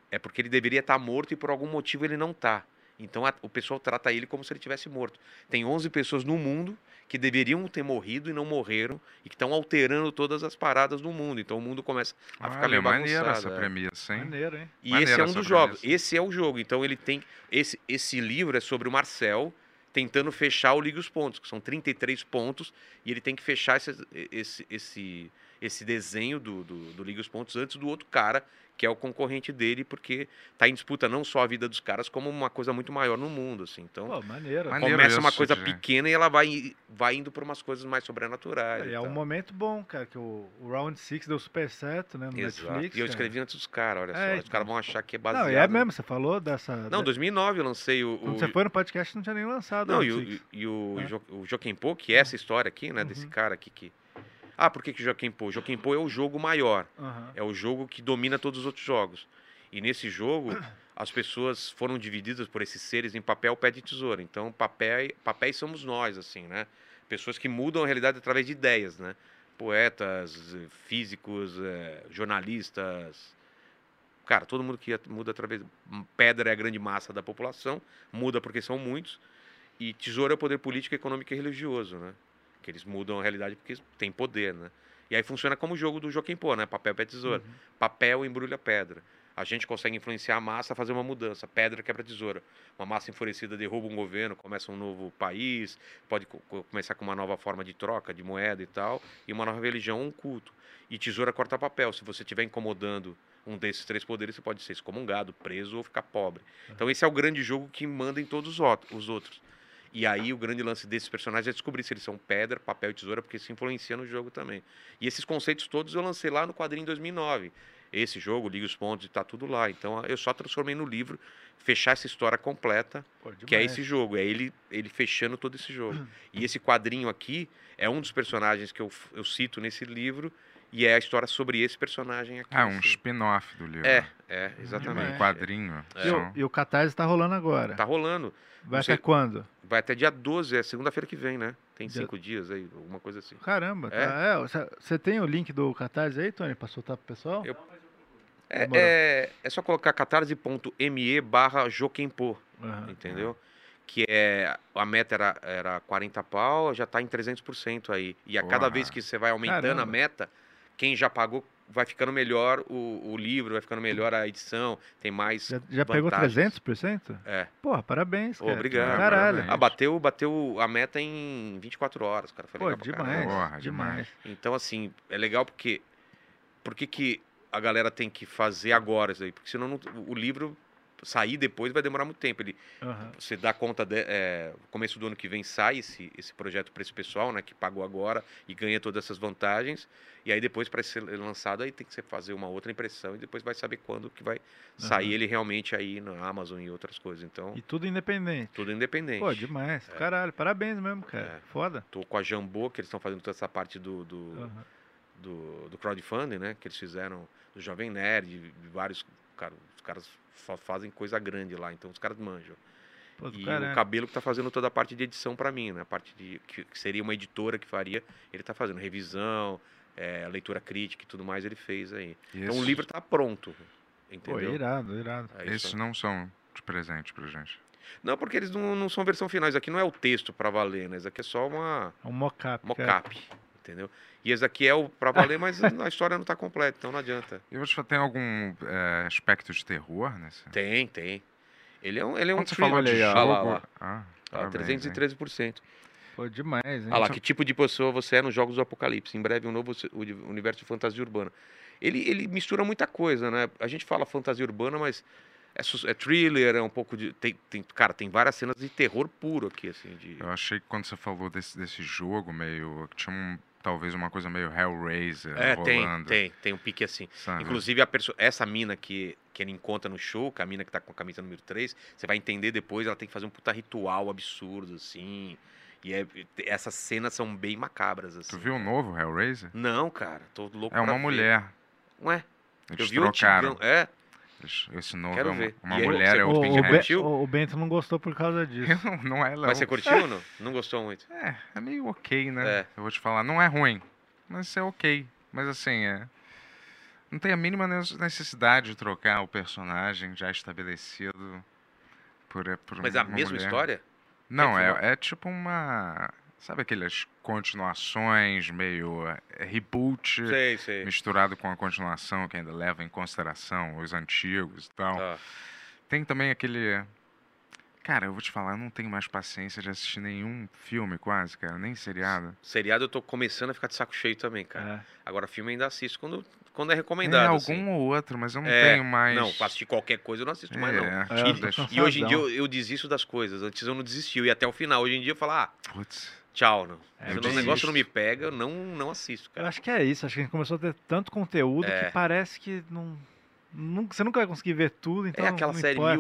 é porque ele deveria estar morto e por algum motivo ele não tá. Então a- o pessoal trata ele como se ele tivesse morto. Tem 11 pessoas no mundo que deveriam ter morrido e não morreram e que estão alterando todas as paradas no mundo. Então o mundo começa a ficar
Olha,
meio
maneira
bagunçado.
essa
é.
premissa, hein?
Maneiro, hein?
E
Maneiro
esse é um
essa
dos jogos.
premissa.
Esse é o jogo. Então ele tem. Esse, esse livro é sobre o Marcel tentando fechar o Ligue os Pontos, que são 33 pontos, e ele tem que fechar esse, esse, esse, esse desenho do, do, do Ligue os Pontos antes do outro cara, que é o concorrente dele, porque tá em disputa não só a vida dos caras, como uma coisa muito maior no mundo. Assim. Então
Pô, maneiro.
Maneiro.
começa uma
isso,
coisa
gente.
pequena e ela vai, vai indo para umas coisas mais sobrenaturais.
É,
e
um
tal.
momento bom, cara, que o, o Round 6 deu super certo, né, no
Exato.
Netflix.
E eu
cara.
escrevi antes dos caras, olha só.
É,
Os caras vão achar que é baseado.
Não, e é mesmo, você falou dessa...
Não,
da-
2009 eu lancei o.
Quando
o-
você foi no podcast, não tinha nem lançado o
Não, e
Round
o,
Six.
e o,
né, É.
Jo- o Joaquim Pô, que é essa história aqui, né? Desse
Uhum.
cara aqui que. Ah, por que, que o Joaquim Pô? O Joaquim Pô é o jogo maior.
Aham.
É o jogo que domina todos os outros jogos. E nesse jogo, as pessoas foram divididas por esses seres em papel, pé e tesoura. Então, papel, papéis somos nós, assim, né? Pessoas que mudam a realidade através de ideias, né? Poetas, eh, físicos, eh, jornalistas. Cara, todo mundo que at- muda através. Pedra é a grande massa da população, muda porque são muitos. E tesoura é o poder político, econômico e religioso, né? Que eles mudam a realidade porque tem poder, né? E aí funciona como o jogo do Joaquim Pô, né? Papel, pé, tesoura. Papel embrulha pedra. A gente consegue influenciar a massa a fazer uma mudança. Pedra quebra tesoura. Uma massa enfurecida derruba um governo, começa um novo país, pode co- co- começar com uma nova forma de troca, de moeda e tal, e uma nova religião, um culto. E tesoura corta papel. Se você estiver incomodando um desses três poderes, você pode ser excomungado, preso ou ficar pobre. Então esse é o grande jogo que manda em todos os ot- os outros. E aí o grande lance desses personagens é descobrir se eles são pedra, papel e tesoura, porque se influencia no jogo também. E esses conceitos todos eu lancei lá no quadrinho em 2009. Esse jogo, Liga os Pontos, tá tudo lá. Então eu só transformei no livro, fechar essa história completa,
Pô, demais.
que é esse jogo. É ele, ele fechando todo esse jogo. E esse quadrinho aqui é um dos personagens que eu, f- eu cito nesse livro, e é a história sobre esse personagem aqui.
Ah, um
assim.
spin-off do livro.
né?
É, é,
Um
exatamente. É.
quadrinho. Então,
E
só.
o, e o Catarse tá rolando agora.
Tá rolando.
Vai
não sei-
até quando?
Vai até dia 12, é segunda-feira que vem, né? Tem
Dia-
cinco dias aí, alguma coisa assim.
Caramba,
É.
tá. É, você- você tem o link do Catarse aí, Tony, pra soltar pro pessoal?
Eu- É,
Demorou.
é, é só colocar catarse.me barra Joquempô,
Aham.
entendeu? Que é, a meta era, era 40 pau, já tá em 300% aí. E a cada
Porra.
vez que você vai aumentando
Caramba.
a meta, quem já pagou vai ficando melhor o, o livro, vai ficando melhor a edição, tem mais
Já, já pegou
vantagens.
300%?
É.
Porra, parabéns, cara.
Obrigado.
Caralho.
Parabéns.
Ah, bateu, bateu a meta em 24 horas, cara. Foi
Pô,
legal pra
demais.
caramba.
Porra,
demais.
Então, assim, é legal porque. Por que, que a galera tem que fazer agora isso aí? Porque senão não- o livro sair depois vai demorar muito tempo. Ele,
Aham.
você dá conta, de, é, começo do ano que vem sai esse, esse projeto para esse pessoal, né, que pagou agora e ganha todas essas vantagens. E aí depois, para ser lançado, aí tem que você fazer uma outra impressão e depois vai saber quando que vai sair
Aham.
ele realmente aí na Amazon e outras coisas. Então,
E tudo independente.
tudo independente.
Pô, demais.
É.
Caralho, parabéns mesmo, cara.
É.
Foda.
Tô com a Jambô, que eles estão fazendo toda essa parte do, do,
Aham.
do, do crowdfunding, né? Que eles fizeram do Jovem Nerd, de vários. Cara, os caras só fazem coisa grande lá, então os caras manjam.
Pô, do
e o
caralho.
Cabelo que tá fazendo toda a parte de edição para mim, né? A parte de. Que, que seria uma editora que faria, ele tá fazendo revisão, é, leitura crítica e tudo mais, ele fez aí.
E
Então o
esses-
livro tá pronto.
Pô,
Entendeu?
irado, irado.
É isso.
Esses não são de presente pra gente.
Não, porque eles não, não são versão final. Isso aqui não é o texto para valer, né? Isso aqui é só uma.
É um mock-up, cara.
mocap, entendeu? E esse aqui é o pra valer, mas a história não tá completa, então não adianta.
E você tem algum é, aspecto de terror nesse?
Tem, tem. Ele é um, ele é um
Quando você
thriller.
falou de
Olha
jogo...
lá, olha lá.
Ah,
Olha lá,
parabéns, hein?
313%.
Pô, demais, hein?
Né?
Olha lá,
Então
que tipo de pessoa você é nos Jogos do Apocalipse. Em breve, um novo se- uni- universo de fantasia urbana. Ele, ele mistura muita coisa, né? A gente fala fantasia urbana, mas é, sus- é thriller, é um pouco de... Tem, tem- cara, tem várias
Ah,
cenas de terror puro aqui, assim. De...
Eu achei que quando você falou desse, desse jogo meio. que tinha um talvez uma coisa meio Hellraiser
É, tem,
rolando.
tem, tem um pique assim.
Sabe?
Inclusive, a perso- essa mina que, que ele encontra no show, que a mina que tá com a camisa número 3, você vai entender depois, ela tem que fazer um puta ritual absurdo, assim. E é- essas cenas são bem macabras, assim.
Tu viu o novo Hellraiser?
Não, cara, tô louco
É
pra
uma
ver.
mulher.
Ué, eu
Eles
vi o
trocaram.
antigão. É,
Eles- Esse novo
Quero
é uma,
ver.
uma
E aí,
mulher,
você
é
O,
o
curte?
o,
Pinhead.
Pinhead.
Be- o- o Bento não gostou por causa disso.
Não é, não.
mas você curtiu ou não? Não gostou muito.
É, é meio ok, né?
É.
Eu vou te falar, não é ruim, mas é ok. Mas assim, é... não tem a mínima ne- necessidade de trocar o personagem já estabelecido por, é, por
Mas a
uma
mesma
mulher.
história?
Não,
Tem
é, é tipo uma... Sabe aquelas continuações meio é, reboot
Sei, sei.
misturado com a continuação que ainda leva em consideração os antigos e tal.
Tá.
Tem também aquele. Cara, eu vou te falar, eu não tenho mais paciência de assistir nenhum filme, quase, cara, nem seriado.
Seriado eu tô começando a ficar de saco cheio também, cara.
É.
Agora filme eu ainda assisto quando, quando é
Tem
recomendado.
algum
assim.
ou outro, mas eu não
É,
tenho mais.
Não, pra assistir qualquer coisa eu não assisto mais, não.
É,
É,
tipo,
eu tô
das-
E hoje em dia
Fadão.
eu, eu desisto das coisas. Antes eu não desistia, eu ia até o final. Hoje em dia eu falo, ah,
Putz.
tchau, não.
É,
Se
eu
o negócio
desisto.
não me pega, eu não, não assisto,
Eu
cara.
acho que é isso. Acho que a gente começou a ter tanto conteúdo
É.
que parece que não, nunca, você nunca vai conseguir ver tudo. Então
é aquela
não
série
importa.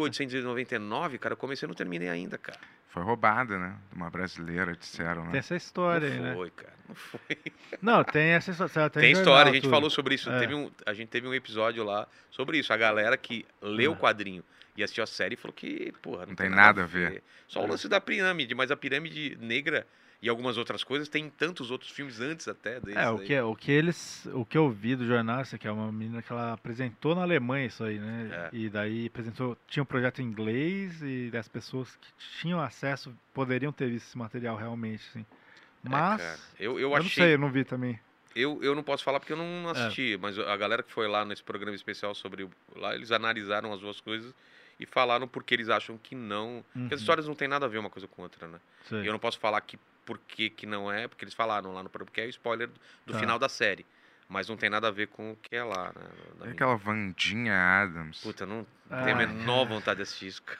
1899, cara, eu comecei e não terminei ainda, cara.
Foi roubada, né? De uma brasileira, disseram,
Tem
né?
essa história aí,
não
né?
foi, cara. Não foi.
Não, tem essa história. Tem,
Tem história,
jornal,
a gente
Tá tudo.
falou sobre isso.
É.
Teve um, a gente teve um episódio lá sobre isso. A galera que leu o
É.
quadrinho e assistiu a série falou que, porra, não,
Não tem nada a ver.
Só o lance da pirâmide, mas a pirâmide negra e algumas outras coisas tem tantos outros filmes antes até desse.
É, o
aí.
que, o que eles. O que eu vi do jornal, isso aqui é uma menina que ela apresentou na Alemanha isso aí,
É.
né? E daí apresentou. Tinha um projeto em inglês e as pessoas que tinham acesso poderiam ter visto esse material realmente, assim.
É,
Mas.
cara,
eu
eu, eu
não
achei
sei, eu não vi também.
Eu, eu não posso falar porque eu não
É.
assisti, mas a galera que foi lá nesse programa especial sobre o, lá, eles analisaram as duas coisas e falaram porque eles acham que não. Porque as
Uhum,
histórias não tem nada a ver uma coisa com outra, né?
sei.
E eu não posso falar que por que, que não é, porque eles falaram lá no programa, porque é o spoiler do, do
Tá.
final da série. Mas não tem nada a ver com o que é lá, né? da
É
minha-
aquela Vandinha Adams.
Puta, não
Ah,
tenho a menor vontade de assistir isso, cara.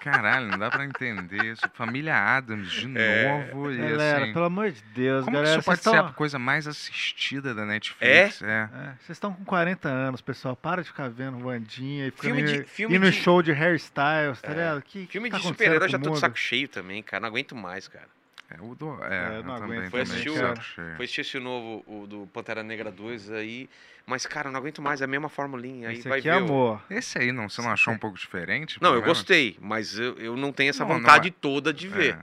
Caralho, não dá pra entender isso. Família Adams de
É.
novo. E
Galera,
assim.
pelo amor de Deus,
Como
galera.
que isso pode
Vocês
ser a
estão
coisa mais assistida da Netflix? É.
é, vocês estão com 40 anos, pessoal. Para de ficar vendo Wandinha e ficando
Filme de-
ir-
filme
ir no
de-
show de hairstyles, tá
É.
ligado? Que,
Filme
que tá
de
acontecendo
super-herói
com
já
o
tô de
mundo?
saco cheio também, cara. Não aguento mais, cara.
É, o do... é,
É,
eu
não
também,
aguento
Foi
também,
assistir
de
o-
saco
É.
cheio.
Foi assistir esse novo, o do Pantera Negra 2 aí. Mas, cara, eu não aguento mais, é a mesma formulinha. Aí
Esse
vai
aqui é
ver. o-
amor. tipo, é?
Esse aí, não, você não achou um pouco diferente?
Não,
pelo
eu
menos?
gostei, mas eu, eu não tenho essa
Não, não
vontade
é.
toda de ver.
É.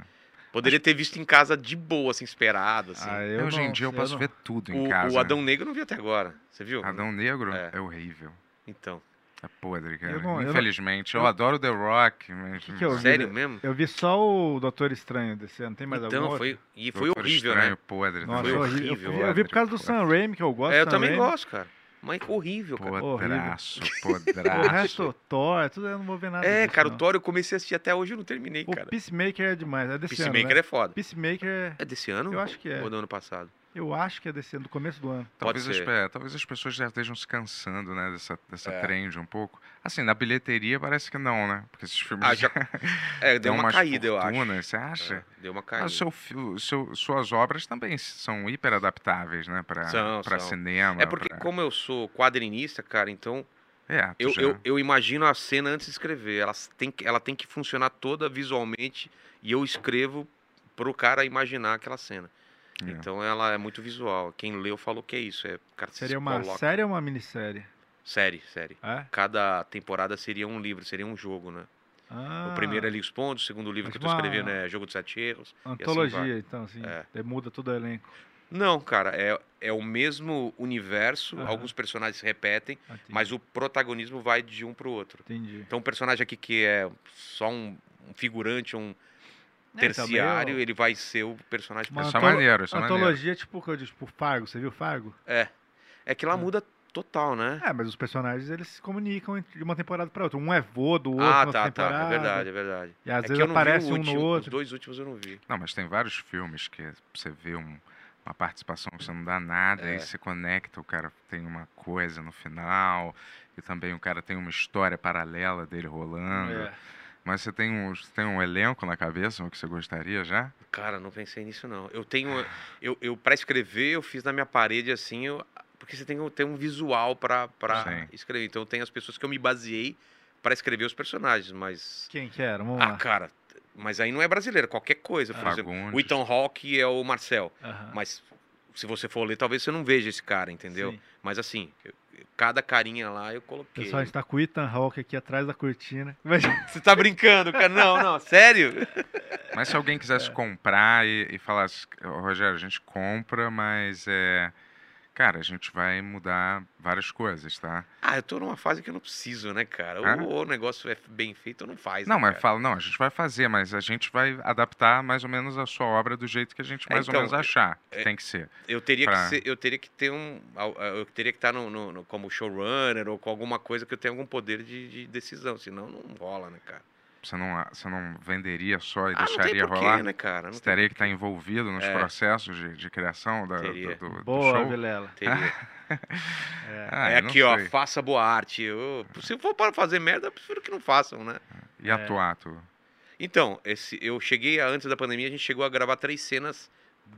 Poderia ter visto em casa de boa, assim, esperado, assim.
Ah, eu
É. Hoje em
não-
dia eu posso
não-
ver tudo em
o,
casa.
né?
o Adão Negro eu não vi até agora. Você viu?
Adão Negro é.
É.
horrível.
Então.
É podre, cara.
não- eu não-
Infelizmente. Eu,
eu-
adoro The Rock, mas.
Que que eu vi? né?
Sério mesmo?
Eu vi só o Doutor Estranho desse ano, tem mais algum
Então,
outro?
foi, e foi
Doutor
horrível,
Estranho,
né?
podre.
Nossa,
foi
também.
horrível. Eu
horrível,
vi- Eu, vi por causa do
Foi
Sam Raimi, que eu gosto. é
É, eu
Sam
também
Raimi.
gosto, cara. Mas horrível, cara.
Podraço,
O
podraço.
resto, Thor, tudo eu não vou ver nada.
É,
disso,
cara,
não.
o Thor eu comecei a assistir até hoje e não terminei,
O
cara.
Peacemaker é demais. É desse
Peacemaker
ano. né?
é foda.
Peacemaker é.
É desse ano?
Eu acho que é.
Ou do ano passado?
Eu acho que é desse ano, do começo do ano.
Talvez
Pode
as,
ser.
é, talvez as pessoas já estejam se cansando, né, dessa, dessa
É.
trend um pouco. Assim, na bilheteria parece que não, né? Porque esses filmes
Ah, já- É, deu
dão
uma
umas
caída, eu acho.
fortunas, Você acha?
É, deu uma
Ah,
caída.
seu fi- o seu- suas obras também são hiper adaptáveis, né? Pra,
São,
pra
são.
cinema.
É porque,
pra-
como eu sou quadrinista, cara, então
É, tu
eu,
já-
eu, eu imagino a cena antes de escrever. Ela tem, que, ela tem que funcionar toda visualmente e eu escrevo pro cara imaginar aquela cena.
É.
Então ela é muito visual. Quem leu falou que é isso. É, cara,
Seria
se
uma
coloca.
série ou uma minissérie?
Série, série.
É?
Cada temporada seria um livro, seria um jogo, né?
Ah,
O primeiro é Liga Pontos, o segundo livro que eu tô
Mas uma-
escrevendo é Jogo dos Sete Erros.
Antologia,
vai.
então, assim.
É.
daí Muda todo o elenco.
Não, cara, é, é o mesmo universo,
Aham.
alguns personagens se repetem,
Ah, entendi.
mas o protagonismo vai de um pro outro.
Entendi. É,
Então o personagem aqui que é só um, um figurante,
É,
um
então, meio-
terciário, ele vai ser o personagem
Mas-
Isso é
antolo-
maneiro, isso é maneiro.
Antologia, tipo, que eu disse, tipo, Fargo, você viu Fargo?
É. É que lá
É.
muda total, né?
É, mas os personagens eles se comunicam entre- de uma temporada pra outra. Um é vô do outro,
Ah,
na
tá, tá.
temporada.
É verdade, é verdade.
E às
é
vezes aparece um
último,
no
Os
outro.
dois últimos eu não vi.
Não, mas tem vários filmes que você vê um- uma participação que você não dá nada,
É.
aí se conecta, o cara tem uma coisa no final, e também o cara tem uma história paralela dele rolando.
É.
Mas você tem um, você tem um elenco na cabeça, o que você gostaria já?
Cara, não pensei nisso, não. Eu tenho. Eu, eu para escrever, eu fiz na minha parede assim, eu- porque você tem, um- tem um visual pra pra
Sim.
escrever. Então, tem as pessoas que eu me baseei pra escrever os personagens, mas.
Quem que era? Vamos
Ah,
lá.
cara, mas aí não é brasileiro, qualquer coisa. Por exemplo,
Fagundes.
o Ethan Rock é o Marcel.
Aham.
Mas se você for ler, talvez você não veja esse cara, entendeu?
Sim.
Mas assim, eu- eu- cada carinha lá eu coloquei.
Pessoal, a gente tá com o Ethan Hawke aqui atrás da cortina. Mas
Você tá brincando, cara? Não, não, sério?
Mas se alguém quisesse comprar e, e falasse, "Ô, Rogério, a gente compra, mas é. Cara, a gente vai mudar várias coisas, tá?
Ah, eu tô numa fase que eu não preciso, né, cara?
Ah.
Ou, ou o negócio é bem feito ou não faz.
Não,
né,
mas
cara?
fala, não, a gente vai fazer, mas a gente vai adaptar mais ou menos a sua obra do jeito que a gente
É,
mais
então,
ou menos achar que tem que ser.
Eu teria,
pra-
que ser- eu teria que ter um. al- ah, Eu teria que estar no, no- no- como showrunner ou com alguma coisa que eu tenha algum poder de, de decisão, senão não rola, né, cara?
Você não, você não venderia só e
ah, não tem
deixaria
porquê,
rolar?
né, cara? Não
Você
tem
teria que tá estar envolvido nos
É.
processos de, de criação da- do,
Teria.
do- do
boa,
show?
Vilela.
teria.
É.
Ah,
é
eu não
aqui, ó,
sei.
faça boa arte. Eu- se for para fazer merda, eu prefiro que não façam, né?
E
É.
atuar, tu?
Então, esse, eu cheguei a- antes da pandemia, a gente chegou a gravar três cenas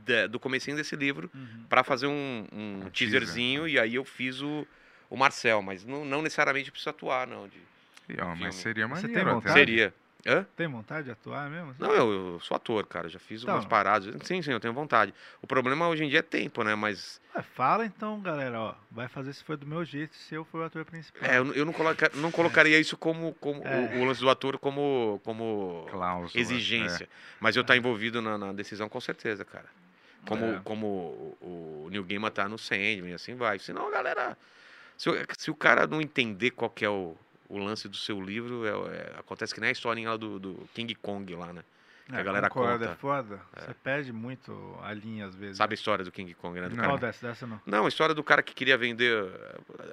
da- do comecinho desse livro
Uhum.
pra fazer um, um
Um teaser,
teaserzinho e aí eu fiz o, o Marcel, mas não, não necessariamente preciso atuar, não. de-
Ih, ó, mas
Filme.
seria
Você
maneiro
tem
até.
vontade? Tá.
Seria. Hã?
Tem vontade de atuar mesmo?
Não, eu, eu sou ator, cara, já fiz
Então.
umas paradas. Sim, sim, eu tenho vontade. O problema hoje em dia é tempo, né? Mas
Ah, fala então, galera, ó. Vai fazer se for do meu jeito, se eu for o ator principal.
é, eu, não- eu não, coloca, não colocaria isso como, como
É.
o, o lance do ator como, como
Cláusula,
exigência. Mas eu estar envolvido na, na decisão, com certeza, cara. Como,
É.
como o, o New Gamer tá no Sandman, e assim vai. Senão a galera. Se, o- se o cara não entender qual que é o, o lance do seu livro, é- é- acontece que nem a historinha lá do, do King Kong lá, né? que a galera
concorda,
conta.
é foda. Você perde muito a linha às vezes.
Sabe a história do King Kong, né? Do
Não.
Não,
cara
Qual
que
dessa? Dessa não.
Não, a história do cara que queria vender.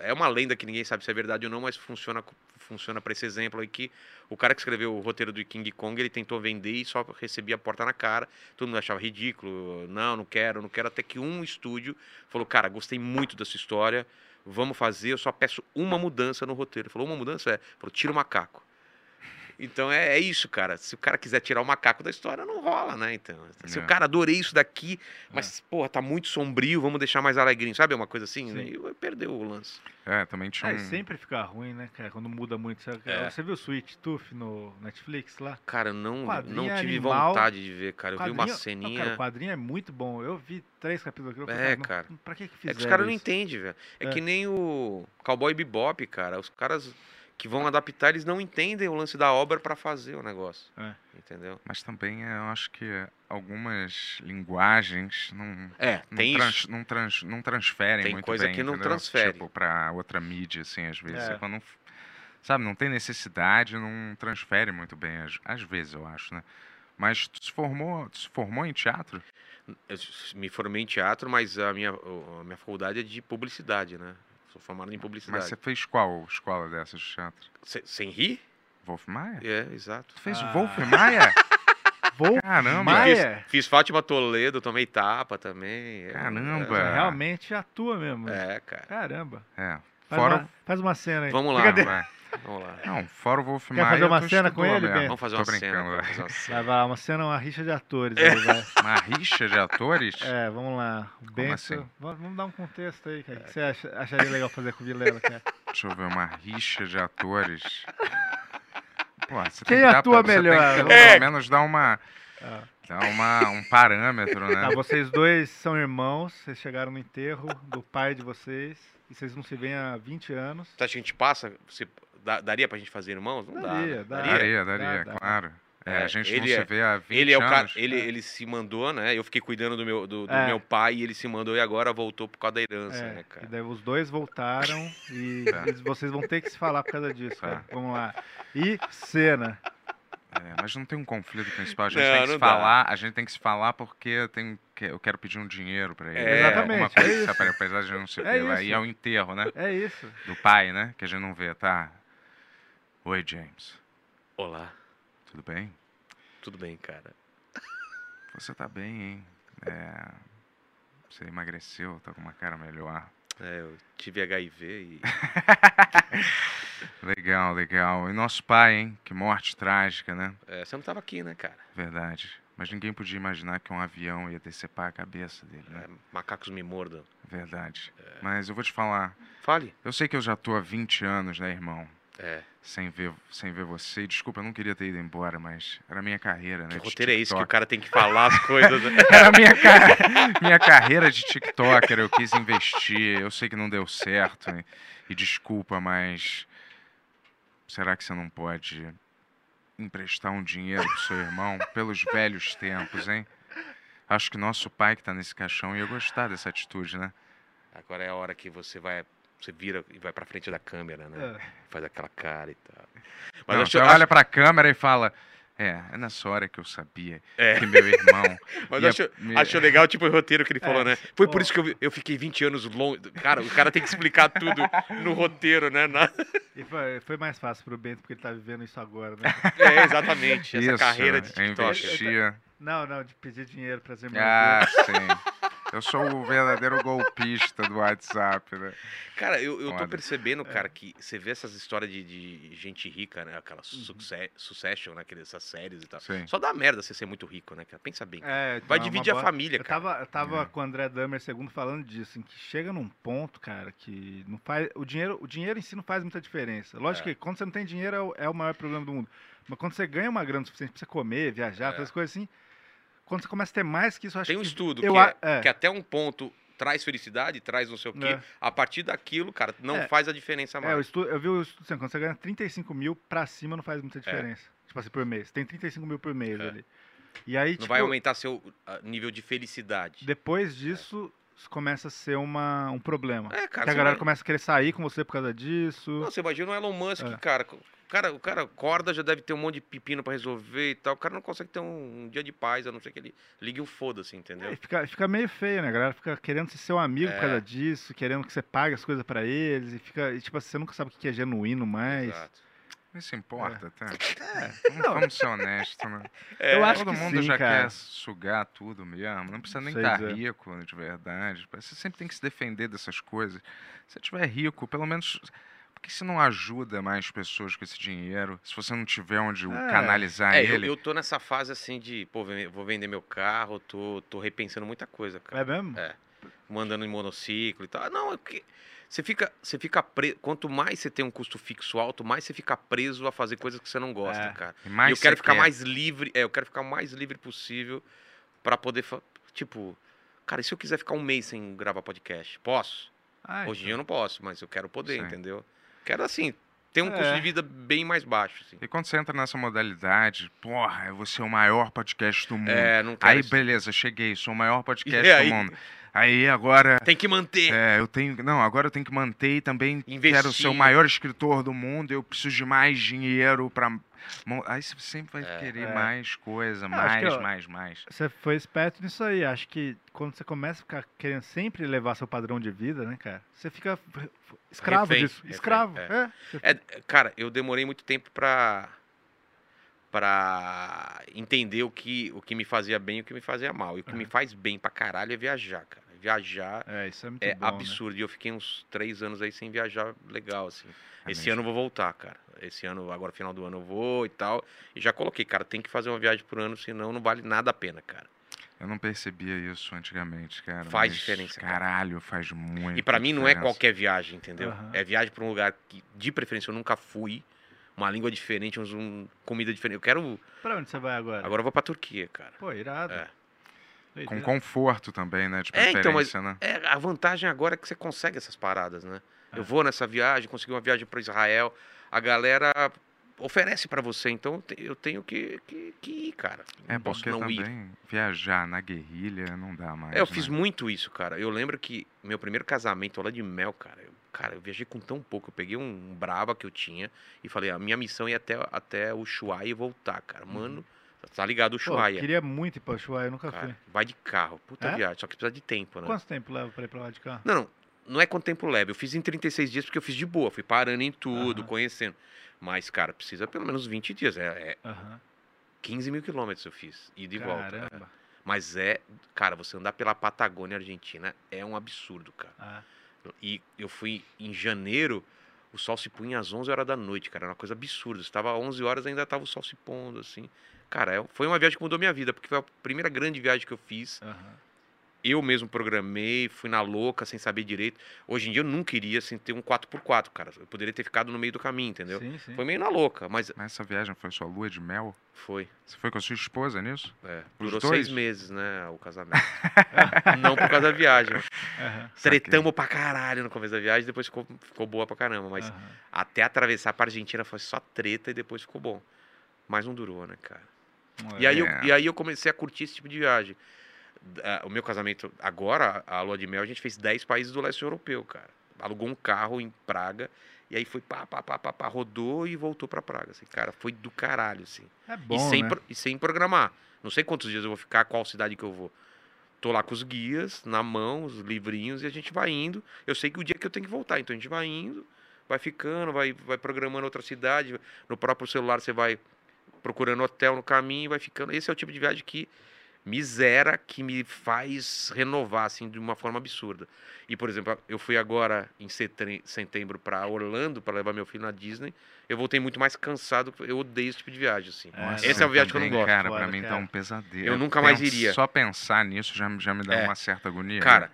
É uma lenda que ninguém sabe se é verdade ou não, mas funciona funciona para esse exemplo aí que o cara que escreveu o roteiro do King Kong, ele tentou vender e só recebia a porta na cara. Todo mundo achava ridículo, não, não quero, não quero até que um estúdio falou: "Cara, gostei muito da sua história, vamos fazer, eu só peço uma mudança no roteiro". Ele Falou: "Uma mudança é, falou: "Tira o macaco". Então é, é isso, cara. Se o cara quiser tirar o macaco da história, não rola, né? Então, se
É.
o cara adorei isso daqui,
É.
mas, porra, tá muito sombrio, vamos deixar mais alegrinho, sabe? Uma coisa assim, né?
Sim.
E perdeu o lance.
É, também tinha
Ah,
um...
e sempre fica ruim, né, cara? Quando muda muito. Você,
É.
você viu o Sweet Tooth no Netflix lá?
Cara, não,
Quadrinho
não tive
animal.
vontade de ver, cara. Eu vi
Quadrinho- Não,
uma
cara,
ceninha.
o quadrinho é muito bom. Eu vi três capítulos aqui. eu falei, "Ah,
É,
não-
cara.
Pra que que
é
fizeram
que os caras não
isso?
entendem, velho. É,
É.
que nem o Cowboy Bebop, cara. Os caras que vão adaptar, eles não entendem o lance da obra pra fazer o negócio.
É.
Entendeu?
Mas também é, eu acho que algumas linguagens não...
É,
um
Não,
tem
trans-
isso.
não, trans- não transferem
Tem
muito
coisa
bem,
que não
entendeu?
transfere.
Tipo, pra outra mídia, assim, às vezes.
É.
É quando, sabe, não tem necessidade, não transfere muito bem, às, às vezes, eu acho, né? Mas tu se formou, tu se formou em teatro?
Eu s- me formei em teatro, mas a minha, o- a minha faculdade é de publicidade, né? Sou formado em
Mas
publicidade.
você fez qual escola dessas de teatro?
Se- Sem rir?
Wolf Maia?
É, exato.
Tu fez
Ah.
Wolf Maia?
Vou...
Caramba!
Maia?
Fiz Fátima Toledo, tomei tapa também. é,
Caramba.
Você Realmente atua mesmo. né?
É, é, cara.
Caramba.
É,
Faz,
fora,
uma, faz uma cena aí.
Vamos lá,
Brincadeira.
vai.
Vamos lá.
Não, fora o Wolf
Quer
Maia,
fazer uma
tu
cena com
estudou
ele,
mesmo.
Ben?
Vamos fazer
É. Tô
uma cena.
brincando,
vamos
vai.
fazer uma cena.
Vai, vai, uma cena, uma rixa de atores.
É.
aí, vai.
Uma rixa de atores?
É, vamos lá. O Bento.
assim?
va- Vamos dar um contexto aí, cara. O que você acha- acharia legal fazer com o Vilela, cara?
Deixa eu ver, uma rixa de atores. Pô, você
Quem
tem que dar
atua
pra- você tem que
melhor?
pelo-
É.
pelo menos dar uma.
Ah.
Dar uma, um parâmetro, né?
Tá, vocês dois são irmãos, vocês chegaram no enterro do pai de vocês. E vocês não se veem há 20 anos.
Você acha que Tá, a gente passa? Você dá- daria pra gente fazer irmãos? Não
Daria,
dá. né?
daria.
Daria, daria,
Dá, dá.
claro. É, a
É,
gente não
ele
se
é-
vê há 20
Ele é o cara,
anos.
ele, ele se mandou, né? Eu fiquei cuidando do meu, do, do
É.
meu pai e ele se mandou e agora voltou por causa da herança,
É,
né,
e
cara?
daí os dois voltaram e
Tá.
eles- vocês vão ter que se falar por causa disso,
Tá.
cara. Vamos lá. E cena.
É, mas não tem um conflito principal. A gente
Não,
tem que se
não dá.
falar. A gente tem que se falar porque eu, tenho, que- eu quero pedir um dinheiro pra ele.
É,
Uma
Exatamente, é
coisa,
isso.
sabe, apesar de não se
É
ver lá. E
isso.
é o enterro, né?
É isso.
Do pai, né? Que a gente não vê, tá? Oi, James.
Olá,
Tudo bem?
tudo bem, cara?
Você tá bem, hein? É, Você emagreceu, tá com uma cara melhor.
É, eu tive HIV e.
Legal, legal. E nosso pai, hein? Que morte trágica, né?
É, você não tava aqui, né, cara?
Verdade. Mas ninguém podia imaginar que um avião ia decepar a cabeça dele, né?
É, macacos me mordam.
Verdade.
É.
Mas eu vou te falar.
Fale.
Eu sei que eu já tô há 20 anos, né, irmão?
É.
Sem ver, sem ver você. E Desculpa, eu não queria ter ido embora, mas era a minha carreira, né?
Que
de
roteiro é esse que o
TikTok.
cara tem que falar as coisas, né?
Era a minha, ca- minha carreira de TikToker, eu quis investir, eu sei que não deu certo, e, e desculpa, mas será que você não pode emprestar um dinheiro pro seu irmão pelos velhos tempos, hein? Acho que nosso pai que tá nesse caixão ia gostar dessa atitude, né?
Agora é a hora que você vai. Você vira e vai pra frente da câmera, né?
É.
Faz aquela cara e tal. Mas
não,
acho-
você
acho-
olha pra câmera e fala, é, é nessa hora que eu sabia
É.
que meu irmão...
Mas
ia
acho,
me-
acho legal, tipo, o roteiro que ele falou,
É,
né? Foi
pô.
por isso que eu, eu fiquei 20 anos longe. Cara, o cara tem que explicar tudo no roteiro, né? Na-
E foi, foi mais fácil pro Bento, porque ele tá vivendo isso agora, né?
É, exatamente. Essa
Isso,
é
carreira de
eu
TikTok.
investia...
Não, não, de pedir dinheiro pras irmãs
Ah, sim. Eu sou o verdadeiro golpista do WhatsApp, né?
Cara, eu, eu tô
Olha.
percebendo,
É.
cara, que você vê essas histórias de, de gente rica, né? Aquela
Uhum.
succe- Succession, né? aquelas- Essas séries e tal.
Sim.
Só dá merda você ser muito rico, né, cara? Pensa bem.
dele. É, então
Vai
é uma
dividir a
boa-
família,
Eu
cara.
tava, eu tava
É.
com o André Dahmer II falando disso, em que chega num ponto, cara, que não faz, o, dinheiro, o dinheiro em si não faz muita diferença. Lógico
É.
que quando você não tem dinheiro é o, é o maior problema do mundo. Mas quando você ganha uma grana suficiente pra você comer, viajar,
É.
fazer as coisas assim, quando você começa a ter mais que isso, eu acho
Tem um
que...
estudo
eu
que,
a-
é-
é.
que até um ponto traz felicidade, traz não sei o quê.
É.
A partir daquilo, cara, não
É.
faz a diferença
É,
mais.
eu, estu, eu vi o estudo, assim, quando você ganha 35 mil pra cima não faz muita diferença. Tipo assim, por mês. Tem 35 mil por mês
É.
ali. E aí,
Não
tipo,
vai aumentar seu ah, nível de felicidade.
depois disso, isso começa a ser uma, um problema.
É, cara.
que a
você
galera
vai-
começa a querer sair com você por causa disso.
Não, você imagina o Elon Musk,
É.
cara. co- O cara, o cara acorda, já deve ter um monte de pepino pra resolver e tal. O cara não consegue ter um, um dia de paz, a não ser que ele ligue o foda-se, entendeu?
E fica, fica meio feio, né? A galera fica querendo ser seu amigo por
É.
causa disso, querendo que você pague as coisas pra eles. E fica, e, tipo assim, você nunca sabe o que é genuíno mais.
Exato.
Não se importa, tá? Vamos, vamos ser honestos, né?
É.
É,
Eu acho
Todo
que
mundo
sim,
já
cara.
quer sugar tudo mesmo. Não precisa nem
Sei
estar
dizer.
rico, né, de verdade. Você sempre tem que se defender dessas coisas. Se você tiver rico, pelo menos. Por que você não ajuda mais pessoas com esse dinheiro? Se você não tiver onde o
É.
canalizar
É, eu,
ele.
eu tô nessa fase assim de, pô, ven- vou vender meu carro, tô, tô repensando muita coisa,
É
cara.
mesmo?
É. Mandando em monociclo e tal. Não, é que você fica, você fica preso. Quanto mais você tem um custo fixo alto, mais você fica preso a fazer coisas que você não gosta,
É.
cara.
e
e
mais
eu quero
você
ficar
quer.
mais livre, é, eu quero ficar o mais livre possível pra poder, fa- tipo, cara, e se eu quiser ficar um mês sem gravar podcast, posso?
Ah,
Hoje em dia
então.
eu não posso, mas eu quero poder,
Sim.
entendeu? Quero assim, ter um custo
É.
de vida bem mais baixo, assim.
E quando você entra nessa modalidade, porra, eu vou ser o maior podcast do mundo.
É, não quero
Aí,
isso.
beleza, cheguei, sou o maior podcast
E é
do
aí?
mundo. Aí agora
Tem que manter.
É, eu tenho. Não, agora eu tenho que manter e também quero ser
Investir.
o maior escritor do mundo. Eu preciso de mais dinheiro pra. mon- Aí você sempre vai
É. Ah,
querer
É.
mais coisa,
acho que
mais,
eu-
mais, mais.
Você foi esperto nisso aí. Acho que quando você começa a ficar querendo sempre levar seu padrão de vida, né, cara? Você fica f- f- escravo
Refém,
disso.
refém,
escravo.
é.
é.
É, cara, eu demorei muito tempo pra para entender o que o que me fazia bem e o que me fazia mal. E o que me faz bem pra caralho é viajar, cara. Viajar
É, isso é muito
é
bom, né?
absurdo. E eu fiquei uns três anos aí sem viajar legal, assim.
É
Esse
mesmo.
ano eu vou voltar, cara. Esse ano, agora final do ano eu vou e tal. E já coloquei, cara, tem que fazer uma viagem por ano, senão não vale nada a pena, cara.
Eu não percebia isso antigamente, cara.
Faz
mas,
diferença, cara.
Caralho, faz muito.
E pra mim não é qualquer viagem, entendeu?
Aham.
É viagem pra um lugar que, de preferência, eu nunca fui. Uma língua diferente, uns- um, comida diferente. Eu quero
Pra onde você vai agora?
Agora eu vou pra Turquia, cara.
Pô, irado.
É.
Doideira.
Com conforto também, né? De
É,
preferência,
então, mas-
né?
É, a vantagem agora é que você consegue essas paradas, né?
É.
Eu vou nessa viagem, consegui uma viagem pra Israel, a galera oferece pra você, então eu te- eu tenho que, que, que ir, cara.
É,
Não posso
porque
não ir.
também viajar na guerrilha não dá mais.
É, eu fiz
né?
muito isso, cara. Eu lembro que meu primeiro casamento lá de mel, cara, eu, cara, eu viajei com tão pouco. Eu peguei um braba que eu tinha e falei, a minha missão é ir até, até o Ushuaia e voltar, cara. Mano, tá ligado o
Uhum. Pô, eu
Ushuaia,
queria muito ir pra Ushuaia, eu nunca fui.
cara. Vai de carro, puta
É?
viagem, só que precisa de tempo, né?
Quanto tempo leva pra ir pra lá de cá?
Não, não. Não é quanto tempo leva. Eu fiz em 36 dias porque eu fiz de boa. Fui parando em tudo,
Aham.
conhecendo. Mas, cara, precisa pelo menos 20 dias. É, é
Aham.
15 mil quilômetros eu fiz. Ida e de volta.
Caramba.
Mas é. Cara, você andar pela Patagônia Argentina é um absurdo, cara.
Ah,
E eu fui em janeiro. O sol se punha às 11 horas da noite, cara. Era uma coisa absurda. Estava às 11 horas ainda estava o sol se pondo, assim. Cara, eu- foi uma viagem que mudou minha vida, porque foi a primeira grande viagem que eu fiz.
Aham.
Eu mesmo programei, fui na louca, sem saber direito. Hoje em dia eu nunca iria sem ter um 4x4, cara. Eu poderia ter ficado no meio do caminho, entendeu?
Sim, sim.
Foi meio na louca, mas
Mas essa viagem foi sua lua de mel?
foi.
Você foi com a sua esposa nisso?
É,
Os
durou
dois?
seis meses, né, o casamento. Não por causa da viagem.
É, Aham,
Tretamos pra caralho no começo da viagem, depois ficou, ficou boa pra caramba. Mas
Ah.
aham.
até atravessar pra Argentina foi só treta e depois ficou bom. Mas não durou, né, cara? E aí, eu,
É.
e aí eu comecei a curtir esse tipo de viagem. D- ah, o meu casamento agora, a a lua de mel, a gente fez 10 países do leste europeu, cara. Alugou um carro em Praga e aí foi pá, pá, pá, pá, pá, rodou e voltou pra Praga. Assim, cara, foi do caralho, assim.
É
E
bom,
sem,
né?
pro- e sem programar. Não sei quantos dias eu vou ficar, qual cidade que eu vou. Tô lá com os guias, na mão, os livrinhos, e a gente vai indo. Eu sei que o dia que eu tenho que voltar, então a gente vai indo, vai ficando, vai, vai programando outra cidade. No próprio celular você vai procurando hotel no caminho, vai ficando. Esse é o tipo de viagem que me zera, que me faz renovar, assim, de uma forma absurda. E, por exemplo, eu fui agora em setem- setembro para Orlando para levar meu filho na Disney. Eu voltei muito mais cansado, eu odeio esse tipo de viagem, assim.
Nossa,
Essa é uma viagem que eu não
também,
gosto.
Cara,
Foda,
pra mim tá
cara.
um pesadelo.
Eu nunca mais
Pen-
iria.
Só pensar nisso já, já me dá
É.
uma certa agonia.
Cara,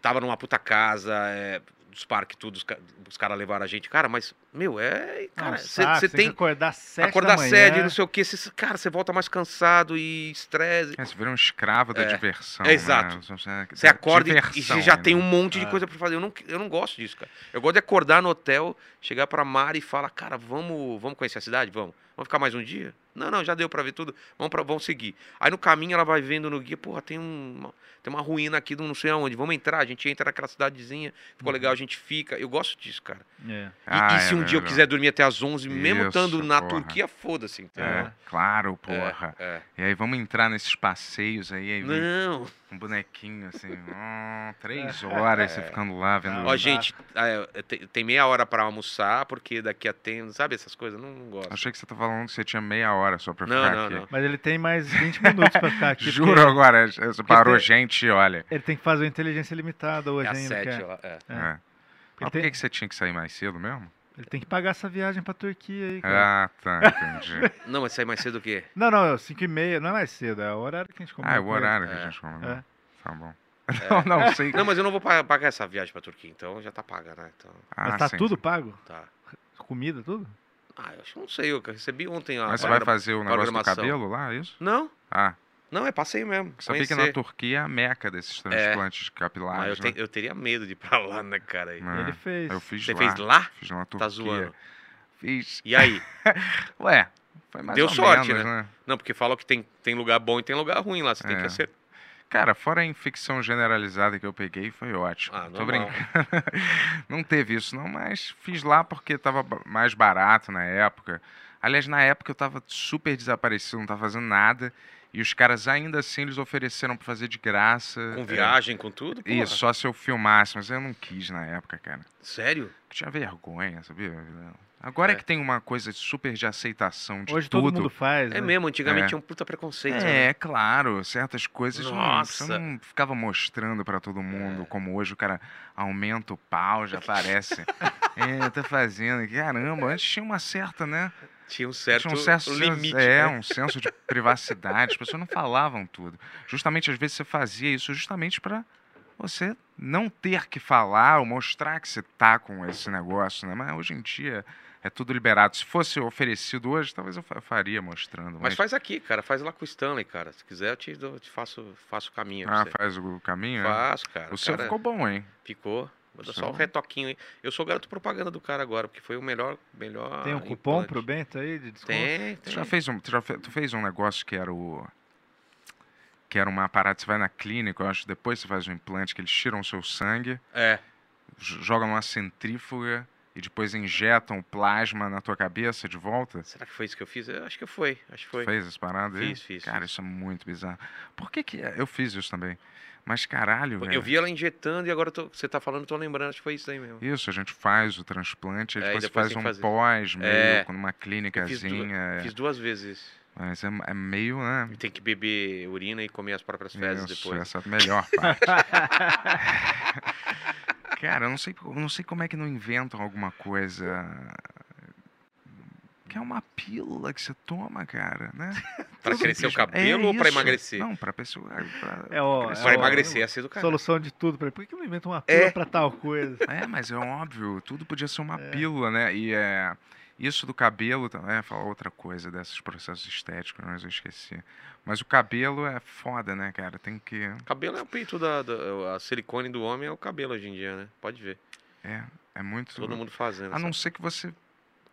tava numa puta casa, é, dos parques, tudo, os, ca- os caras levaram a gente. Cara, mas, meu, é.
Não,
Cara,
um
você
saco,
tem. que
acordar sete
Acordar
da manhã.
sede, não sei o quê. cê- cara, você volta mais cansado e estresse.
É, você vira um escravo da
É.
diversão.
É, exato.
Né? Você,
Você acorda e- e
diversão né? É.
você já
ainda.
tem um monte de
Ah.
coisa pra fazer. Eu não, eu não gosto disso, cara. Eu gosto de acordar no hotel, chegar pra Mari e falar, cara, vamos, vamos conhecer a cidade? Vamos. Vamos ficar mais um dia? Não, não, já deu pra ver tudo. Vamos, pra, vamos seguir. Aí no caminho ela vai vendo no guia, porra, tem, um- uma, tem uma ruína aqui, de um não sei aonde. Vamos entrar? A gente entra naquela cidadezinha, ficou legal, a gente fica. Eu gosto disso, cara.
É.
E,
Uhum. Ah,
e se
é
um dia eu
melhor.
quiser dormir até as 11, mesmo
Isso,
estando na
porra.
Turquia, foda-se, entendeu?
É, claro, porra.
É.
E aí vamos entrar nesses passeios aí, aí vem
Não.
um bonequinho assim, hum, três horas,
É.
você ficando lá vendo.
Não
Ó,
dá.
gente, é, tem, tem meia hora pra almoçar, porque daqui a tem, sabe essas coisas? Não, não gosto.
Achei que você tá falando que você tinha meia hora só pra
Não,
ficar
não,
aqui.
não.
Mas ele tem mais 20 minutos pra ficar aqui. porque
Juro agora, você parou
tem-
gente, olha.
Ele tem que fazer uma inteligência limitada
É
hoje
às
ainda. que
sete,
é-
ó, é.
É.
É. Mas
Ele,
por
tem,
que que você tinha que sair mais cedo mesmo?
ele tem que pagar essa viagem pra Turquia aí, cara.
Ah, tá, entendi.
Não, mas sai mais cedo o quê?
Não, não, 5 e meia, não é mais cedo, é o horário que a gente combinou.
ah, é o
com ele.
horário que
É.
a gente combinou.
É.
Tá bom. Não, não, sei.
Não, mas eu não vou pa- pagar essa viagem pra Turquia, então já tá paga, né? Então,
Ah,
Mas tá
sim.
tudo pago?
tá.
Comida, tudo?
Ah, eu acho que não sei, eu recebi ontem a.
Mas você vai
programa-
fazer o negócio do
programação.
cabelo lá, é isso?
Não,
Ah,
não, é passeio mesmo.
sabia que na
conhecer.
Turquia é a meca desses transplantes capilares,
Mas eu,
né?
te- eu teria medo de ir pra lá, né, cara? aí.
É.
Ele fez.
Eu fiz
Você
lá.
fez lá?
Fiz lá na Turquia.
Tá zoando.
Fiz.
E aí?
Ué, foi mais
Deu
ou
sorte, né?
menos, né?
Não, porque falam que tem, tem lugar bom e tem lugar ruim lá, você tem
É.
que acertar.
Cara, fora a infecção generalizada que eu peguei, foi ótimo.
Ah,
Tô
normal.
brincando. não teve isso, não, mas fiz lá porque tava ba- mais barato na época. Aliás, na época eu tava super desaparecido, não tava fazendo nada. E os caras ainda assim eles ofereceram pra fazer de graça.
Com
É,
viagem, com tudo? porra.
Isso, só se eu filmasse, mas eu não quis na época, cara.
Sério?
Eu tinha vergonha, sabia? Agora é.
É.
que tem uma coisa super de aceitação de
Hoje
tudo.
todo mundo faz,
É
né?
mesmo, antigamente
É.
tinha um puta preconceito. né?
É, claro, certas coisas não- você
Nossa. É.
não ficava mostrando pra todo mundo, como hoje o cara aumenta o pau, já aparece. é, tá fazendo, caramba, antes tinha uma certa, né?
Tinha um certo,
tinha um certo
limite.
senso, é,
né?
um senso de privacidade, as pessoas não falavam tudo. Justamente às vezes você fazia isso justamente pra você não ter que falar ou mostrar que você tá com esse negócio, né? Mas hoje em dia é tudo liberado. Se fosse oferecido hoje, talvez eu fa- faria mostrando,
Mas faz aqui, cara. Faz lá com o Stanley, cara. Se quiser, eu te, dou- eu te faço, faço o caminho. pra
Ah,
você.
faz o caminho? é?
Faço, cara.
O seu
cara
ficou bom, hein?
Ficou. Vou dar só
Só-
um retoquinho aí. Eu sou garoto propaganda do cara agora, porque foi o melhor. melhor
Ah,
Tem um cupom
implante.
pro Bento aí de desconto?
Tem,
Tu
tem.
já fez um, tu já fe- tu fez um negócio que era o. Que era uma parada, você vai na clínica, eu acho, depois você faz um implante, que eles tiram o seu sangue,
É.
j- jogam numa centrífuga e depois injetam o plasma na tua cabeça de volta.
Será que foi isso que eu fiz? Eu acho que foi. Acho que
Tu
foi.
Fez essa parada aí?
Fiz, fiz,
Cara,
fiz.
isso é muito bizarro. Por que que. Eu fiz isso também. Mas caralho, velho.
Eu vi ela injetando e agora eu tô- você tá falando, eu tô lembrando. Acho que foi isso aí mesmo.
Isso, a gente faz o transplante, aí
É, e
depois,
depois
você
tem que
faz um
fazer.
pós, meio,
É.
numa clínicazinha. é.
Fiz duas vezes isso.
Mas é, é meio, né?
E tem que beber urina e comer as próprias fezes
Isso,
depois.
Essa é a melhor parte. Cara, eu não sei, eu não sei como é que não inventam alguma coisa. Que é uma pílula que você toma, cara, né?
Pra
Tudo
crescer o
bicho- É
cabelo ou pra
isso.
emagrecer?
Não, pra pessoa. pra-
É, ó,
crescer.
é,
Pra
ó,
emagrecer,
assim
ia ser do caralho.
Solução de tudo. Peraí, Por que não inventa uma
É.
pílula pra tal coisa?
É, mas é óbvio, tudo podia ser uma pílula, né? E é, isso do cabelo também, é falar outra coisa desses processos estéticos, mas eu esqueci. Mas o cabelo é foda, né, cara? Tem que.
Cabelo é o peito da, da- A silicone do homem é o cabelo hoje em dia, né? Pode ver.
É, é muito.
Todo
Uhum.
mundo fazendo.
Ah,
A não
sabe?
ser que você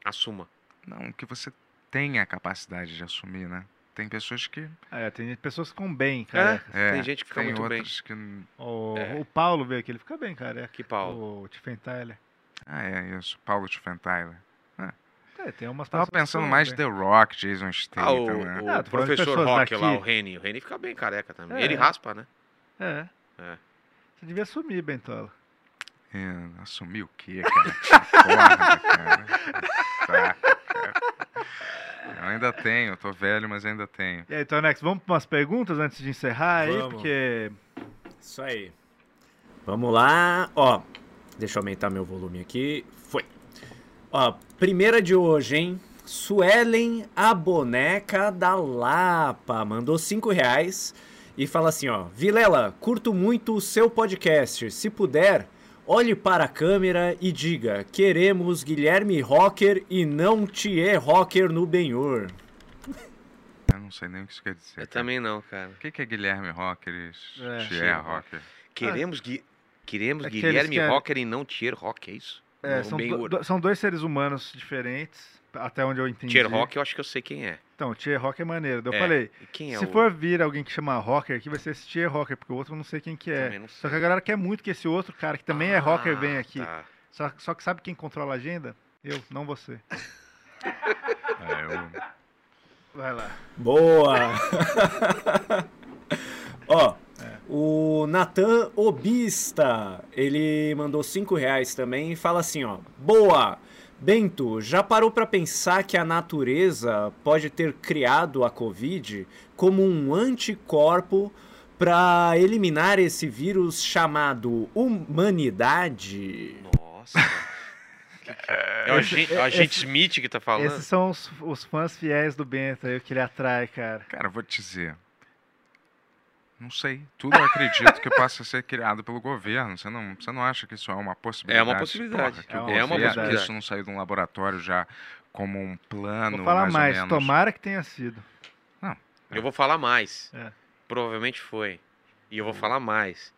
Assuma.
Não, que você tenha a capacidade de assumir, né? Tem pessoas que.
É, tem gente- pessoas que ficam bem,
É,
cara.
É,
tem gente que fica
tem
muito bem.
outras que.
O,
É.
o Paulo veio aqui, ele fica bem, cara.
Que pau.
O Tiffen Tyler.
Ah, é isso. Paulo Tiffenthaler.
É, tem umas
Tava
pessoas que
pensando
ficam
mais
bem.
The Rock, Jason Statham,
Ah, o,
Ah,
né?
o
tô falando de
professor
pessoas
Rock lá,
daqui.
o Reni. O Reni fica bem careca também.
É.
Ele raspa, né?
É.
É.
Você devia sumir, Bentola.
É, assumir o quê, cara? Que Porra, né, cara. Saca, cara. Eu ainda tenho, eu tô velho, mas ainda tenho.
E aí, Tonex, vamos para umas perguntas antes de encerrar aí?
Vamos.
Porque.
Isso aí. Vamos lá. Ó, deixa eu aumentar meu volume aqui. Foi. Ó, primeira de hoje, hein? Suelen, a boneca da Lapa, mandou 5 reais e fala assim, ó. Vilela, curto muito o seu podcast. Se puder, olhe para a câmera e diga, queremos Guilherme Rocker e não Thier Rocker no Benhur.
Eu não sei nem o que isso quer dizer.
Eu
É, cara.
também não, cara.
O que, que é Guilherme Rocker e
É,
é,
Thier
Rocker?
Queremos, Gui- Queremos
Ah. É que eles
Guilherme
querem-
Rocker e não Tier Rock, é isso?
é,
Não,
são,
meio-
do- do- são dois seres humanos diferentes, até onde eu entendi.
Tier Rock eu acho que eu sei quem é.
Então, Tier Rock é maneiro. daí Eu
É,
falei,
E quem é
se
o...
for vir alguém que chama Rocker aqui, vai ser esse Tier Rocker, porque o outro eu não sei quem que é.
Também não sei.
Só que a galera quer muito que esse outro cara, que também é Rocker, venha
Ah,
aqui.
tá.
Só, só que sabe quem controla a agenda? Eu, não você.
É, eu-
Vai lá.
Boa! Ó, o Natan Obista, ele mandou 5 reais também e fala assim, ó. Boa! Bento, já parou pra pensar que a natureza pode ter criado a Covid como um anticorpo pra eliminar esse vírus chamado humanidade?
Nossa. Que que é? É o agente, é o agente Smith que tá falando.
Esses são os, os fãs fiéis do Bento aí, o que ele atrai, cara.
Cara, eu vou te dizer. Não sei. Tudo eu acredito que possa ser criado pelo governo. Você não, você não acha que isso é uma possibilidade?
possibilidade.
Porra, que
É
o
uma
governo-
possibilidade.
Que isso não saiu de um laboratório já como um plano,
Ah,
Vou falar
mais,
mais,
ou menos.
tomara que tenha sido.
Eu vou falar mais.
É. Hum.
Provavelmente foi. E eu vou falar mais.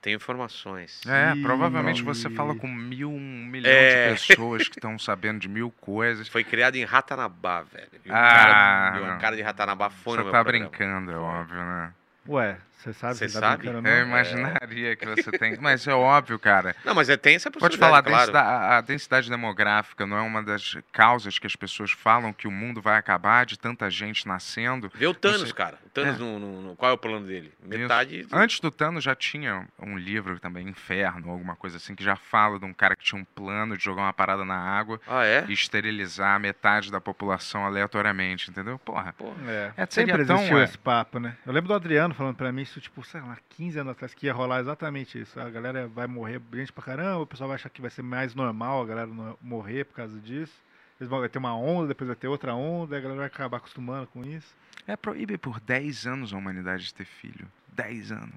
Tenho informações.
É, provavelmente
Ih,
você
não.
fala com mil, um milhão
É.
de pessoas que estão sabendo de mil coisas.
Foi criado em Ratanabá, velho. E o
Ah,
cara, e
não.
o cara de Ratanabá foi no
Você
meu
tá
programa.
brincando, é óbvio, né?
Ué, você sabe?
Cê
que tá
sabe? É,
brincando, não?
Eu imaginaria que você tem. Mas é óbvio, cara.
Não, mas é, tem essa
Vou te
possibilidade,
falar, a
claro.
densidade, a- a densidade demográfica não é uma das causas que as pessoas falam que o mundo vai acabar de tanta gente nascendo.
Vê o Thanos,
Você-
cara. O Thanos,
É.
não não- não- qual é o plano dele? Metade...
Antes do Thanos já tinha um livro também, Inferno, alguma coisa assim, que já fala de um cara que tinha um plano de jogar uma parada na água
Ah, é?
e esterilizar metade da população aleatoriamente, entendeu? Porra.
É.
É,
Sempre
seria tão,
existiu
é.
esse papo, né? Eu lembro do Adriano falando pra mim isso, tipo, sei lá, 15 anos atrás, que ia rolar exatamente isso. A galera vai morrer, gente pra caramba, o pessoal vai achar que vai ser mais normal a galera no- morrer por causa disso. Eles vão vai ter uma onda, depois vai ter outra onda, e a galera vai acabar acostumando com isso.
É proíbe por 10 anos a humanidade de ter filho. 10 anos.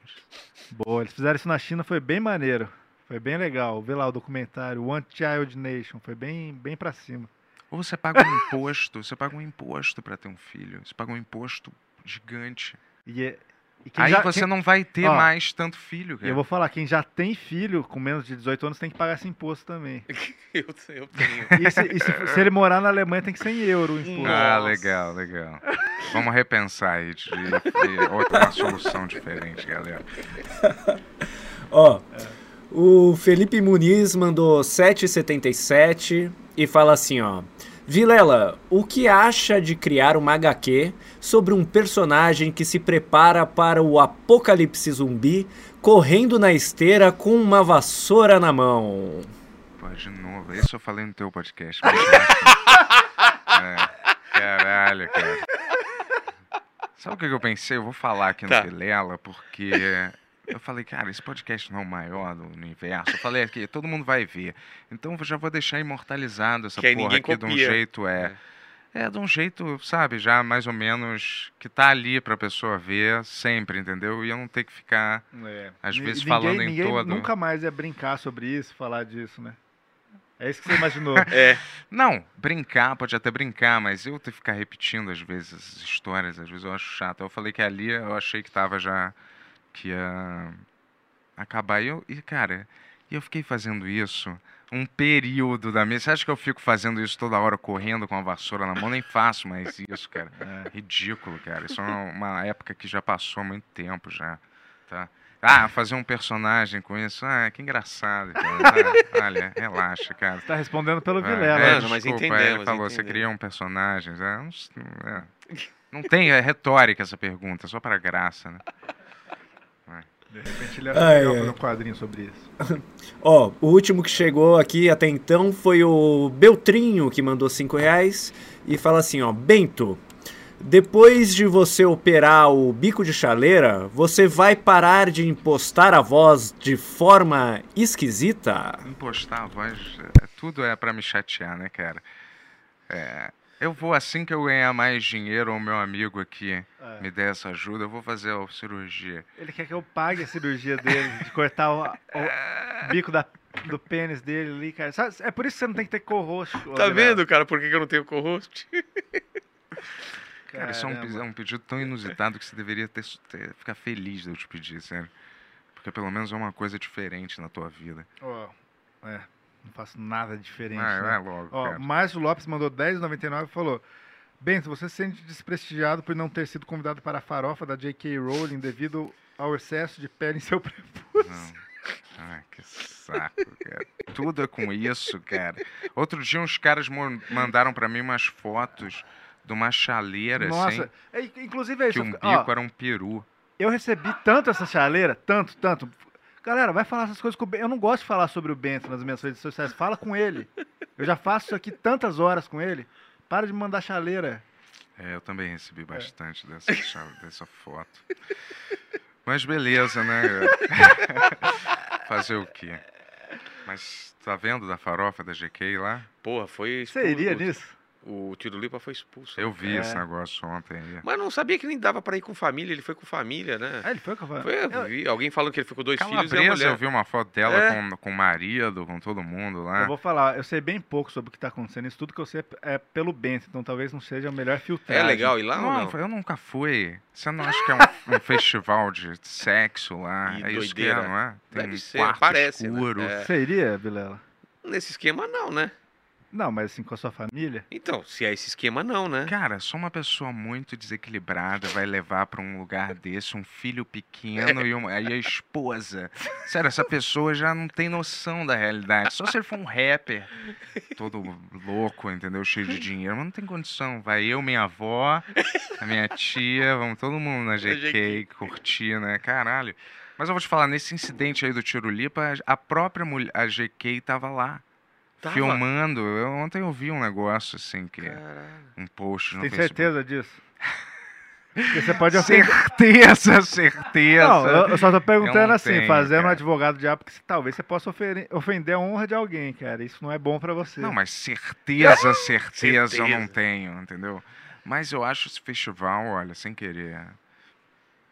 Boa, eles fizeram isso na China, foi bem maneiro. Foi bem legal. Vê lá o documentário One Child Nation, foi bem, bem pra cima.
Ou você paga um imposto, você paga um imposto pra ter um filho. Você paga um imposto gigante.
E, é- e quem
Aí
já-
você
quem-
não é. vai ter
Ó,
mais tanto filho,
E
cara.
eu vou falar, quem já tem filho com menos de 18 anos tem que pagar esse imposto também.
Eu, eu tenho.
E se, e se- se ele morar na Alemanha tem que ser em euro o imposto.
Ah,
Nossa.
legal, legal. Vamos repensar aí de, de outra uma solução diferente, galera.
Ó, o Felipe Muniz mandou 7,77 e fala assim, ó. Vilela, o que acha de criar uma HQ sobre um personagem que se prepara para o apocalipse zumbi correndo na esteira com uma vassoura na mão?
Pô, de novo, esse eu falei no teu podcast. mas eu acho que- É, caralho, cara. Sabe o que que eu pensei? Eu vou falar aqui no
Tá.
Vilela, porque Eu falei, cara, esse podcast não é o maior do universo. Eu falei aqui, todo mundo vai ver. Então eu já vou deixar imortalizado essa
Que aí
porra
ninguém
aqui de um
copia.
jeito é. É, de um jeito, sabe, já mais ou menos que tá ali pra pessoa ver sempre, entendeu? E eu não ter que ficar.
É.
Ah, Às
Ni-
vezes
ninguém-
falando em
ninguém
todo.
Nunca mais ia brincar sobre isso, falar disso, né? É isso que você imaginou.
É,
Não, brincar, pode até brincar, mas eu ter que ficar repetindo às vezes essas histórias, às vezes eu acho chato. Eu falei que ali eu achei que tava já. que ia acabar. E, eu, e cara, e eu fiquei fazendo isso um período da minha. Você acha que eu fico fazendo isso toda hora, correndo com a vassoura na mão? Nem faço mais isso, cara.
É.
Ridículo, cara. Isso é uma época que já passou há muito tempo já. Tá? Ah, fazer um personagem com isso, ah, que engraçado, cara. Ah, olha, relaxa, cara.
Tá respondendo pelo
É,
Vilela.
é,
né?
não, mas
desculpa,
entendemos,
Ele falou, você
entendemos.
cria um personagem. é, não, s- não- é. Não tem é retórica essa pergunta, é só para graça, né?
De repente ele ia
Ai,
pegar
ai.
fazer um quadrinho sobre isso.
Ó, o último que chegou aqui até então foi o Beltrinho, que mandou 5 reais e fala assim, ó, Bento, depois de você operar o bico de chaleira, você vai parar de impostar a voz de forma esquisita?
Impostar a voz, é, tudo é para me chatear, né, cara? É, eu vou, assim que eu ganhar mais dinheiro, ou meu amigo aqui
É.
me der essa ajuda, eu vou fazer a cirurgia.
Ele quer que eu pague a cirurgia dele, de cortar o, o bico da- do pênis dele ali, cara. Sabe- é por isso que você não tem que ter corroxo.
tá vendo, cara, por que que eu não tenho co-host?
Cara, isso é um, pe- é um pedido tão inusitado que você deveria ter, su- ter- ficar feliz de eu te pedir, sério. Porque pelo menos é uma coisa diferente na tua vida.
é, não faço nada diferente. né?
Ah, vai logo,
Ó,
cara.
Márcio Lopes mandou 10,99 e falou: Bento, você se sente desprestigiado por não ter sido convidado para a farofa da J.K. Rowling devido ao excesso de pele em seu prepúcio.
Não. Ah, que saco, cara. Tudo é com isso, cara. Outro dia uns caras mon- mandaram pra mim umas fotos de uma chaleira, assim,
Nossa, é, in- inclusive é
que
isso.
um bico
ó,
era um peru.
eu recebi tanto essa chaleira, tanto, tanto. Galera, vai falar essas coisas com o Bento. Eu não gosto de falar sobre o Bento nas minhas redes sociais. Fala com ele. Eu já faço isso aqui tantas horas com ele. Para de me mandar chaleira.
É, eu também recebi bastante dessa, cha- dessa foto. Mas beleza, né? cara? Fazer o quê? Mas tá vendo da farofa da GK lá?
Porra, foi expulso.
Você iria nisso?
O Tirulipa foi expulso.
Eu vi
É.
esse negócio ontem aí.
Mas não sabia que nem dava pra ir com família, ele foi com família, né?
Ah, ele foi com a
Foi, eu
eu,
vi alguém falando que ele foi com dois filhos e a
Calabresa, eu
mulher.
vi É. uma foto dela
É.
com, com o marido, com todo mundo lá.
eu
Ah.
vou falar, eu sei bem pouco sobre o que tá acontecendo. Isso tudo que eu sei é é pelo Bento, então talvez não seja o melhor
É
filtragem.
legal ir lá ou
não,
não?
eu nunca fui. Você não acha que é um, um festival de sexo lá?
E
é isso que é,
doideira.
não é? Tem
Deve
um
ser,
quarto
parece, né?
escuro.
É.
Você iria, Vilela?
Nesse esquema não, né?
Não, mas assim, com a sua família?
Então, se é esse esquema não, né?
Cara, só uma pessoa muito desequilibrada vai levar pra um lugar desse um filho pequeno e, uma, e a esposa. Sério, essa pessoa já não tem noção da realidade. Só se ele for um rapper, todo louco, entendeu? Cheio de dinheiro, mas não tem condição. Vai eu, minha avó, a minha tia, vamos todo mundo na GK curtir, né? Caralho. Mas eu vou te falar, nesse incidente aí do Tirulipa, a própria mulher, a GK tava lá.
Tava?
Filmando, eu, ontem eu vi um negócio assim que
Caralho. É
um post no
Tem
Facebook.
certeza disso? Porque você pode ofender.
Certeza, certeza.
Não, eu- eu só tô
Eu
perguntando
não
assim,
tenho,
fazendo um
cara.
advogado diabo, porque talvez você possa ofere- ofender a honra de alguém, cara. Isso não é bom pra você.
Não, mas certeza, certeza eu não
Certeza.
tenho, entendeu? Mas eu acho esse festival, olha, sem querer,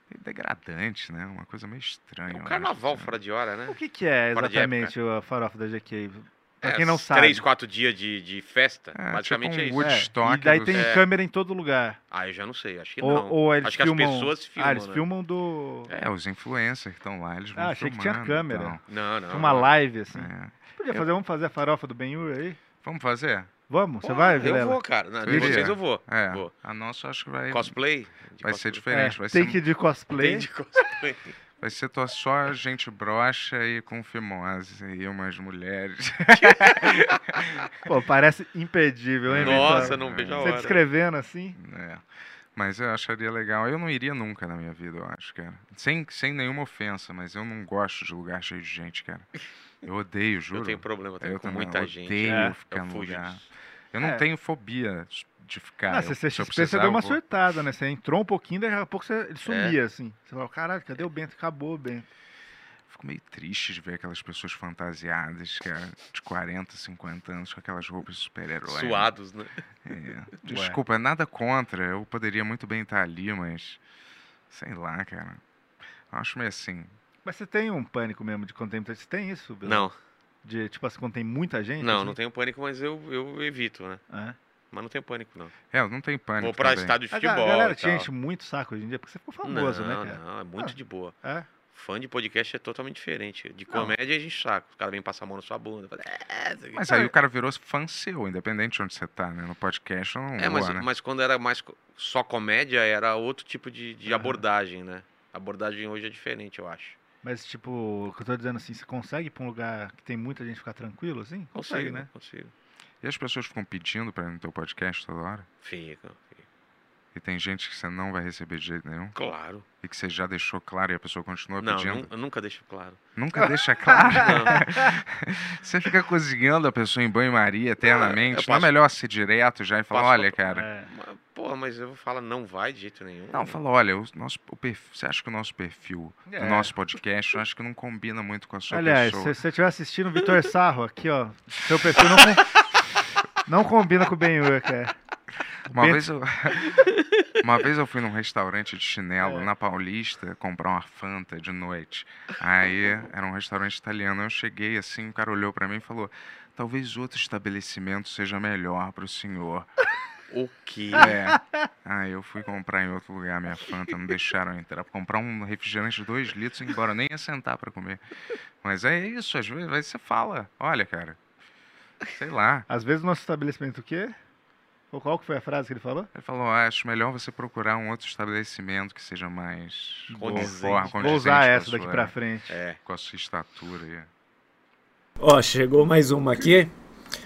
meio degradante, né? Uma coisa meio
É
estranha.
um
eu
carnaval
acho, sabe?
fora de hora, né?
O que, que é
Fora de né?
exatamente a farofa da GK? Pra
É,
quem não
uns
sabe.
Três, quatro dias de, de festa.
É,
basicamente
tipo um
é isso.
Wood-
é,
Woodstock
e daí
do-
tem
É.
câmera em todo lugar.
Ah, eu já não sei, acho que
Ou,
não.
ou eles
acho que as
filmam.
pessoas filmam.
ah, eles
né?
filmam do.
É, os influencers que estão lá, eles vão
Ah, achei que tinha
filmando e
câmera.
tal.
Não, não.
de uma
não.
live, assim.
É.
Podia fazer, vamos fazer a farofa do Ben-Hur aí?
Vamos fazer?
Vamos, você
Porra,
vai,
Eu
Vilela?
vou, cara. Não, de
Iria.
vocês eu vou.
É.
Vou.
A nossa acho que vai,
Cosplay? De
vai ser
cosplay.
diferente. vai,
É, tem
ser,
que ir de cosplay.
Tem de cosplay.
vai ser to- só gente broxa e com fimose e umas mulheres.
Pô, parece imperdível, hein, Vilela?
né?
Nossa, não vejo a
Você
hora.
descrevendo assim.
É. Mas eu acharia legal. Eu não iria nunca na minha vida, eu acho, cara. Sem, sem nenhuma ofensa, mas eu não gosto de lugar cheio de gente, cara. Eu odeio, juro.
Eu tenho problema também
Eu
com
também
muita
odeio
gente.
É,
ficar
eu
no
fujo
lugar.
disso.
Eu não
É.
tenho fobia de ficar.
Ah,
eu,
você
se eu
CXP, você
precisar,
deu
eu
uma
vou.
É.
surtada, né? Você entrou um pouquinho, daí daqui a pouco você, ele sumia, assim. Você falou, caralho, cadê o Bento? Acabou o Bento.
Fico meio triste de ver aquelas pessoas fantasiadas, cara, de 40, 50 anos, com aquelas roupas de super-herói. né?
Suados, né?
É. Desculpa, nada contra. Eu poderia muito bem estar ali, mas. Sei lá, cara. Eu acho meio assim.
Mas você tem um pânico mesmo de quando tem muita- Você tem isso, Bill?
Não,
De, tipo assim, quando tem muita gente?
não,
assim?
não tenho pânico, mas eu, eu evito, né?
É.
Mas não tenho pânico, não.
É, eu não tenho pânico.
Vou pra
também.
estádio de
A
futebol.
ga- galera
e
te
tal.
enche muito o saco hoje em dia, porque você ficou famoso,
não,
né, cara?
Não, é muito
Ah.
de boa.
É.
Fã de podcast é totalmente diferente. De comédia a gente saca. Os caras vêm passar a mão na sua bunda. fala, "É, isso aqui".
Mas aí o cara virou fã seu, independente de onde você tá, né? No podcast eu não
É, mas,
vou, né?
mas quando era mais co- só comédia, era outro tipo de, de
Aham.
abordagem, né? A abordagem hoje é diferente, eu acho.
Mas, tipo, o que eu tô dizendo assim, você consegue ir pra um lugar que tem muita gente ficar tranquilo, assim? Consegue, né?
Consigo.
E as pessoas ficam pedindo pra ir no teu podcast toda hora?
Fica, fica.
E tem gente que você não vai receber de jeito nenhum?
Claro.
E que você já deixou claro e a pessoa continua
Não,
pedindo?
nun- eu nunca deixo claro.
Nunca deixa claro?
Não.
você fica cozinhando a pessoa em banho-maria eternamente?
eu
Não é
passo-
melhor ser direto já e falar,
passo-
olha, cara...
É.
Mas, Porra, mas eu vou falar, não vai de jeito nenhum.
Não, fala, olha, o nosso, o perfil, você acha que o nosso perfil,
É.
o nosso podcast, eu acho que não combina muito com a sua
Aliás,
pessoa.
se você estiver assistindo o Vitor Sarro aqui, ó, seu perfil não, com- não combina com o Ben Ur, cara.
Uma
Bento-
vez, eu... uma vez eu fui num restaurante de chinelo na Paulista comprar uma Fanta de noite. Aí era um restaurante italiano. Eu cheguei assim, o cara olhou pra mim e falou: Talvez outro estabelecimento seja melhor pro senhor.
O quê?
É. Aí eu fui comprar em outro lugar minha Fanta, não deixaram eu entrar. Comprar um refrigerante de dois litros, e ir embora, eu nem ia sentar pra comer. Mas é isso, às vezes, aí você fala: Olha, cara, sei lá.
Às vezes o nosso estabelecimento o quê? Ou qual que foi a frase que ele falou?
Ele falou, "Ah, acho melhor você procurar um outro estabelecimento que seja mais
Condizente.
conforme,
Vou
condizente
usar
com a
essa daqui
sua-
pra frente.
É.
Com a sua estatura. e-
Ó, chegou mais uma aqui.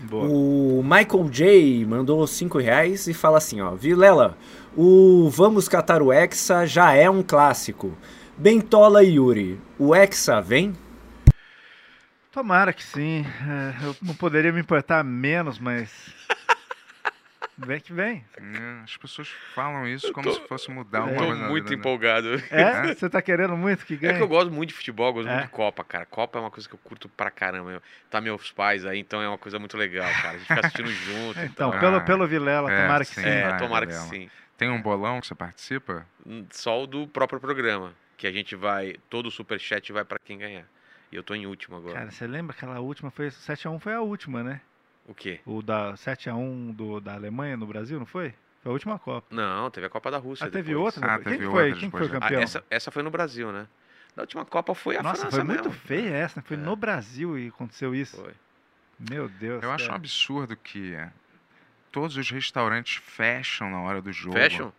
Boa.
O Michael J mandou 5 reais e fala assim, ó. Vilela, o Vamos Catar o Hexa já é um clássico. Bentola e Yuri, o Hexa vem?
Tomara que sim. É, eu não poderia me importar menos, mas. Vem que vem.
Hum, As pessoas falam isso como
tô-
se fosse mudar alguma
Tô
coisa. na
muito
vida, né?
empolgado.
É? Você tá querendo muito que
É
ganhe?
que eu gosto muito de futebol, gosto
É.
muito de Copa, cara. Copa é uma coisa que eu curto pra caramba. Eu- Tá meus pais aí, então é uma coisa muito legal, cara. A gente fica assistindo junto. e
Então,
tal.
pelo,
Ah,
pelo Vilela,
é,
tomara que sim.
sim.
é,
vai,
tomara que
Gabriela.
sim.
Tem um bolão que você participa?
Hum, Só o do próprio programa, que a gente vai, todo o superchat vai pra quem ganhar. E eu tô em último agora.
Cara, você lembra aquela última? Foi 7x1 foi a última, né?
O quê?
O da 7x1 do, da Alemanha no Brasil, não foi? Foi a última Copa.
Não, teve a Copa da Rússia.
Ah, teve
depois.
outra?
Ah,
depois?
teve
Quem foi?
outra
Quem
depois,
foi o
né?
Ah,
campeão?
essa, essa foi no Brasil, né? Na última Copa foi a
Nossa,
França
foi muito
mesmo.
feia essa, né? Foi
É.
no Brasil e aconteceu isso.
Foi.
Meu Deus.
Eu acho um
cara.
absurdo que todos os restaurantes fecham na hora do jogo.
Fashion?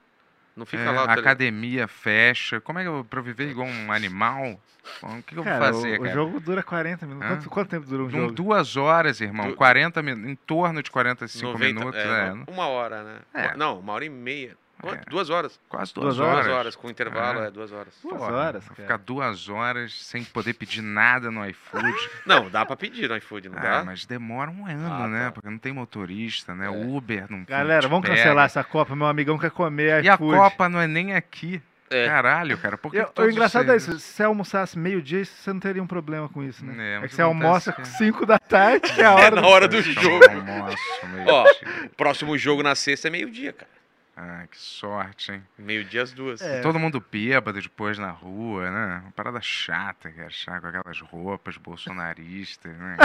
Não fica
É,
lá... tá
a academia fecha. Como é que eu vou pra eu viver igual um animal? O que, que eu vou
Cara,
fazer,
o,
cara?
o jogo dura 40 minutos.
Hã?
Quanto, quanto tempo dura um
Não,
jogo?
duas horas, irmão.
Du-
40 minutos. Em torno de 45
90,
minutos.
é,
é,
uma- Uma hora, né?
É.
Uma- Não, uma hora e meia. Quanto?
É.
Duas horas.
Quase
Duas
duas,
horas.
horas.
Duas horas, com intervalo,
Ah.
é, duas horas.
Duas
Porra,
horas,
vou
cara.
Ficar duas horas sem poder pedir nada no iFood.
Não, dá pra pedir no iFood, não
ah,
dá?
mas demora um ano,
Ah,
né?
tá.
Porque não tem motorista, né? Uber não
É. Galera,
te
vamos
pega.
cancelar essa Copa. Meu amigão quer comer
E a
iFood.
Copa não é nem aqui.
É.
Caralho, cara. Por que
Eu-
que
o
todos os
engraçado é isso,
serviços-
se você almoçasse meio-dia, você não teria um problema com isso, né?
É,
É,
mas
que você
acontece
almoça
que-
com 5 da tarde, que é a
É
hora
na
do-
hora do
Eu só um
jogo.
almoço, meio
Ó.
dia.
Próximo jogo na sexta é meio-dia, cara.
Ah, que sorte, hein?
Meio-dia às duas.
É.
Todo mundo bêbado depois na rua, né? Uma parada chata, cara. Chata, com aquelas roupas bolsonaristas, né?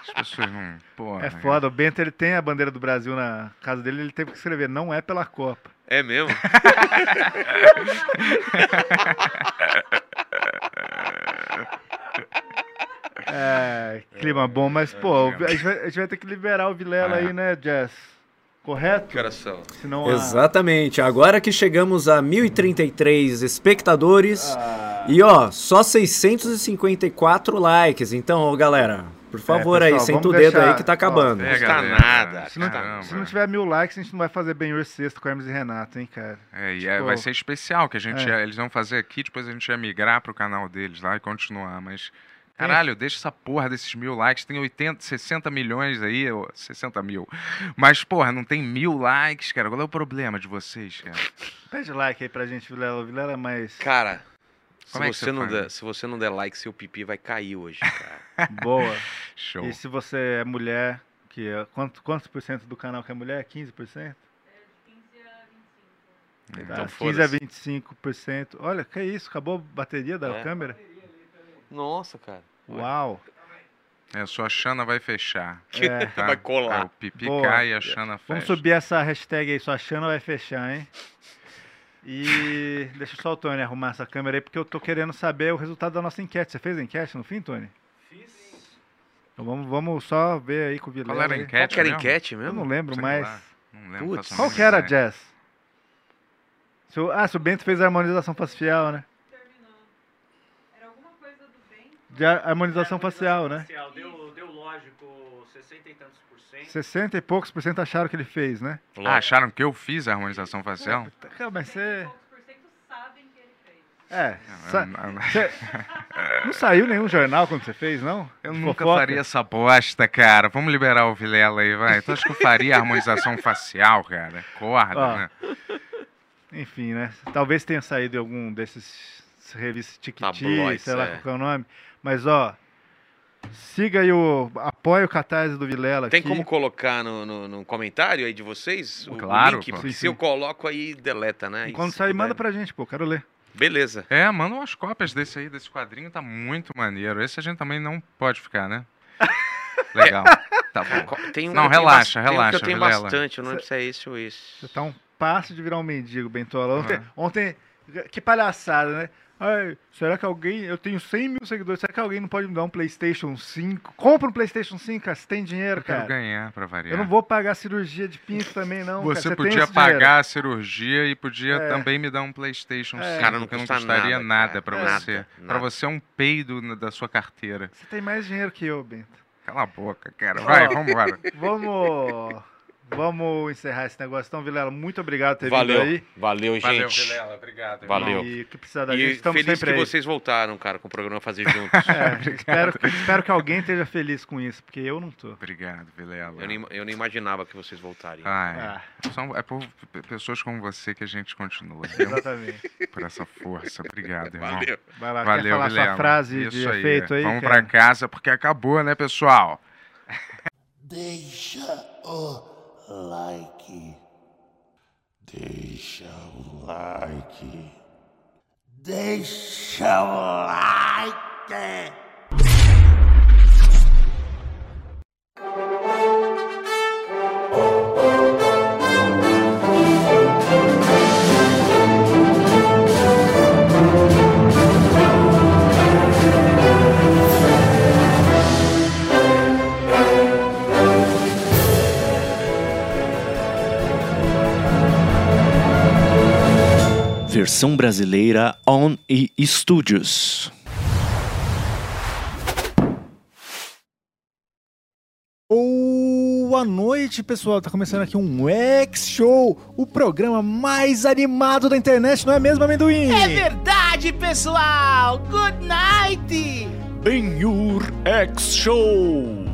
As pessoas não. Porra,
É foda, o Bento ele tem a bandeira do Brasil na casa dele, ele teve que escrever, não é pela Copa.
É mesmo?
É, clima bom, mas, pô, a gente, vai, a gente vai ter que liberar o Vilela
É.
aí, né, Jess? Correto?
Que horas são?
Senão a-
Exatamente. Agora que chegamos a 1033 espectadores
ah,
e ó, só 654 likes. Então, ó, galera, por favor
pessoal,
aí, senta o
vamos
dedo
deixar-
aí que tá
ó,
acabando.
É,
Custa
galera,
nada,
se, não, tá,
caramba.
se não tiver mil likes, a gente não vai fazer bem o sexto com Hermes e Renato, hein, cara?
É, e é-
Tipo-
vai ser especial que a gente
É.
ia- eles vão fazer aqui, depois a gente ia migrar pro canal deles lá e continuar, mas
É.
caralho, deixa essa porra desses mil likes, tem 80, 60 milhões aí, ô, 60 mil. Mas porra, não tem mil likes, cara. Qual é o problema de vocês, cara?
Pede like aí pra gente, Vilela. O Vilela é mais
Cara,
Como
se,
é que
você
você
não
faz?
der, se você não der like, seu pipi vai cair hoje, cara.
Boa.
Show.
E se você é mulher, que é, quanto, quantos por cento do canal que é mulher? 15%?
Então
Tá, 15 a
foda-se.
25%. Olha, que isso? Acabou a bateria da
É.
câmera?
Nossa, cara.
Uau!
É, só a Xana vai fechar.
É.
Tá?
Vai colar.
É, o pipi
Boa.
cai e a Xana fecha.
Vamos subir essa hashtag aí, sua Xana vai fechar, hein? E deixa só o Tony arrumar essa câmera aí, porque eu tô querendo saber o resultado da nossa enquete. Você fez a enquete no fim, Tony? Fiz. Então vamos, vamos só ver aí com o Vilela.
Qual era a
aí.
Qual
enquete
que era
mesmo?
enquete
Eu não
mesmo?
lembro
Sei
mais.
lá, Não lembro.
Putz.
faço a
Qual
mínima
que era,
ideia.
Jazz? Se o- ah, se o Bento fez a harmonização facial, né? De har- harmonização facial, né?
Deu, deu lógico, 60 e tantos por cento.
60 e poucos por cento acharam que ele fez, né?
Ah, acharam que eu fiz a harmonização facial?
Tá, cara, Mas você. É, sa-
Eu-
cê- não saiu nenhum jornal quando você fez, não?
Eu
De
nunca
fofoca?
faria essa bosta, cara. Vamos liberar o Vilela aí, vai. Tu acha que eu faria a harmonização facial, cara? Acorda,
Ó.
né?
Enfim, né? Talvez tenha saído em algum desses revistas Tiquiti,
Tabloides,
sei lá
é.
qual que é o nome. Mas, ó, siga aí o. Apoie o catarse do Vilela
Tem
aqui.
como colocar no, no, no comentário aí de vocês? O
Claro,
link?
pô.
Porque
Sim,
se eu
sim.
coloco aí, deleta, né?
E
E
quando
se
sair,
puder-
manda pra gente, pô, quero ler.
Beleza.
É, manda umas cópias desse aí, desse quadrinho, tá muito maneiro. Esse a gente também não pode ficar, né? Legal. Tá bom.
Co- Tem
Não, relaxa,
tem bas- tem um que
relaxa,
eu tenho
Vilela.
bastante, eu não lembro se é esse ou esse.
Você tá um passo de virar um mendigo, Bentola. Ontem,
Ah.
ontem que palhaçada, né? Ai, será que alguém. Eu tenho 100 mil seguidores, será que alguém não pode me dar um PlayStation 5? Compra um PlayStation 5, cara, você tem dinheiro,
Eu quero
cara.
ganhar pra variar.
Eu não vou pagar cirurgia de pinto também, não. cara.
Você
tem
podia
esse dinheiro. É.
pagar a cirurgia e podia também me dar um PlayStation 5,
Cara, não
que não
custa
custaria
nada,
nada
cara.
pra
Nada,
você. Pra
nada.
você é um peido na- da sua carteira.
Você tem mais dinheiro que eu, Bento.
Cala a boca, cara. Vai,
Ó.
vambora.
Vamos. Vamos encerrar esse negócio. Então, Vilela, muito obrigado por ter
Valeu,
vindo aí.
valeu,
Valeu,
gente.
Vilela. Obrigado. irmão.
Valeu.
E o que precisar da
E
gente, estamos
feliz que
sempre aí.
vocês voltaram, cara, com o programa Fazer Juntos.
É, espero, que- espero que alguém esteja feliz com isso, porque eu não tô.
Obrigado, Vilela.
eu, nem, eu nem imaginava que vocês voltariam.
Ai,
Ah,
são- é por p- pessoas como você que a gente continua. viu?
exatamente.
por essa força. Obrigado, irmão.
Valeu.
Vai lá, Ah, quer
Valeu,
falar
Vilela.
sua frase de
Isso aí.
efeito aí?
Vamos
cara?
pra casa porque acabou, né, pessoal?
Deixa o like. Deixa o like. Deixa o like.
Versão brasileira On e Studios.
Boa noite, pessoal. Tá começando aqui um X-Show, o programa mais animado da internet, não é mesmo, amendoim? É verdade, pessoal. Good night. Benhur X-Show.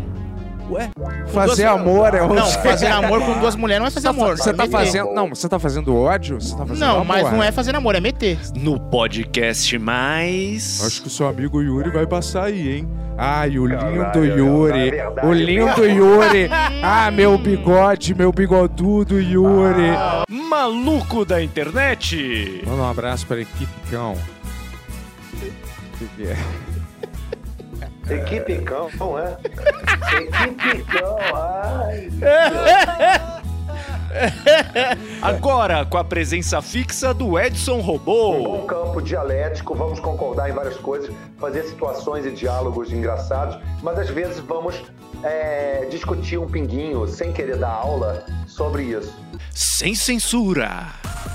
Ué? Fazer amor é
Não, fazer amor com duas mulheres não é fazer amor.
Você tá
Meter.
fazendo. Não, você tá fazendo ódio? Você tá fazendo
Não, mas
amor.
não é fazer amor, é meter.
No podcast mais.
Acho que o seu amigo Yuri vai passar aí, hein? Ai, o lindo Yuri. O lindo Yuri. Ah, meu bigode, meu bigodudo Yuri.
Ah.
Maluco da internet.
Manda um abraço pra equipe Cão. Que que é?
Equipe Cão, é? Equipe Cão, Então, ai.
Agora com a presença fixa do Edson Robô.
Um campo dialético, vamos concordar em várias coisas, fazer situações e diálogos engraçados, mas às vezes vamos é, discutir um pinguinho, sem querer dar aula, sobre isso.
Sem censura.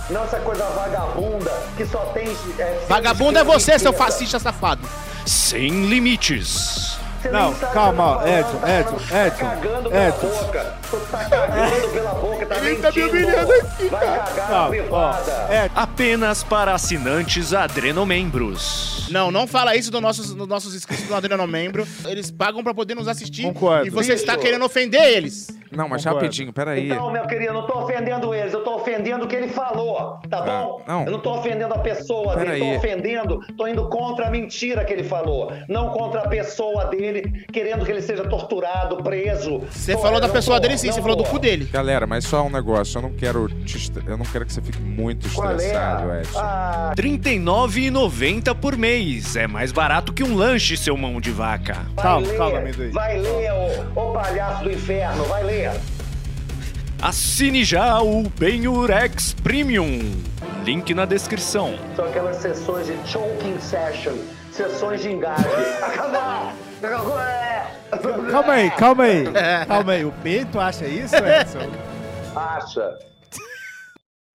Não essa coisa vagabunda que só tem. é,
Vagabundo é
esquerda,
você, seu
esquerda.
fascista safado.
Sem limites.
Você
Não,
nem sabe
calma,
o que
Edson,
tá falando,
Edson,
tá falando,
Edson,
Tá cagando pela
Edson.
boca. Tu tá cagando pela boca, tá
Ele
mentindo.
tá me humilhando aqui,
Vai cagar na privada.
Apenas para assinantes adrenomembros.
Não, não fala isso dos nossos, dos nossos inscritos do Adriano Membro. Eles pagam pra poder nos assistir.
Concordo.
E você está querendo ofender eles.
Não, mas rapidinho, peraí.
Então,
Então, Não, meu querido, eu não tô ofendendo eles, eu tô ofendendo ofendendo o que ele falou, tá bom?
Ah, não.
Eu não tô ofendendo a pessoa dele,
Peraí.
tô ofendendo, tô indo contra a mentira que ele falou, não contra a pessoa dele, querendo que ele seja torturado, preso.
Você falou da pessoa dele sim, você falou do cu dele.
Galera, mas só um negócio, eu não quero te estre- eu não quero que você fique muito
é
estressado,
Ah,
Edson.
R$ 39,90 por mês. É mais barato que um lanche, seu mão de vaca.
Calma, calma, amendoim. Vai ler, ô, ô palhaço do inferno, vai ler.
Assine já o Benurex Premium. Link na descrição.
São aquelas sessões de choking session, sessões de engasgo. Acabou! Acabou! é.
Calma aí, calma aí. Calma aí. O Bento acha isso, Edson?
Acha.